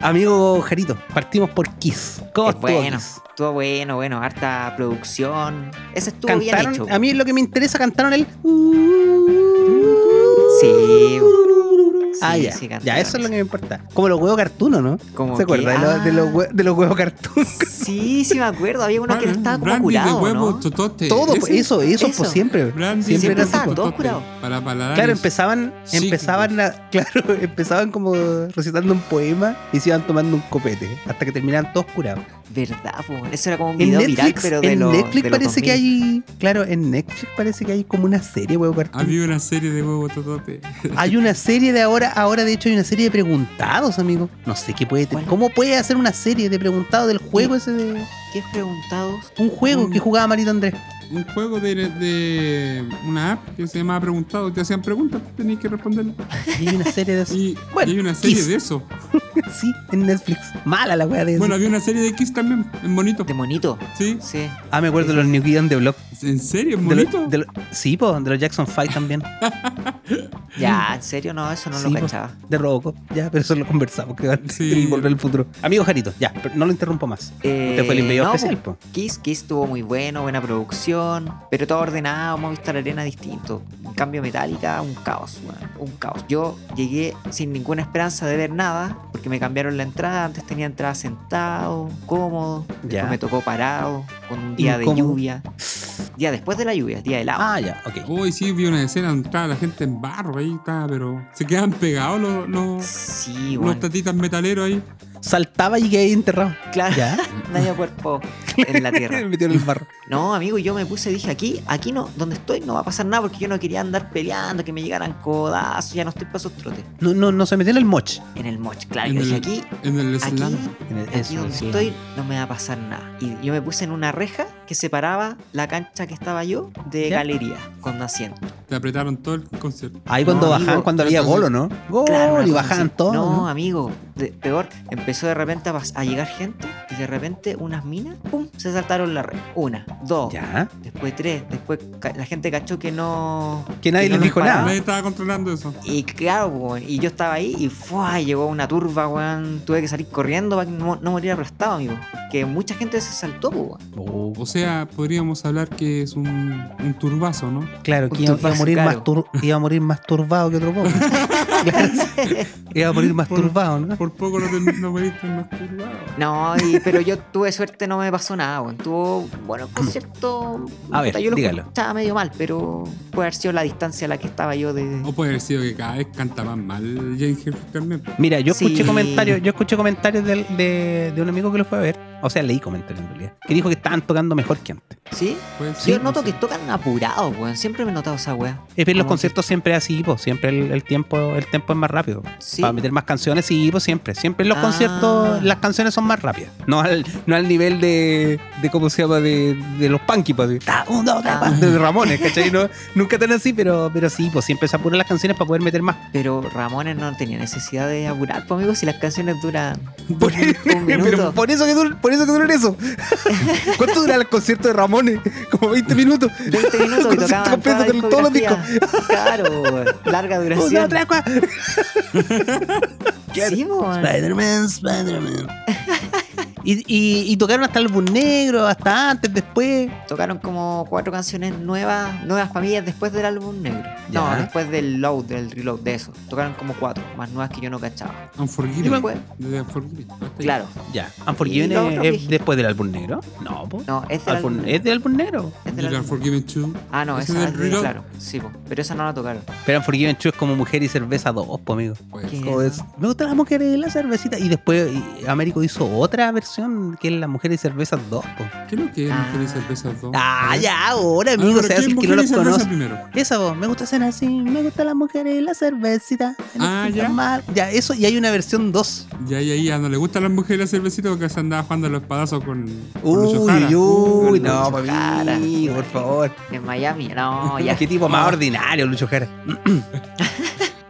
[SPEAKER 1] Amigo Jarito, partimos por Kiss. ¿Cómo
[SPEAKER 2] Es
[SPEAKER 1] estuvo
[SPEAKER 2] bueno,
[SPEAKER 1] Kiss?
[SPEAKER 2] estuvo bueno, bueno, harta producción. Eso estuvo bien
[SPEAKER 1] Cantaron,
[SPEAKER 2] hecho.
[SPEAKER 1] a mí es lo que me interesa, cantaron el...
[SPEAKER 2] Sí.
[SPEAKER 1] ah,
[SPEAKER 2] Sí,
[SPEAKER 1] ya. ya,
[SPEAKER 2] sí, cantaron
[SPEAKER 1] eso es lo
[SPEAKER 2] eso.
[SPEAKER 1] que me importa. Como los huevos cartuno, ¿no?
[SPEAKER 2] Como
[SPEAKER 1] ¿Se acuerda
[SPEAKER 2] que-
[SPEAKER 1] de,
[SPEAKER 2] ah.
[SPEAKER 1] los- de los, hue- de los huevos cartuno?
[SPEAKER 2] Sí, sí me acuerdo. Había uno que estaba como
[SPEAKER 3] Brandy
[SPEAKER 2] curado,
[SPEAKER 3] de huevo,
[SPEAKER 2] ¿no?
[SPEAKER 3] totote.
[SPEAKER 1] Todo,
[SPEAKER 3] Ese-
[SPEAKER 1] eso, eso,
[SPEAKER 2] eso.
[SPEAKER 1] por siempre.
[SPEAKER 3] Brandy
[SPEAKER 1] siempre
[SPEAKER 3] de
[SPEAKER 1] eran
[SPEAKER 2] Siempre
[SPEAKER 3] huevo
[SPEAKER 2] estaban todos
[SPEAKER 3] totote,
[SPEAKER 2] curados.
[SPEAKER 3] Para paladares.
[SPEAKER 1] Claro, empezaban,
[SPEAKER 3] Sí,
[SPEAKER 1] empezaban, a- claro, empezaban como recitando un poema y se iban tomando un copete hasta que terminaban todos curados.
[SPEAKER 2] Verdad, po? eso era como un
[SPEAKER 1] En
[SPEAKER 2] video viral,
[SPEAKER 1] Netflix,
[SPEAKER 2] pero de
[SPEAKER 1] en
[SPEAKER 2] los-
[SPEAKER 1] Netflix
[SPEAKER 2] de los
[SPEAKER 1] parece que
[SPEAKER 2] 2000.
[SPEAKER 1] hay, claro, en Netflix parece que hay como una serie, huevo cartón.
[SPEAKER 3] Había una serie de huevo totote.
[SPEAKER 1] Hay una serie de ahora, ahora de hecho hay una serie de preguntados, amigo. No sé qué puede tener.
[SPEAKER 2] ¿Cuál?
[SPEAKER 1] ¿Cómo puede hacer una serie de preguntados del juego ese de
[SPEAKER 2] ¿Qué es preguntados?
[SPEAKER 1] un juego que jugaba Marito Andrés?
[SPEAKER 3] Un juego de, de una app que se llamaba Preguntado. Te hacían preguntas, tenías que responderlas.
[SPEAKER 1] Y hay una serie de eso.
[SPEAKER 3] Y,
[SPEAKER 1] Bueno,
[SPEAKER 3] y hay una serie
[SPEAKER 1] Kiss.
[SPEAKER 3] de eso.
[SPEAKER 1] sí, en Netflix. Mala la wea de eso.
[SPEAKER 3] Bueno, había una serie de Kiss también, en bonito.
[SPEAKER 2] De monito.
[SPEAKER 3] Sí,
[SPEAKER 2] Sí.
[SPEAKER 1] ah, me acuerdo de los New Kids de Block.
[SPEAKER 3] en serio, en
[SPEAKER 1] De lo-
[SPEAKER 3] bonito.
[SPEAKER 1] de lo- sí, po, de los Jackson 5 también.
[SPEAKER 2] Ya, en serio, no, eso no
[SPEAKER 1] Sí, pues.
[SPEAKER 2] lo
[SPEAKER 1] po,
[SPEAKER 2] cachaba.
[SPEAKER 1] De Robocop, ya, pero eso lo conversamos. Que va
[SPEAKER 3] Sí.
[SPEAKER 1] en volver al futuro. Amigo Jarito, ya, pero no lo interrumpo más.
[SPEAKER 2] Eh,
[SPEAKER 1] Usted fue el invitado
[SPEAKER 2] no,
[SPEAKER 1] especial, po.
[SPEAKER 2] Kiss, Kiss estuvo muy bueno, buena producción, pero todo ordenado, Movistar Arena distinto. En cambio, Metallica, un caos, weón, un caos. Yo llegué sin ninguna esperanza de ver nada, porque me cambiaron la entrada, antes tenía entrada sentado, cómodo,
[SPEAKER 1] Ya.
[SPEAKER 2] después me tocó parado, con un día
[SPEAKER 1] Incómodo.
[SPEAKER 2] de lluvia. Día después de la lluvia, día de helado.
[SPEAKER 1] Ah, ya, ok.
[SPEAKER 3] Hoy sí vi una escena donde estaba la gente en barro ahí, estaba, pero se quedan pegados los, los,
[SPEAKER 2] sí,
[SPEAKER 3] los
[SPEAKER 2] bueno,
[SPEAKER 3] tatitas metaleros ahí.
[SPEAKER 1] Saltaba y quedé enterrado.
[SPEAKER 2] claro,
[SPEAKER 1] Ya.
[SPEAKER 2] medio cuerpo en la tierra.
[SPEAKER 1] Me metió en el barro.
[SPEAKER 2] No, amigo, yo me puse, dije, aquí, aquí no, donde estoy no va a pasar nada porque yo no quería andar peleando, que me llegaran codazos, ya no estoy para esos trotes.
[SPEAKER 1] No, no, no se metió en el moch.
[SPEAKER 2] En el moch, claro,
[SPEAKER 3] En
[SPEAKER 2] yo dije,
[SPEAKER 3] el,
[SPEAKER 2] aquí,
[SPEAKER 3] en el
[SPEAKER 2] aquí,
[SPEAKER 3] slam.
[SPEAKER 1] En el-
[SPEAKER 2] aquí
[SPEAKER 1] eso,
[SPEAKER 2] donde
[SPEAKER 1] sí.
[SPEAKER 2] estoy no me va a pasar nada. Y yo me puse en una reja que separaba la cancha que estaba yo de
[SPEAKER 1] ¿Ya?
[SPEAKER 2] galería, con asiento.
[SPEAKER 3] Te apretaron todo el concierto.
[SPEAKER 1] Ahí cuando
[SPEAKER 2] No,
[SPEAKER 1] bajaban,
[SPEAKER 2] amigo,
[SPEAKER 1] cuando había
[SPEAKER 3] entonces-
[SPEAKER 1] gol, ¿o ¿no? Gol,
[SPEAKER 2] una
[SPEAKER 1] y
[SPEAKER 2] cosa
[SPEAKER 1] bajaban
[SPEAKER 2] así.
[SPEAKER 1] todo.
[SPEAKER 2] No,
[SPEAKER 1] ¿no?
[SPEAKER 2] amigo, de- peor, empezó de repente a, pas- a llegar gente y de repente unas minas, ¡pum!, se saltaron la reja. Una, dos,
[SPEAKER 1] Ya.
[SPEAKER 2] después tres, después ca- la gente cachó que no...
[SPEAKER 1] Que nadie les
[SPEAKER 2] no
[SPEAKER 1] dijo
[SPEAKER 2] nos
[SPEAKER 1] nada.
[SPEAKER 2] paraba.
[SPEAKER 3] Nadie estaba controlando eso.
[SPEAKER 2] Y claro, weón, y yo estaba ahí y ¡fua! llegó una turba, weón. Tuve que salir corriendo para que no, no morir aplastado, amigo. Que mucha gente se saltó, po, weón.
[SPEAKER 1] Oh,
[SPEAKER 3] O sea, podríamos hablar que es un, un turbazo, ¿no?
[SPEAKER 1] claro, que iba,
[SPEAKER 2] Turbazo,
[SPEAKER 1] iba a morir
[SPEAKER 2] claro.
[SPEAKER 1] más tur- iba a morir más turbado que otro pobre. Claro, iba a morir más
[SPEAKER 3] Por-
[SPEAKER 1] turbado,
[SPEAKER 2] Ah.
[SPEAKER 1] ¿no?
[SPEAKER 3] Por poco no, te, no moriste más turbado.
[SPEAKER 2] No, y- pero yo tuve suerte, no me pasó nada, weón. Tuvo, bueno, el concierto.
[SPEAKER 1] A ver,
[SPEAKER 2] puta, yo lo
[SPEAKER 1] dígalo.
[SPEAKER 2] Estaba medio mal, pero puede haber sido la distancia a la que estaba yo de.
[SPEAKER 1] Oh,
[SPEAKER 3] O puede haber sido que cada vez canta más mal Jane Herfield también. pues,
[SPEAKER 1] Mira, yo escuché
[SPEAKER 2] Sí.
[SPEAKER 1] comentarios, yo escuché comentarios del- de, de un amigo que lo fue a ver. O sea, leí comentarios en realidad. Que dijo que estaban tocando mejor que antes.
[SPEAKER 2] ¿Sí?
[SPEAKER 3] Puede ser,
[SPEAKER 2] yo
[SPEAKER 3] no
[SPEAKER 2] noto
[SPEAKER 3] sé.
[SPEAKER 2] que tocan apurados, weón. Siempre me he notado esa weá.
[SPEAKER 1] Es ver los
[SPEAKER 2] Como
[SPEAKER 1] conciertos siempre es así, po, siempre el, el tiempo, el tiempo es más rápido.
[SPEAKER 2] Sí.
[SPEAKER 1] Para meter más canciones, sí, pues siempre. Siempre en los
[SPEAKER 2] Ah.
[SPEAKER 1] conciertos las canciones son más rápidas. No al, no al nivel de, de cómo se llama, de, de los punky, pues. así, ta, un, dos, tres,
[SPEAKER 2] Ah.
[SPEAKER 1] pa, de Ramones, ¿cachai? No, nunca tan así, pero, pero sí, pues siempre se apuran las canciones para poder meter más.
[SPEAKER 2] Pero Ramones no tenía necesidad de apurar, pues, amigo, si las canciones duran.
[SPEAKER 1] Por,
[SPEAKER 2] un minuto.
[SPEAKER 1] pero por eso que duran, por eso que duran eso. ¿Cuánto dura el concierto de Ramones? Como 20 minutos.
[SPEAKER 2] 20 minutos
[SPEAKER 1] Concierto
[SPEAKER 2] y tocaban
[SPEAKER 1] completo
[SPEAKER 2] toda
[SPEAKER 1] de todos los
[SPEAKER 2] discografía. Claro, weón. larga
[SPEAKER 1] Un,
[SPEAKER 2] duración.
[SPEAKER 1] dos, tres, cuatro.
[SPEAKER 2] Sí, weón.
[SPEAKER 1] Spider-Man, Spider-Man. y, y, y tocaron hasta el álbum negro, hasta antes, después.
[SPEAKER 2] Tocaron como cuatro canciones nuevas, nuevas familias después del álbum negro.
[SPEAKER 1] Ya.
[SPEAKER 2] No, después del load, del reload, de eso. Tocaron como cuatro, más nuevas que yo no cachaba. Y
[SPEAKER 3] Unforgiven.
[SPEAKER 2] después,
[SPEAKER 3] De Unforgiven. Hasta ahí.
[SPEAKER 2] claro,
[SPEAKER 1] Ya.
[SPEAKER 2] Y lo
[SPEAKER 1] Unforgiven
[SPEAKER 2] otro
[SPEAKER 1] es,
[SPEAKER 2] dije.
[SPEAKER 1] después del álbum negro. No, po.
[SPEAKER 2] no, es del
[SPEAKER 1] Alfon-
[SPEAKER 2] álbum,
[SPEAKER 1] es del álbum negro.
[SPEAKER 2] es
[SPEAKER 3] Y
[SPEAKER 2] del
[SPEAKER 3] la
[SPEAKER 2] álbum.
[SPEAKER 3] Unforgiven 2.
[SPEAKER 2] Ah, no,
[SPEAKER 3] ¿Es
[SPEAKER 2] esa
[SPEAKER 3] del
[SPEAKER 2] es
[SPEAKER 3] Reload?
[SPEAKER 2] claro, sí, po, pero esa no la tocaron.
[SPEAKER 1] Pero Unforgiven 2 es como mujer y cerveza 2, po, amigo.
[SPEAKER 3] Pues,
[SPEAKER 2] ¿Qué?
[SPEAKER 1] Como Oh, es, me gustan las mujeres y la cervecita. Y después y Américo hizo otra versión que es la mujer y cerveza 2, po.
[SPEAKER 3] ¿Qué es lo que es
[SPEAKER 2] Ah.
[SPEAKER 3] Mujer y Cerveza 2?
[SPEAKER 1] Ah, ya, ahora,
[SPEAKER 3] Ah,
[SPEAKER 1] amigo.
[SPEAKER 3] pero
[SPEAKER 1] se
[SPEAKER 3] ¿qué
[SPEAKER 1] hace
[SPEAKER 3] es
[SPEAKER 1] el que no
[SPEAKER 3] Mujer y
[SPEAKER 1] los
[SPEAKER 3] Cerveza
[SPEAKER 1] conoce.
[SPEAKER 3] primero?
[SPEAKER 1] Esa voz, me gusta cenar así, me gustan las mujeres y la cervecita. no
[SPEAKER 3] Ah,
[SPEAKER 1] siento
[SPEAKER 3] ya.
[SPEAKER 1] mal. Ya, eso, y hay una versión 2.
[SPEAKER 3] Ya, ya, ya. No le gustan las mujeres la cervecita porque se andaba jugando a los espadazos con, con
[SPEAKER 1] Uy,
[SPEAKER 3] Lucho Jara.
[SPEAKER 1] uy, uy, no, pues,
[SPEAKER 2] Lucho
[SPEAKER 1] para mí,
[SPEAKER 2] Jara.
[SPEAKER 1] por favor.
[SPEAKER 2] En Miami, no, ya.
[SPEAKER 1] Qué tipo pues, más
[SPEAKER 3] Ah,
[SPEAKER 2] No.
[SPEAKER 1] ordinario, Lucho Jara.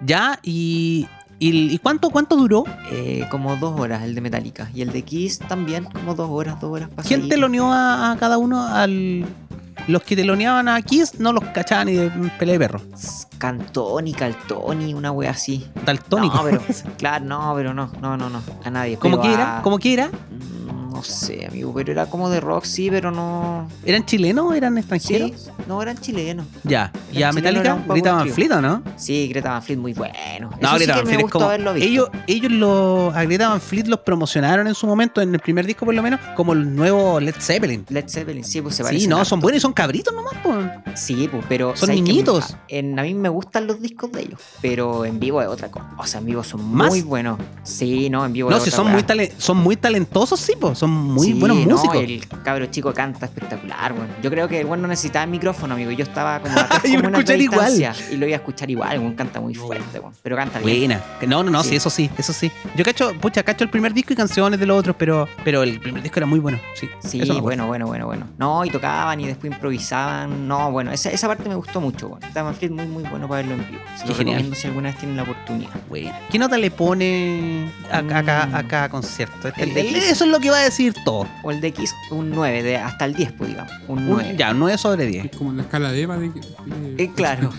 [SPEAKER 1] ya, y, y, y cuánto, cuánto duró?
[SPEAKER 2] Eh, como dos horas el de Metallica. Y el de Kiss también, como dos horas, dos horas
[SPEAKER 1] ¿Quién te
[SPEAKER 2] pasadito.
[SPEAKER 1] lo unió a, a cada uno al,
[SPEAKER 6] Los que teloneaban a Kiss no los cachaban ni de pelea de perro.
[SPEAKER 2] Cantoni, Caltoni, una wea así.
[SPEAKER 6] Daltónico.
[SPEAKER 2] No, pero, claro, no, pero no, no, no, no, a nadie.
[SPEAKER 6] ¿Cómo
[SPEAKER 2] pero
[SPEAKER 6] que era?
[SPEAKER 2] a-
[SPEAKER 6] ¿Cómo que era?
[SPEAKER 2] Mm, No sé, amigo, pero era como de rock, sí, pero no.
[SPEAKER 6] ¿Eran chilenos? ¿Eran
[SPEAKER 2] Sí,
[SPEAKER 6] extranjeros?
[SPEAKER 2] no eran chilenos.
[SPEAKER 6] Ya. ¿Y a
[SPEAKER 2] Eran chilenos,
[SPEAKER 6] Metallica
[SPEAKER 2] eran un poco
[SPEAKER 6] gritaban
[SPEAKER 2] trío.
[SPEAKER 6] Fleet o no?
[SPEAKER 2] Sí, Greta Van Fleet, muy bueno.
[SPEAKER 6] No,
[SPEAKER 2] Eso sí
[SPEAKER 6] Greta
[SPEAKER 2] que
[SPEAKER 6] Van Fleet
[SPEAKER 2] me
[SPEAKER 6] es
[SPEAKER 2] gustó
[SPEAKER 6] como-
[SPEAKER 2] haberlo visto.
[SPEAKER 6] Ellos, ellos lo, a Greta Van Fleet los promocionaron en su momento, en el primer disco por lo menos, como el nuevo Led Zeppelin.
[SPEAKER 2] Led Zeppelin, sí, pues se
[SPEAKER 6] Sí,
[SPEAKER 2] parecen
[SPEAKER 6] no,
[SPEAKER 2] harto.
[SPEAKER 6] son buenos y son cabritos nomás, pues.
[SPEAKER 2] Sí, pues, pero.
[SPEAKER 6] Son
[SPEAKER 2] ¿sabes qué?
[SPEAKER 6] niñitos.
[SPEAKER 2] A- en, a mí me gustan los discos de ellos, pero en vivo es otra cosa. O sea, en vivo son
[SPEAKER 6] ¿Más?
[SPEAKER 2] muy buenos. Sí, no, en vivo
[SPEAKER 6] No,
[SPEAKER 2] es
[SPEAKER 6] si
[SPEAKER 2] otra
[SPEAKER 6] son
[SPEAKER 2] weá.
[SPEAKER 6] muy, tale- son muy talentosos, sí, pues. Son muy
[SPEAKER 2] Sí,
[SPEAKER 6] buenos
[SPEAKER 2] no,
[SPEAKER 6] músicos.
[SPEAKER 2] el cabro chico canta espectacular, weón. Yo creo que el weón no necesitaba el micrófono, amigo. Yo estaba como a tres
[SPEAKER 6] Yo lo
[SPEAKER 2] comunas de
[SPEAKER 6] escuchar igual.
[SPEAKER 2] distancia Y lo iba a escuchar igual, weón. Canta muy fuerte, weón. Pero canta bien.
[SPEAKER 6] Buena. No, no, no, sí.
[SPEAKER 2] Sí.
[SPEAKER 6] eso sí, eso sí. Yo cacho, pucha, cacho el primer disco y canciones de los otros, pero, pero el primer disco era muy bueno. Sí,
[SPEAKER 2] Sí,
[SPEAKER 6] eso me acuerdo.
[SPEAKER 2] bueno, bueno, bueno, bueno. No, y tocaban y después improvisaban. No, bueno, esa, esa parte me gustó mucho, weón. Estaba Manfred muy, muy bueno para verlo en vivo. Se
[SPEAKER 6] Qué
[SPEAKER 2] lo
[SPEAKER 6] genial.
[SPEAKER 2] recomiendo si alguna vez tienen la oportunidad.
[SPEAKER 6] Buena. ¿Qué nota le pone a, a cada, a
[SPEAKER 2] Mm.
[SPEAKER 6] cada concierto? Este-
[SPEAKER 2] El de
[SPEAKER 6] el-
[SPEAKER 2] Kiss.
[SPEAKER 6] eso es lo que va a decir todo.
[SPEAKER 2] O el de Kiss, un 9, de hasta el 10, pues digamos. Un
[SPEAKER 6] Un-
[SPEAKER 2] 9.
[SPEAKER 6] ya, 9 sobre 10.
[SPEAKER 3] Es como la escala de Eva de,
[SPEAKER 2] Eh, claro.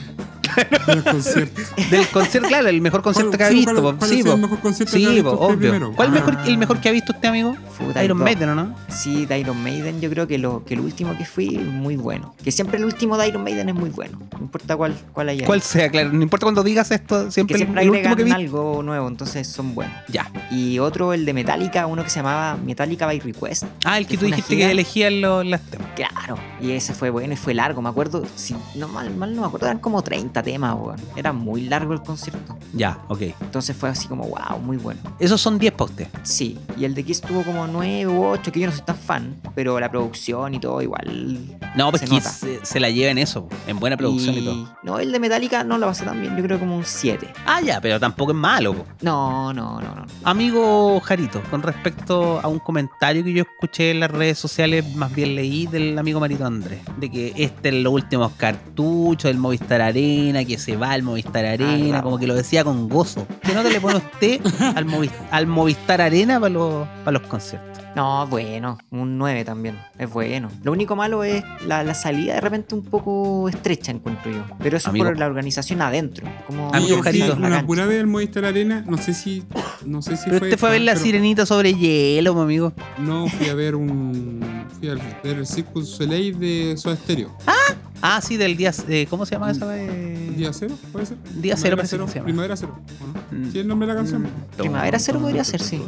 [SPEAKER 3] los conciertos.
[SPEAKER 6] Del concierto, claro, el mejor concierto
[SPEAKER 3] ¿Cuál-
[SPEAKER 6] que ha
[SPEAKER 3] sí,
[SPEAKER 6] visto.
[SPEAKER 3] cuál-
[SPEAKER 6] po.
[SPEAKER 3] cuál ha
[SPEAKER 6] sí,
[SPEAKER 3] sido
[SPEAKER 6] po.
[SPEAKER 3] el mejor concierto que ha
[SPEAKER 6] Sí,
[SPEAKER 3] visto
[SPEAKER 6] po,
[SPEAKER 3] usted
[SPEAKER 6] obvio.
[SPEAKER 3] primero?
[SPEAKER 6] ¿Cuál
[SPEAKER 2] Ah.
[SPEAKER 6] mejor, el mejor que ha visto usted, amigo?
[SPEAKER 2] Puta, hay
[SPEAKER 6] Iron
[SPEAKER 2] dos.
[SPEAKER 6] Maiden, ¿o ¿no?
[SPEAKER 2] Sí, de Iron Maiden, yo creo que lo, que el último que fui, muy bueno. Que siempre el último de Iron Maiden es muy bueno. No importa cuál, cuál haya.
[SPEAKER 6] ¿Cuál sea? Claro, no importa cuando digas esto, siempre,
[SPEAKER 2] que
[SPEAKER 6] el-
[SPEAKER 2] siempre
[SPEAKER 6] el último
[SPEAKER 2] agregan
[SPEAKER 6] que vi.
[SPEAKER 2] algo nuevo, entonces son buenos.
[SPEAKER 6] Ya.
[SPEAKER 2] Y otro, el de Metallica, uno que se llamaba Metallica by Request.
[SPEAKER 6] Ah, el que
[SPEAKER 2] Que
[SPEAKER 6] tú
[SPEAKER 2] fue una
[SPEAKER 6] dijiste
[SPEAKER 2] gira.
[SPEAKER 6] que elegías los, las temas.
[SPEAKER 2] Claro, y ese fue bueno y fue largo. Me acuerdo, si no mal, mal no me acuerdo, eran como 30 temas, weón. Era muy largo el concierto.
[SPEAKER 6] Ya, ok.
[SPEAKER 2] Entonces fue así como, wow, muy bueno.
[SPEAKER 6] Esos son 10 para usted.
[SPEAKER 2] Sí, y el de Kiss tuvo como 9 u 8, que yo no soy tan fan, pero la producción y todo igual.
[SPEAKER 6] No, pues
[SPEAKER 2] se
[SPEAKER 6] Kiss
[SPEAKER 2] nota.
[SPEAKER 6] se, se la lleva en eso, po, en buena producción y... todo.
[SPEAKER 2] No, el de Metallica no la pasé tan bien, yo creo como un 7.
[SPEAKER 6] Ah, ya, pero tampoco es malo. po.
[SPEAKER 2] No, no, no, no.
[SPEAKER 6] Amigo Jarito, con respecto a un comentario que yo escuché en las redes sociales, más bien leí del amigo Marito Andrés, de que este es los últimos cartuchos del Movistar Arena, que se va al
[SPEAKER 2] Ah,
[SPEAKER 6] Movistar Arena,
[SPEAKER 2] claro.
[SPEAKER 6] como que lo decía con gozo. ¿Qué nota le pone usted al, Movis- al Movistar Arena para los, para los conciertos?
[SPEAKER 2] No, bueno, un 9 también, es bueno. Lo único malo es la, la salida de repente un poco estrecha, encuentro yo. Pero eso es
[SPEAKER 6] Amigo.
[SPEAKER 2] por la organización adentro. Como
[SPEAKER 6] Amigo
[SPEAKER 3] Yo fui
[SPEAKER 6] Jarito.
[SPEAKER 2] la
[SPEAKER 3] Ah, una
[SPEAKER 2] cancha.
[SPEAKER 3] pura vez al Movistar Arena, no sé si. No sé si
[SPEAKER 6] Pero
[SPEAKER 3] fue
[SPEAKER 6] usted fue a ver
[SPEAKER 3] fan,
[SPEAKER 6] la
[SPEAKER 3] pero
[SPEAKER 6] sirenita sobre hielo, mi amigo.
[SPEAKER 3] No, fui a ver un. Fui a ver el Cirque du Soleil de Soda Stereo.
[SPEAKER 6] Ah, sí, del día. eh, ¿Cómo se llama esa? eh?
[SPEAKER 3] Mm. ¿Día cero? ¿Puede ser?
[SPEAKER 6] Día
[SPEAKER 3] Primavera
[SPEAKER 6] cero, parece que se llama.
[SPEAKER 3] Primavera cero. ¿o no?
[SPEAKER 6] Mm.
[SPEAKER 3] Sí, el nombre de la canción.
[SPEAKER 2] Primavera Cero podría ser, sí.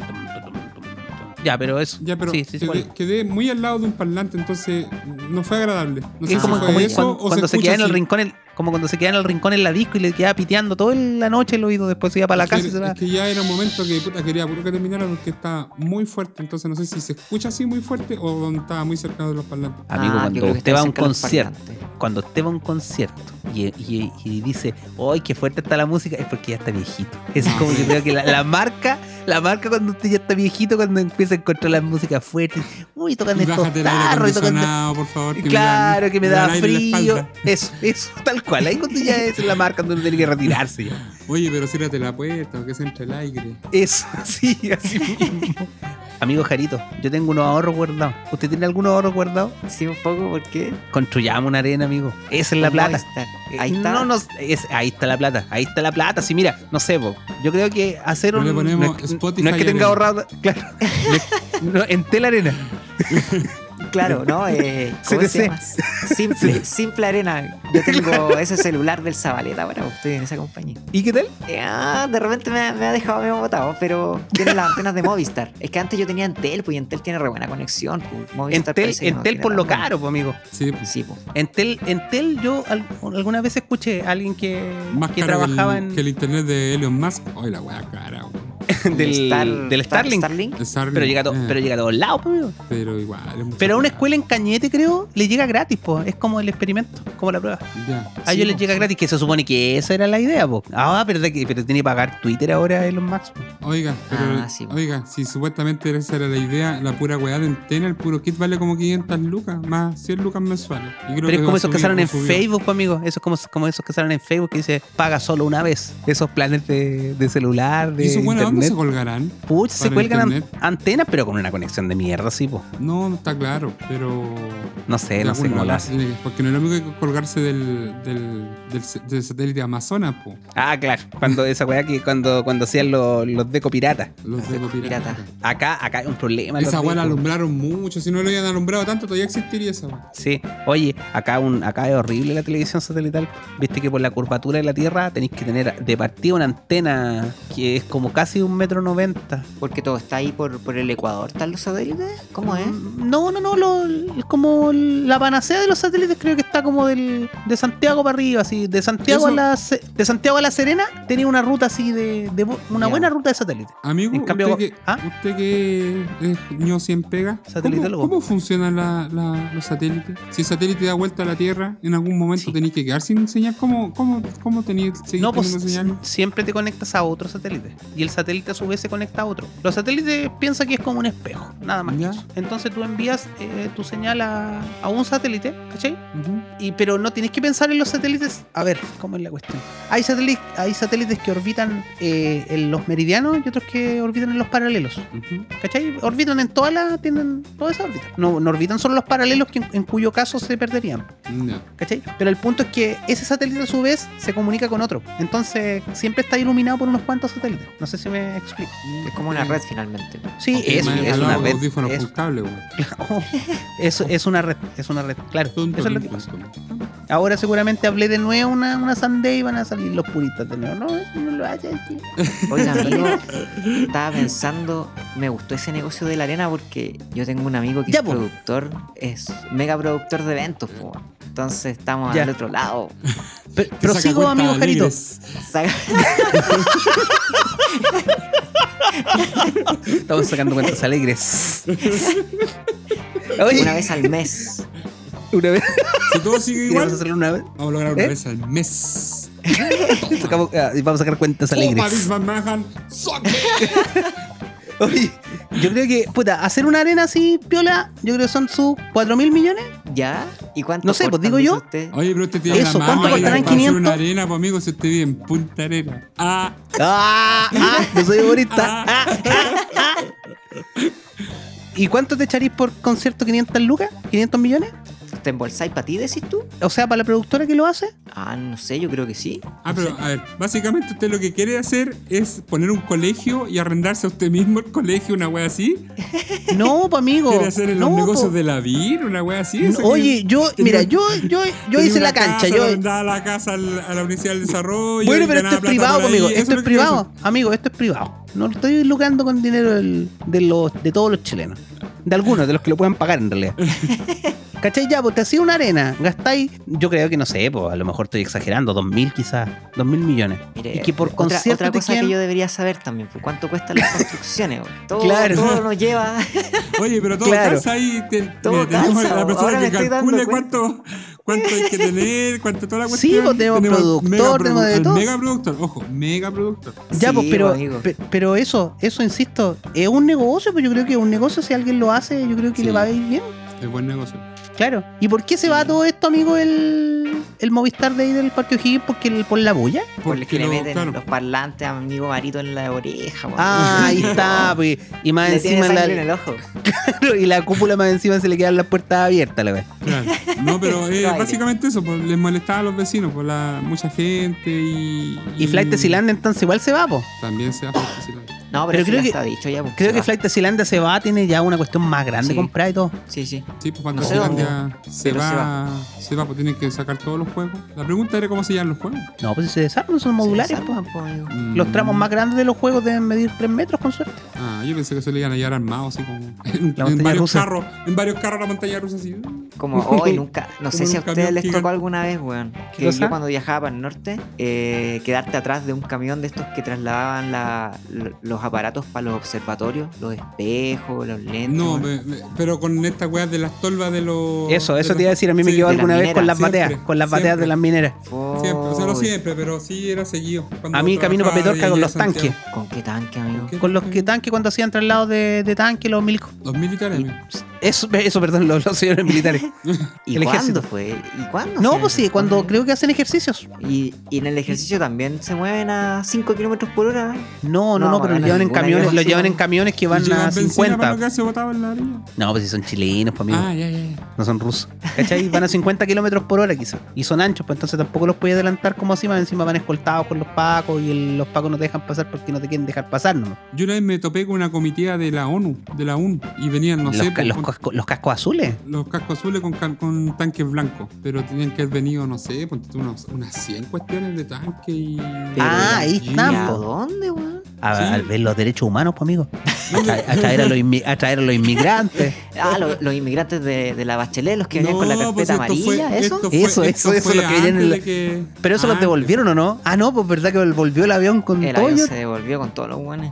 [SPEAKER 6] Ya, pero eso.
[SPEAKER 3] Ya, pero eh,
[SPEAKER 6] sí, sí, sí,
[SPEAKER 3] quedé,
[SPEAKER 6] cuál.
[SPEAKER 3] quedé muy al lado de un parlante, entonces no fue agradable. No sé
[SPEAKER 6] es
[SPEAKER 3] si
[SPEAKER 6] como,
[SPEAKER 3] fue
[SPEAKER 6] como
[SPEAKER 3] eso
[SPEAKER 6] cuando,
[SPEAKER 3] o
[SPEAKER 6] cuando se,
[SPEAKER 3] escucha
[SPEAKER 6] queda en el
[SPEAKER 3] así.
[SPEAKER 6] rincón, el- como cuando se queda en el rincón en la disco y le quedaba piteando toda la noche el oído, después se iba para la
[SPEAKER 3] Es que-
[SPEAKER 6] casa y se va.
[SPEAKER 3] Es que ya era un momento que puta, quería puro que terminara porque estaba muy fuerte. Entonces no sé si se escucha así muy fuerte o estaba muy cercano de los parlantes.
[SPEAKER 6] Amigo,
[SPEAKER 2] Ah, yo
[SPEAKER 6] cuando
[SPEAKER 2] creo que
[SPEAKER 6] usted va a
[SPEAKER 2] está
[SPEAKER 6] un
[SPEAKER 2] cerca de los
[SPEAKER 6] concierto,
[SPEAKER 2] parlantes.
[SPEAKER 6] cuando usted va a un concierto y, y- y dice, ¡ay, qué fuerte está la música! Es porque ya está viejito. Es como yo creo que la, la marca, la marca cuando usted ya está viejito, cuando empieza a encontrar la música fuerte, uy, tocan estos
[SPEAKER 3] Bájate el aire
[SPEAKER 6] tarros y tocan.
[SPEAKER 3] acondicionado, por favor. que me
[SPEAKER 6] Claro,
[SPEAKER 3] dan-
[SPEAKER 6] que me
[SPEAKER 3] me
[SPEAKER 6] da
[SPEAKER 3] dan aire en la
[SPEAKER 6] frío.
[SPEAKER 3] espalda.
[SPEAKER 6] Eso, eso, tal cual. Ahí cuando ya es la marca donde tiene que retirarse ya.
[SPEAKER 3] Oye, pero ciérrate la puerta, que se entre el aire.
[SPEAKER 6] Eso, sí, así mismo. Amigo Jarito, yo tengo unos ahorros guardados. ¿Usted tiene algunos ahorros guardados?
[SPEAKER 2] Sí, un poco, porque
[SPEAKER 6] Construyamos una arena, amigo. Esa es la
[SPEAKER 2] Un
[SPEAKER 6] plata.
[SPEAKER 2] Movistar.
[SPEAKER 6] Eh,
[SPEAKER 2] Ahí está.
[SPEAKER 6] No, no, es- ahí está la plata. Ahí está la plata. Sí, mira, no sé, po, yo creo que hacer
[SPEAKER 3] No
[SPEAKER 6] un.
[SPEAKER 3] le ponemos
[SPEAKER 6] no es, que-
[SPEAKER 3] Spotify
[SPEAKER 6] no es que
[SPEAKER 3] arena.
[SPEAKER 6] tenga ahorrado. Claro. No, en tela arena.
[SPEAKER 2] Claro, ¿no? Eh, ¿Cómo
[SPEAKER 6] CTC.
[SPEAKER 2] se llama? Simple, simple arena. Yo tengo ese celular del Zabaleta ahora, estoy en esa compañía.
[SPEAKER 6] ¿Y qué tal?
[SPEAKER 2] Eh, ah, de repente me, ha- me ha dejado medio botado, pero tiene las antenas de Movistar. Es que antes yo tenía Entel, pues y Entel tiene re buena conexión. pues, Movistar
[SPEAKER 6] Entel,
[SPEAKER 2] parece que no
[SPEAKER 6] Entel
[SPEAKER 2] tiene
[SPEAKER 6] por
[SPEAKER 2] tan
[SPEAKER 6] lo
[SPEAKER 2] buena.
[SPEAKER 6] caro, pues, amigo.
[SPEAKER 3] Sí, pues.
[SPEAKER 2] Sí, pues.
[SPEAKER 6] Entel, Entel yo al- alguna vez escuché a alguien que,
[SPEAKER 3] Más
[SPEAKER 6] que
[SPEAKER 3] caro
[SPEAKER 6] trabajaba
[SPEAKER 3] que el,
[SPEAKER 6] en
[SPEAKER 3] que el internet de Elon Musk. Ay, la weá cara, weón.
[SPEAKER 6] del,
[SPEAKER 2] Star-
[SPEAKER 6] del
[SPEAKER 2] Star-
[SPEAKER 6] Starlink.
[SPEAKER 3] El Starlink,
[SPEAKER 6] Pero llega, a to-
[SPEAKER 3] eh,
[SPEAKER 6] pero llega a todos lados, pues, amigo.
[SPEAKER 3] pero igual. es mucha
[SPEAKER 6] Pero a una
[SPEAKER 3] plata.
[SPEAKER 6] escuela en Cañete, creo, le llega gratis, pues. Es como el experimento, como la prueba.
[SPEAKER 3] Ya. pues.
[SPEAKER 6] A ellos les llega gratis, que se supone que esa era la idea, pues. Ah, pero, de que- pero tiene que pagar Twitter ahora Elon Musk. po.
[SPEAKER 3] Oiga, pero,
[SPEAKER 2] Ah, sí, pues.
[SPEAKER 3] oiga, si supuestamente esa era la idea, la pura weá de antena, el puro kit vale como 500 lucas, más 100 lucas mensuales. Y creo
[SPEAKER 6] Pero es
[SPEAKER 3] va
[SPEAKER 6] como esos que
[SPEAKER 3] subiendo,
[SPEAKER 6] salen en
[SPEAKER 3] subió.
[SPEAKER 6] Facebook, pues, amigo. Eso es como, como esos que salen en Facebook que dice paga solo una vez. Esos planes de, de celular, de
[SPEAKER 3] ¿Y esos buenos dónde
[SPEAKER 6] internet.
[SPEAKER 3] se colgarán?
[SPEAKER 6] Pucha, se
[SPEAKER 3] para
[SPEAKER 6] cuelgan an-
[SPEAKER 3] internet?
[SPEAKER 6] antenas, pero con una conexión de mierda, sí, po.
[SPEAKER 3] No, no está claro, pero.
[SPEAKER 6] No sé,
[SPEAKER 3] de
[SPEAKER 6] Eh, no sé
[SPEAKER 3] algún
[SPEAKER 6] cómo lo
[SPEAKER 3] lado
[SPEAKER 6] hacen.
[SPEAKER 3] tiene que- Porque no es lo mismo que colgarse del, del, del, s- del satélite Amazonas, po.
[SPEAKER 6] Ah, claro. Cuando esa weá que cuando, cuando hacían los, los deco piratas.
[SPEAKER 3] Los de los
[SPEAKER 2] pirata.
[SPEAKER 3] piratas.
[SPEAKER 6] Acá, acá hay un problema.
[SPEAKER 3] Esa
[SPEAKER 6] los
[SPEAKER 3] weá la
[SPEAKER 6] deco.
[SPEAKER 3] alumbraron mucho. Si no lo habían alumbrado tanto, todavía existiría esa weá.
[SPEAKER 6] Sí. Oye, acá un, acá es horrible la televisión satelital. Viste que por la curvatura de la Tierra tenéis que tener de partida una antena que es como casi un metro noventa.
[SPEAKER 2] Porque todo está ahí por, por el Ecuador. ¿Están los satélites? ¿Cómo es?
[SPEAKER 6] No, no, no, lo- es como la panacea de los satélites creo que está como del, de Santiago para arriba, así de Santiago a
[SPEAKER 3] Eso-
[SPEAKER 6] la Se- de Santiago a la Serena tenía una ruta así de, de bu- una
[SPEAKER 2] Ya.
[SPEAKER 6] buena ruta de satélite.
[SPEAKER 3] Amigo,
[SPEAKER 6] En cambio,
[SPEAKER 3] usted, que,
[SPEAKER 6] ¿ah?
[SPEAKER 3] usted que es ño cien pega, ¿cómo,
[SPEAKER 6] Satelitólogo.
[SPEAKER 3] cómo funcionan la- la- los satélites? Si el satélite da vuelta a la Tierra, en algún momento tenéis que quedar sin señal. ¿Cómo, cómo, cómo tenéis seguís
[SPEAKER 6] No, pues
[SPEAKER 3] teniendo señal?
[SPEAKER 6] siempre te conectas a otro satélite y el satélite a su vez se conecta a otro. Los satélites piensan que es como un espejo, nada más. que
[SPEAKER 3] Ya.
[SPEAKER 6] eso. Entonces tú envías eh, tu señal a, a un satélite, ¿cachai?
[SPEAKER 3] Ujú.
[SPEAKER 6] Y, pero no tienes que pensar en los satélites. A ver, ¿cómo es la cuestión? Hay, satélites hay satélites que orbitan eh, en los meridianos y otros que orbitan en los paralelos.
[SPEAKER 3] Ujú.
[SPEAKER 6] ¿Cachai? Orbitan en todas las. Tienen todas esas órbitas. No, no orbitan solo los paralelos que en- en cuyo caso se perderían.
[SPEAKER 3] Ya.
[SPEAKER 6] ¿Cachai? Pero el punto es que ese satélite a su vez se comunica con otro. Entonces siempre está iluminado por unos cuantos satélites. No sé si me explico.
[SPEAKER 2] Es como una red finalmente.
[SPEAKER 6] Sí, es,
[SPEAKER 3] Me han
[SPEAKER 6] es una
[SPEAKER 3] regalado
[SPEAKER 6] red.
[SPEAKER 3] audífonos
[SPEAKER 6] Es,
[SPEAKER 3] con cable, weón.
[SPEAKER 6] oh, es- es una red, es una red, claro.
[SPEAKER 3] Tum,
[SPEAKER 6] Eso es lo
[SPEAKER 3] tum,
[SPEAKER 6] que pasa.
[SPEAKER 3] tum, tum.
[SPEAKER 6] Ahora seguramente hablé de nuevo una, una sandé y van a salir los puristas de nuevo. No, eso no lo hacen. sí.
[SPEAKER 2] Oiga, amigo, estaba pensando, me gustó ese negocio de la arena porque yo tengo un amigo que
[SPEAKER 6] Ya,
[SPEAKER 2] es
[SPEAKER 6] po.
[SPEAKER 2] productor, es mega productor de eventos, po. Entonces estamos
[SPEAKER 6] Ya.
[SPEAKER 2] al otro lado.
[SPEAKER 6] Pe-
[SPEAKER 3] Que saca
[SPEAKER 6] prosigo,
[SPEAKER 3] cuentas
[SPEAKER 6] amigo Jarito.
[SPEAKER 3] alegres.
[SPEAKER 2] Saca-
[SPEAKER 6] Estamos sacando cuentas alegres. Oye,
[SPEAKER 2] Una vez al mes.
[SPEAKER 6] una vez.
[SPEAKER 3] Si todo sigue
[SPEAKER 6] Queremos
[SPEAKER 3] igual,
[SPEAKER 6] hacerlo una vez.
[SPEAKER 3] vamos a lograr una
[SPEAKER 6] ¿Eh?
[SPEAKER 3] vez al mes. Oh,
[SPEAKER 6] Sacamos- ah, y vamos a sacar cuentas
[SPEAKER 3] Toma, Vince
[SPEAKER 6] alegres.
[SPEAKER 3] McMahon.
[SPEAKER 6] Oye, yo creo que, puta, hacer una arena así, piola, yo creo que son sus 4 mil millones.
[SPEAKER 2] ¿Ya? ¿Y cuánto?
[SPEAKER 6] No sé, pues,
[SPEAKER 2] cortan,
[SPEAKER 6] digo
[SPEAKER 2] dice
[SPEAKER 6] yo.
[SPEAKER 2] usted?
[SPEAKER 3] Oye, pero este tiene
[SPEAKER 6] Eso,
[SPEAKER 3] la
[SPEAKER 6] ¿cuánto
[SPEAKER 3] mano ahí
[SPEAKER 6] costarán
[SPEAKER 3] para hacer
[SPEAKER 6] 500?
[SPEAKER 3] una arena, pues amigo, si usted vive en Punta Arena. Ah,
[SPEAKER 6] ¡Ah! ¡Ah! ¡Yo soy humorista! ¡Ah! ¡Ah! ¡Ah! ¿Y cuánto te echaréis por concierto? ¿500 lucas? ¿500 millones?
[SPEAKER 2] ¿Te embolsáis para ti, decís tú?
[SPEAKER 6] O sea, para la productora que lo hace.
[SPEAKER 2] Ah, no sé, yo creo que sí.
[SPEAKER 3] ah, pero a ver, básicamente usted lo que quiere hacer es poner un colegio y arrendarse a usted mismo el colegio, una wea así.
[SPEAKER 6] No, pues amigo.
[SPEAKER 3] Quiere hacer en
[SPEAKER 6] no,
[SPEAKER 3] los
[SPEAKER 6] po.
[SPEAKER 3] negocios de la vir, una wea así.
[SPEAKER 6] No,
[SPEAKER 3] Eso que-
[SPEAKER 6] Oye, yo,
[SPEAKER 3] tenía-
[SPEAKER 6] mira, yo, yo, yo
[SPEAKER 3] tenía
[SPEAKER 6] hice
[SPEAKER 3] una
[SPEAKER 6] la cancha.
[SPEAKER 3] casa,
[SPEAKER 6] Yo,
[SPEAKER 3] arrendaba la casa al- a la Universidad del Desarrollo.
[SPEAKER 6] Bueno,
[SPEAKER 3] y
[SPEAKER 6] pero esto
[SPEAKER 3] ganaba
[SPEAKER 6] es
[SPEAKER 3] plata
[SPEAKER 6] privado,
[SPEAKER 3] por ahí.
[SPEAKER 6] amigo.
[SPEAKER 3] Eso es
[SPEAKER 6] Esto
[SPEAKER 3] lo
[SPEAKER 6] es
[SPEAKER 3] que quiero
[SPEAKER 6] privado. Amigo, esto es privado. No lo estoy lucrando con dinero del- de, los, de todos los chilenos. De algunos, de los que lo puedan pagar en realidad. ¿Cachai? Ya, pues te hacía una arena. Gastáis, yo creo que no sé, pues a lo mejor estoy exagerando, dos mil quizás, dos mil millones.
[SPEAKER 2] Mire,
[SPEAKER 6] y que por
[SPEAKER 2] otra-
[SPEAKER 6] concierto
[SPEAKER 2] otra,
[SPEAKER 6] te
[SPEAKER 2] cosa
[SPEAKER 6] quieran-
[SPEAKER 2] que yo debería saber también, pues, ¿cuánto cuestan las construcciones? güey? Todo,
[SPEAKER 6] Claro.
[SPEAKER 2] todo nos lleva.
[SPEAKER 3] Oye, pero todo
[SPEAKER 6] Claro.
[SPEAKER 3] calza ahí. te-
[SPEAKER 2] Todo
[SPEAKER 3] mira, tenemos
[SPEAKER 2] calza,
[SPEAKER 3] la
[SPEAKER 2] bo.
[SPEAKER 3] persona
[SPEAKER 2] Ahora me
[SPEAKER 3] que
[SPEAKER 2] estoy dando
[SPEAKER 3] calcule
[SPEAKER 2] cuenta.
[SPEAKER 3] cuánto, cuánto hay que tener, cuánto toda la
[SPEAKER 6] Sí,
[SPEAKER 3] cuestión.
[SPEAKER 6] bo, tenemos productor,
[SPEAKER 3] megaprodu-
[SPEAKER 6] tenemos de
[SPEAKER 3] el
[SPEAKER 6] todo.
[SPEAKER 3] Megaproductor, ojo, megaproductor.
[SPEAKER 6] Ya,
[SPEAKER 2] Sí,
[SPEAKER 6] pues, pero,
[SPEAKER 2] amigo.
[SPEAKER 6] pe- pero eso, eso insisto, es un negocio, pues yo creo que es un negocio, si alguien lo hace, yo creo que
[SPEAKER 3] Sí.
[SPEAKER 6] le va a ir bien.
[SPEAKER 3] Es buen negocio.
[SPEAKER 6] Claro. ¿Y por qué se va todo esto, amigo, el, el Movistar de ahí del Parque O'Higgins? ¿Porque el- por la bulla?
[SPEAKER 2] Porque que le
[SPEAKER 3] lo-
[SPEAKER 2] meten
[SPEAKER 3] claro,
[SPEAKER 2] los parlantes a mi amigo Marito en la oreja. güey.
[SPEAKER 6] Ah, ahí está, pues. Y más
[SPEAKER 2] Le tiene
[SPEAKER 6] encima
[SPEAKER 2] sangre
[SPEAKER 6] la,
[SPEAKER 2] en el ojo.
[SPEAKER 6] y la cúpula más encima se le quedan las puertas abiertas, la vez.
[SPEAKER 3] claro. No, pero eh,
[SPEAKER 2] Aire.
[SPEAKER 3] básicamente eso, pues, les molestaba a los vecinos, por la mucha gente y.
[SPEAKER 6] Y
[SPEAKER 2] Mm.
[SPEAKER 6] Flight de Silanda entonces igual se va, po.
[SPEAKER 3] También se hace Flight de Silanda.
[SPEAKER 2] No, pero,
[SPEAKER 6] Pero
[SPEAKER 2] eso
[SPEAKER 6] creo
[SPEAKER 2] ya
[SPEAKER 6] que-
[SPEAKER 2] está dicho ya. pues,
[SPEAKER 6] Creo
[SPEAKER 2] se
[SPEAKER 6] que
[SPEAKER 2] va.
[SPEAKER 6] Flight de Silanda se va, tiene ya una cuestión más grande
[SPEAKER 2] Sí.
[SPEAKER 6] comprada y todo.
[SPEAKER 2] Sí, sí.
[SPEAKER 3] Sí, pues
[SPEAKER 2] No
[SPEAKER 3] cuando
[SPEAKER 2] sé
[SPEAKER 3] Finlandia se,
[SPEAKER 2] pero se
[SPEAKER 3] va, se va, pues tienen que sacar todos los juegos. La pregunta era cómo se llaman los juegos.
[SPEAKER 6] No, pues si se desarman, son
[SPEAKER 2] Se
[SPEAKER 6] modulares,
[SPEAKER 2] desarma,
[SPEAKER 6] po.
[SPEAKER 2] po, pues, amigo.
[SPEAKER 6] Los tramos
[SPEAKER 3] Mm.
[SPEAKER 6] más grandes de los juegos deben medir 3 metros, con suerte.
[SPEAKER 3] Ah, yo pensé que se le iban a llevar armado así como en,
[SPEAKER 6] La
[SPEAKER 3] en
[SPEAKER 6] montaña
[SPEAKER 3] varios
[SPEAKER 6] rusa.
[SPEAKER 3] carros, en varios carros la montaña rusa así. uh,
[SPEAKER 2] Como hoy, nunca. No sé
[SPEAKER 3] Como
[SPEAKER 2] si a
[SPEAKER 3] un camión
[SPEAKER 2] ustedes les
[SPEAKER 3] gigante.
[SPEAKER 2] tocó alguna vez, weón.
[SPEAKER 6] ¿Qué
[SPEAKER 2] Que
[SPEAKER 6] cosa?
[SPEAKER 2] yo cuando viajaba para el norte, eh, quedarte atrás de un camión de estos que trasladaban la- lo- los aparatos para los observatorios, los espejos, los lentes.
[SPEAKER 3] No,
[SPEAKER 2] weón.
[SPEAKER 3] me- me- pero con estas weas de las tolvas de los
[SPEAKER 6] Eso,
[SPEAKER 3] de
[SPEAKER 6] eso te
[SPEAKER 3] los-
[SPEAKER 6] iba a decir. A mí me
[SPEAKER 3] Oh, Sí,
[SPEAKER 6] quedó
[SPEAKER 2] de las
[SPEAKER 6] alguna vez con
[SPEAKER 2] mineras.
[SPEAKER 6] las bateas,
[SPEAKER 3] Siempre,
[SPEAKER 6] con las bateas
[SPEAKER 3] siempre.
[SPEAKER 6] de las mineras.
[SPEAKER 3] Siempre, o sea, no
[SPEAKER 2] Uy,
[SPEAKER 3] siempre, pero sí era seguido.
[SPEAKER 6] A mí camino para Petorca con los tanques.
[SPEAKER 2] ¿Con qué tanque, amigo?
[SPEAKER 6] Con los que tanques cuando hacían traslados de, de tanques, los milicos.
[SPEAKER 3] Los militares. amigo.
[SPEAKER 6] Eso, eso perdón, los, los señores militares.
[SPEAKER 2] ¿Y
[SPEAKER 6] el
[SPEAKER 2] cuándo
[SPEAKER 6] ejército.
[SPEAKER 2] fue? ¿Y cuándo?
[SPEAKER 6] No,
[SPEAKER 2] hacían
[SPEAKER 6] pues sí,
[SPEAKER 2] esas
[SPEAKER 6] cuando
[SPEAKER 2] cosas?
[SPEAKER 6] creo que hacen ejercicios.
[SPEAKER 2] Y, y en el ejercicio también se mueven a 5 kilómetros por hora. ¿eh?
[SPEAKER 6] No, no,
[SPEAKER 2] No,
[SPEAKER 6] no, pero en
[SPEAKER 2] bueno,
[SPEAKER 1] llevan en
[SPEAKER 2] ninguna
[SPEAKER 1] camiones, lo
[SPEAKER 2] lleva
[SPEAKER 1] llevan en camiones que van
[SPEAKER 3] Llevan
[SPEAKER 1] a
[SPEAKER 3] benzina para
[SPEAKER 1] 50.
[SPEAKER 3] no quedarse botado en la orilla.
[SPEAKER 1] No, pues si son chilenos, pues amigo.
[SPEAKER 3] Ah, ya, ya, ya.
[SPEAKER 1] No son rusos. ¿Cachai? Van a 50 kilómetros por hora quizás. Y son anchos, pues entonces tampoco los puedes adelantar como así, más encima van escoltados con los pacos y el- los pacos no te dejan pasar porque no te quieren dejar pasar, ¿no?
[SPEAKER 3] Yo una vez me topé con una comitiva de la ONU, de la UN, y venían, no
[SPEAKER 1] los,
[SPEAKER 3] sé,
[SPEAKER 1] ca-
[SPEAKER 3] pues,
[SPEAKER 1] los
[SPEAKER 3] con-
[SPEAKER 1] casco- los cascos azules.
[SPEAKER 3] los cascos azules con, can- con tanques blancos, pero tenían que haber venido, no sé, ponte tú unos- unas 100 cuestiones de tanque y...
[SPEAKER 1] Ah, ahí
[SPEAKER 3] y-
[SPEAKER 1] están,
[SPEAKER 2] ¿A
[SPEAKER 1] po.
[SPEAKER 2] dónde, weón?
[SPEAKER 1] A,
[SPEAKER 3] Sí.
[SPEAKER 1] al ver los derechos humanos, pues amigo. A, tra- a traer a los, inmi- a traer a los inmigrantes.
[SPEAKER 2] Ah, lo- los inmigrantes de, de la Bachelet, los que venían con la
[SPEAKER 3] No,
[SPEAKER 2] carpeta
[SPEAKER 3] pues esto
[SPEAKER 2] amarilla,
[SPEAKER 3] fue-
[SPEAKER 2] ¿eso?
[SPEAKER 3] esto
[SPEAKER 1] Eso,
[SPEAKER 3] fue-
[SPEAKER 1] eso,
[SPEAKER 3] esto
[SPEAKER 1] eso es lo
[SPEAKER 3] fue
[SPEAKER 1] que viene en
[SPEAKER 3] antes
[SPEAKER 1] la-
[SPEAKER 3] de que-
[SPEAKER 1] Pero eso los
[SPEAKER 3] antes.
[SPEAKER 1] devolvieron o no? Ah, no, pues verdad que volvió el avión con
[SPEAKER 2] El
[SPEAKER 1] todo.
[SPEAKER 2] avión
[SPEAKER 1] yo-
[SPEAKER 2] se devolvió con todos los buenos.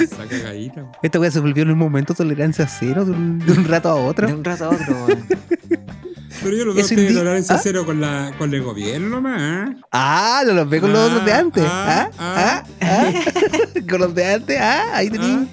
[SPEAKER 3] Esa cagadita.
[SPEAKER 1] Esta weá se volvió en un momento tolerancia cero de un, de un rato a otro.
[SPEAKER 2] De un rato a otro, weón.
[SPEAKER 3] Pero yo lo veo a
[SPEAKER 1] Es
[SPEAKER 3] ustedes
[SPEAKER 1] indi-
[SPEAKER 3] tolerancia
[SPEAKER 1] ¿Ah?
[SPEAKER 3] cero con, la, con el gobierno nomás. ¿ah?
[SPEAKER 1] Ah, no los ve con
[SPEAKER 3] Ah,
[SPEAKER 1] los otros de antes.
[SPEAKER 3] ah,
[SPEAKER 1] Ah, ah, ah. con los de antes, ah, ahí tení.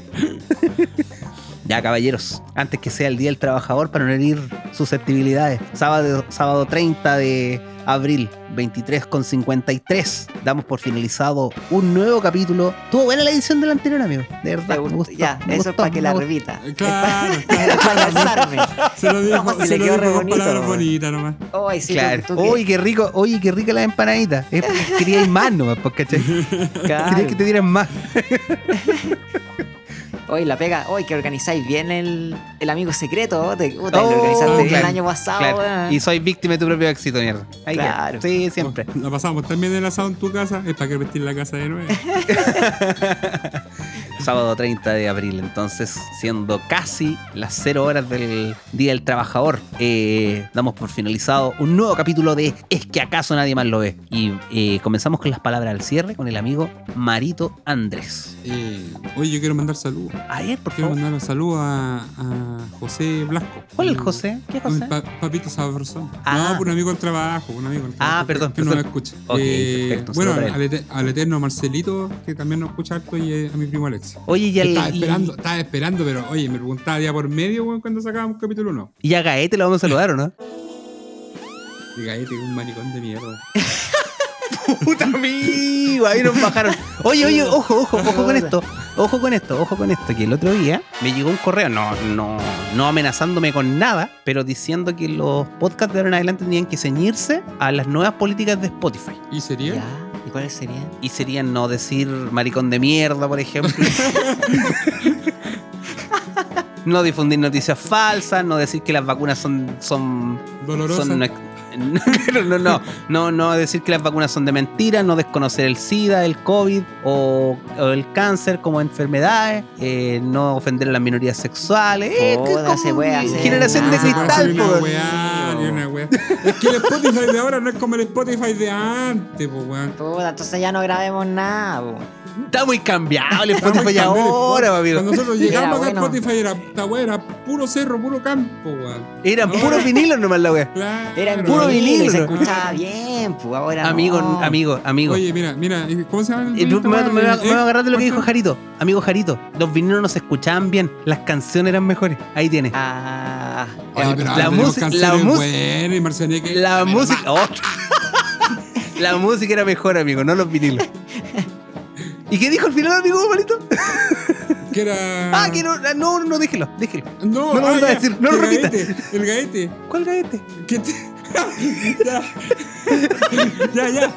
[SPEAKER 1] Ya, caballeros, antes que sea el Día del Trabajador, para no herir susceptibilidades, sábado, sábado 30 de abril, 23.53, damos por finalizado un nuevo capítulo. Tuvo buena la edición del anterior, amigo. De verdad,
[SPEAKER 2] Me
[SPEAKER 1] me
[SPEAKER 2] gustó.
[SPEAKER 1] gustó,
[SPEAKER 2] ya,
[SPEAKER 1] me
[SPEAKER 2] eso es
[SPEAKER 1] gustó,
[SPEAKER 2] para que
[SPEAKER 1] me
[SPEAKER 2] la
[SPEAKER 1] gustó.
[SPEAKER 2] repita.
[SPEAKER 3] Ah, Claro, claro.
[SPEAKER 2] Para alzarme.
[SPEAKER 3] Se lo dijo,
[SPEAKER 2] No,
[SPEAKER 3] se
[SPEAKER 2] se le
[SPEAKER 3] lo
[SPEAKER 2] quedó
[SPEAKER 3] dijo
[SPEAKER 2] re
[SPEAKER 3] con
[SPEAKER 2] bonito,
[SPEAKER 3] palabras
[SPEAKER 2] weón.
[SPEAKER 3] bonitas nomás.
[SPEAKER 2] Ay, sí,
[SPEAKER 1] claro.
[SPEAKER 2] tú- tú que-
[SPEAKER 1] Oye, qué rico, oye, qué rica las empanaditas. Es porque queríais más nomás, pues, ¿cachai?
[SPEAKER 2] claro.
[SPEAKER 1] Queríais que te dieran más.
[SPEAKER 2] Oye, la pega, oye, que organizáis bien el, el amigo secreto, te, puta,
[SPEAKER 1] Oh,
[SPEAKER 2] lo organizaste bien el
[SPEAKER 1] claro,
[SPEAKER 2] año pasado,
[SPEAKER 1] Claro.
[SPEAKER 2] weón.
[SPEAKER 1] Y soy víctima de tu propio éxito, mierda. Ahí
[SPEAKER 2] Claro.
[SPEAKER 1] queda. Sí, siempre.
[SPEAKER 3] La pasamos también el asado en tu casa. Es para que vestir la casa de nuevo.
[SPEAKER 1] Sábado 30 de abril, entonces, siendo casi las 0 horas del Día del Trabajador, eh, damos por finalizado un nuevo capítulo de Es que acaso nadie más lo ve. Y eh, comenzamos con las palabras al cierre con el amigo Marito Andrés.
[SPEAKER 3] Eh, oye, yo quiero mandar saludos.
[SPEAKER 1] Ayer, por
[SPEAKER 3] Quiero
[SPEAKER 1] favor.
[SPEAKER 3] mandar un saludo a, a José Blasco.
[SPEAKER 1] Oh. ¿Cuál es el José? ¿Qué
[SPEAKER 3] Un
[SPEAKER 1] José?
[SPEAKER 3] pa- papito sabrosón.
[SPEAKER 1] Ah.
[SPEAKER 3] No, por un amigo del trabajo, un amigo del trabajo.
[SPEAKER 1] Ah, perdón,
[SPEAKER 3] Que no lo
[SPEAKER 1] perdón.
[SPEAKER 3] escucha.
[SPEAKER 1] Ok,
[SPEAKER 3] Eh,
[SPEAKER 1] perfecto,
[SPEAKER 3] bueno,
[SPEAKER 1] saludo
[SPEAKER 3] al,
[SPEAKER 1] para
[SPEAKER 3] ete- al eterno Marcelito, que también nos escucha harto, y eh, a mi primo Alexis.
[SPEAKER 1] Oye, y,
[SPEAKER 3] Que
[SPEAKER 1] al-
[SPEAKER 3] Estaba
[SPEAKER 1] y-
[SPEAKER 3] esperando, estaba esperando, pero oye, me preguntaba día por medio weón, cuando sacábamos capítulo 1.
[SPEAKER 1] y a Gaete lo vamos a saludar, ¿o no?
[SPEAKER 3] Y Gaete, un maricón de mierda.
[SPEAKER 1] Puta amigo, ahí nos bajaron. Oye, oye, ojo, ojo, ojo con esto. Ojo con esto, ojo con esto. Que el otro día me llegó un correo, no, no, no amenazándome con nada, pero diciendo que los podcasts de ahora en adelante tenían que ceñirse a las nuevas políticas de Spotify.
[SPEAKER 3] ¿Y sería?
[SPEAKER 2] Ya, ¿y cuáles serían?
[SPEAKER 1] Y serían no decir maricón de mierda, por ejemplo. No difundir noticias falsas, no decir que las vacunas son, son
[SPEAKER 3] Dolorosa.
[SPEAKER 1] son ex- no, no, no, no, no decir que las vacunas son de mentira, no desconocer el SIDA, el COVID o, o el cáncer como enfermedades, eh, no ofender a las minorías sexuales. Eh, ¿qué-
[SPEAKER 2] Joda,
[SPEAKER 1] cómo-
[SPEAKER 2] se puede hacer
[SPEAKER 1] generación de
[SPEAKER 2] nada.
[SPEAKER 3] Ah, Se puede hacer
[SPEAKER 1] cristal, pues.
[SPEAKER 3] una
[SPEAKER 1] po.
[SPEAKER 3] weá, ni una weá. Es que el Spotify de ahora no es como el Spotify de antes, po, weón.
[SPEAKER 2] Puta, entonces ya no grabemos nada, po.
[SPEAKER 1] Está muy cambiado el
[SPEAKER 3] Estamos
[SPEAKER 1] Spotify
[SPEAKER 3] cambiando el
[SPEAKER 1] ahora,
[SPEAKER 3] Spotify.
[SPEAKER 1] amigo.
[SPEAKER 3] Cuando nosotros llegamos
[SPEAKER 2] Era bueno.
[SPEAKER 3] acá a Spotify era, esta weá era puro cerro, puro campo, weón.
[SPEAKER 1] Eran
[SPEAKER 3] Ahora,
[SPEAKER 1] puros vinilos nomás la wea.
[SPEAKER 3] Claro.
[SPEAKER 2] Era en
[SPEAKER 1] Puro
[SPEAKER 2] puro vinilo, y se
[SPEAKER 1] vinilo.
[SPEAKER 2] escuchaba bien, po. Ahora
[SPEAKER 1] Amigo,
[SPEAKER 2] no.
[SPEAKER 1] amigo, amigo.
[SPEAKER 3] Oye, mira, mira, ¿cómo se llama?
[SPEAKER 1] Eh, me,
[SPEAKER 3] el
[SPEAKER 1] voy a- me voy a- me voy a agarrar de lo que dijo
[SPEAKER 3] Jaime.
[SPEAKER 1] Jarito. Amigo Jarito, los vinilos no se escuchaban bien, las canciones eran mejores. Ahí tienes.
[SPEAKER 2] Ah,
[SPEAKER 3] Oye, pero
[SPEAKER 1] La
[SPEAKER 3] la música,
[SPEAKER 1] música-
[SPEAKER 3] canciones
[SPEAKER 1] la música-
[SPEAKER 3] buenas y Marcianeque-
[SPEAKER 1] La música. Oh. La música era mejor, amigo, no los vinilos. ¿Y qué dijo al final, amigo, malito?
[SPEAKER 3] Que era.
[SPEAKER 1] Ah, que no, no, no, déjelo, déjelo.
[SPEAKER 3] No,
[SPEAKER 1] No lo
[SPEAKER 3] ah,
[SPEAKER 1] vuelvas a
[SPEAKER 3] ya,
[SPEAKER 1] decir, no lo
[SPEAKER 3] el
[SPEAKER 1] repitas.
[SPEAKER 3] gaete, El gaete.
[SPEAKER 1] ¿Cuál era este?
[SPEAKER 3] Que te... ya. ya, ya.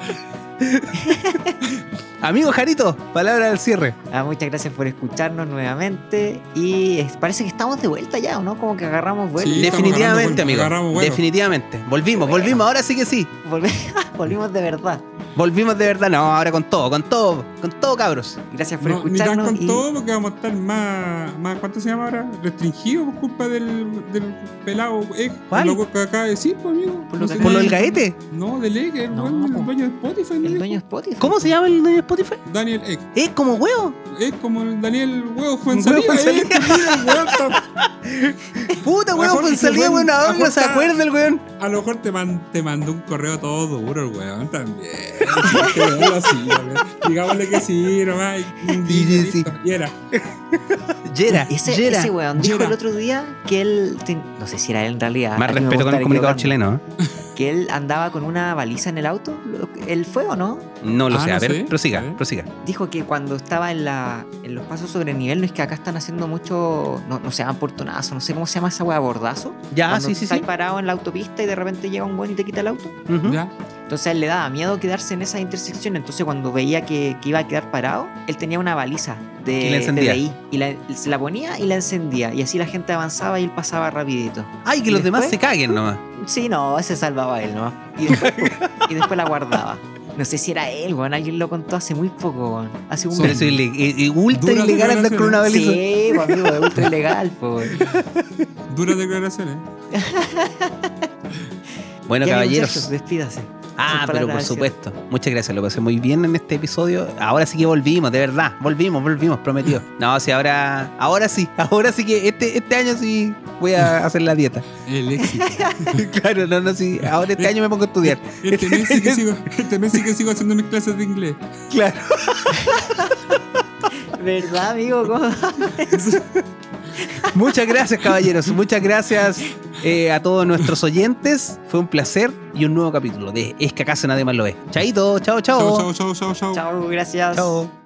[SPEAKER 1] Amigo Jarito, palabra del cierre.
[SPEAKER 2] ah, muchas gracias por escucharnos nuevamente. Y es- parece que estamos de vuelta ya, ¿o ¿no? Como que agarramos vuelo.
[SPEAKER 3] Sí. estamos
[SPEAKER 1] Definitivamente,
[SPEAKER 3] ganando,
[SPEAKER 1] amigo.
[SPEAKER 3] agarramos vuelo.
[SPEAKER 1] Definitivamente. Volvimos,
[SPEAKER 2] Bueno.
[SPEAKER 1] volvimos, ahora sí que sí.
[SPEAKER 2] Volve- Volvimos de verdad.
[SPEAKER 1] Volvimos de verdad, no, ahora con todo, con todo, con todo, cabros.
[SPEAKER 2] Gracias por
[SPEAKER 3] No, ni tan
[SPEAKER 2] escucharnos.
[SPEAKER 3] con
[SPEAKER 2] y-
[SPEAKER 3] todo porque vamos a estar más, más. ¿Cuánto se llama ahora? Restringido por culpa del, del pelado. Eh,
[SPEAKER 1] ¿Cuál?
[SPEAKER 3] Loco que acaba de decir, pues, amigo.
[SPEAKER 2] Por lo que-
[SPEAKER 1] ¿Por lo del gaete?
[SPEAKER 3] No, del Egg, el,
[SPEAKER 2] No,
[SPEAKER 3] buen- el
[SPEAKER 2] po.
[SPEAKER 3] dueño de Spotify. ¿no?
[SPEAKER 2] El dueño de Spotify. pues.
[SPEAKER 1] ¿Cómo se llama el dueño de Spotify?
[SPEAKER 3] Daniel Egg.
[SPEAKER 1] Es como huevo.
[SPEAKER 3] Es como el Daniel Huevo Fuenzalía.
[SPEAKER 1] Huevo
[SPEAKER 3] eh,
[SPEAKER 1] Fuenzalía.
[SPEAKER 3] también, weón, tam-
[SPEAKER 1] Puta,
[SPEAKER 3] Mejor
[SPEAKER 1] huevo, pues
[SPEAKER 3] que
[SPEAKER 1] salía,
[SPEAKER 3] buen-
[SPEAKER 1] weón, ahora no se
[SPEAKER 3] aporta-
[SPEAKER 1] acuerda el weón.
[SPEAKER 3] A lo mejor te, man- te mandó un correo todo duro el weón también. Hay que verlo así, weón. Digámosle que sí, nomás. Y, y-
[SPEAKER 1] Y- y-
[SPEAKER 3] listo. y era.
[SPEAKER 1] Yera,
[SPEAKER 2] Ese,
[SPEAKER 1] Yera.
[SPEAKER 2] ese weón dijo
[SPEAKER 3] Yera.
[SPEAKER 2] el otro día que él. ten- No sé si era él en realidad.
[SPEAKER 1] Más
[SPEAKER 2] aquí me
[SPEAKER 1] respeto con
[SPEAKER 2] gusta
[SPEAKER 1] el comunicado
[SPEAKER 2] equivocarme.
[SPEAKER 1] chileno. ¿eh?
[SPEAKER 2] que él andaba con una baliza en el auto. Lo- ¿Él fue o no?
[SPEAKER 1] No lo
[SPEAKER 3] Ah,
[SPEAKER 1] sé. A
[SPEAKER 3] no
[SPEAKER 1] ver,
[SPEAKER 3] sé.
[SPEAKER 1] prosiga,
[SPEAKER 3] A ver.
[SPEAKER 1] prosiga.
[SPEAKER 2] Dijo que cuando estaba en, la, en los pasos sobre nivel, no es que acá están haciendo mucho, no, no se llama portonazo, no sé cómo se llama esa wea, bordazo.
[SPEAKER 1] Ya,
[SPEAKER 2] Cuando
[SPEAKER 1] Ah, sí, sí,
[SPEAKER 2] estás
[SPEAKER 1] sí.
[SPEAKER 2] parado en la autopista y de repente llega un buen y te quita el auto.
[SPEAKER 1] Ujú.
[SPEAKER 3] ¿Ya?
[SPEAKER 2] Entonces a él le daba miedo quedarse en esa intersección. Entonces cuando veía que, que iba a quedar parado, él tenía una baliza
[SPEAKER 1] Y la
[SPEAKER 2] de, de
[SPEAKER 1] encendía.
[SPEAKER 2] DI. Y la, se la ponía y la encendía. Y así la gente avanzaba y él pasaba rapidito.
[SPEAKER 1] Ay, que
[SPEAKER 2] ¿Y
[SPEAKER 1] los demás
[SPEAKER 2] después?
[SPEAKER 1] se caguen nomás.
[SPEAKER 2] Sí, no, se salvaba él, ¿no? Y después, y después la guardaba. No sé si era él, weón. Alguien lo contó hace muy poco, weón. Hace un
[SPEAKER 3] Sí.
[SPEAKER 1] Pero
[SPEAKER 2] mes.
[SPEAKER 1] eso es ile- eh, eh, ultra
[SPEAKER 3] Duras
[SPEAKER 1] ilegal andar con una baliza.
[SPEAKER 2] Sí, pues, amigo, es ultra ilegal, pues.
[SPEAKER 3] Duras declaraciones.
[SPEAKER 1] Bueno,
[SPEAKER 2] Ya, mi
[SPEAKER 1] caballeros.
[SPEAKER 2] muchachos, Despídase.
[SPEAKER 1] Ah,
[SPEAKER 2] Sus
[SPEAKER 1] pero por
[SPEAKER 2] palabras, sí.
[SPEAKER 1] supuesto. Muchas gracias, lo pasé muy bien en este episodio. Ahora sí que volvimos, de verdad. Volvimos, volvimos, prometido. No, sí, ahora, ahora sí, ahora sí que este, este año sí voy a hacer la dieta.
[SPEAKER 3] El éxito.
[SPEAKER 1] claro, no, no, sí. Ahora este año me pongo a estudiar.
[SPEAKER 3] Este mes sí que sigo, este mes sí que sigo haciendo mis clases de inglés.
[SPEAKER 1] Claro.
[SPEAKER 2] ¿Verdad, amigo? ¿Cómo?
[SPEAKER 1] Muchas gracias, caballeros. Muchas gracias eh, a todos nuestros oyentes. Fue un placer y un nuevo capítulo de Es que acaso nadie más lo ve. Chaito, chao, chao.
[SPEAKER 3] chao, chao, chao. chao.
[SPEAKER 2] Chao, gracias.
[SPEAKER 1] Chao.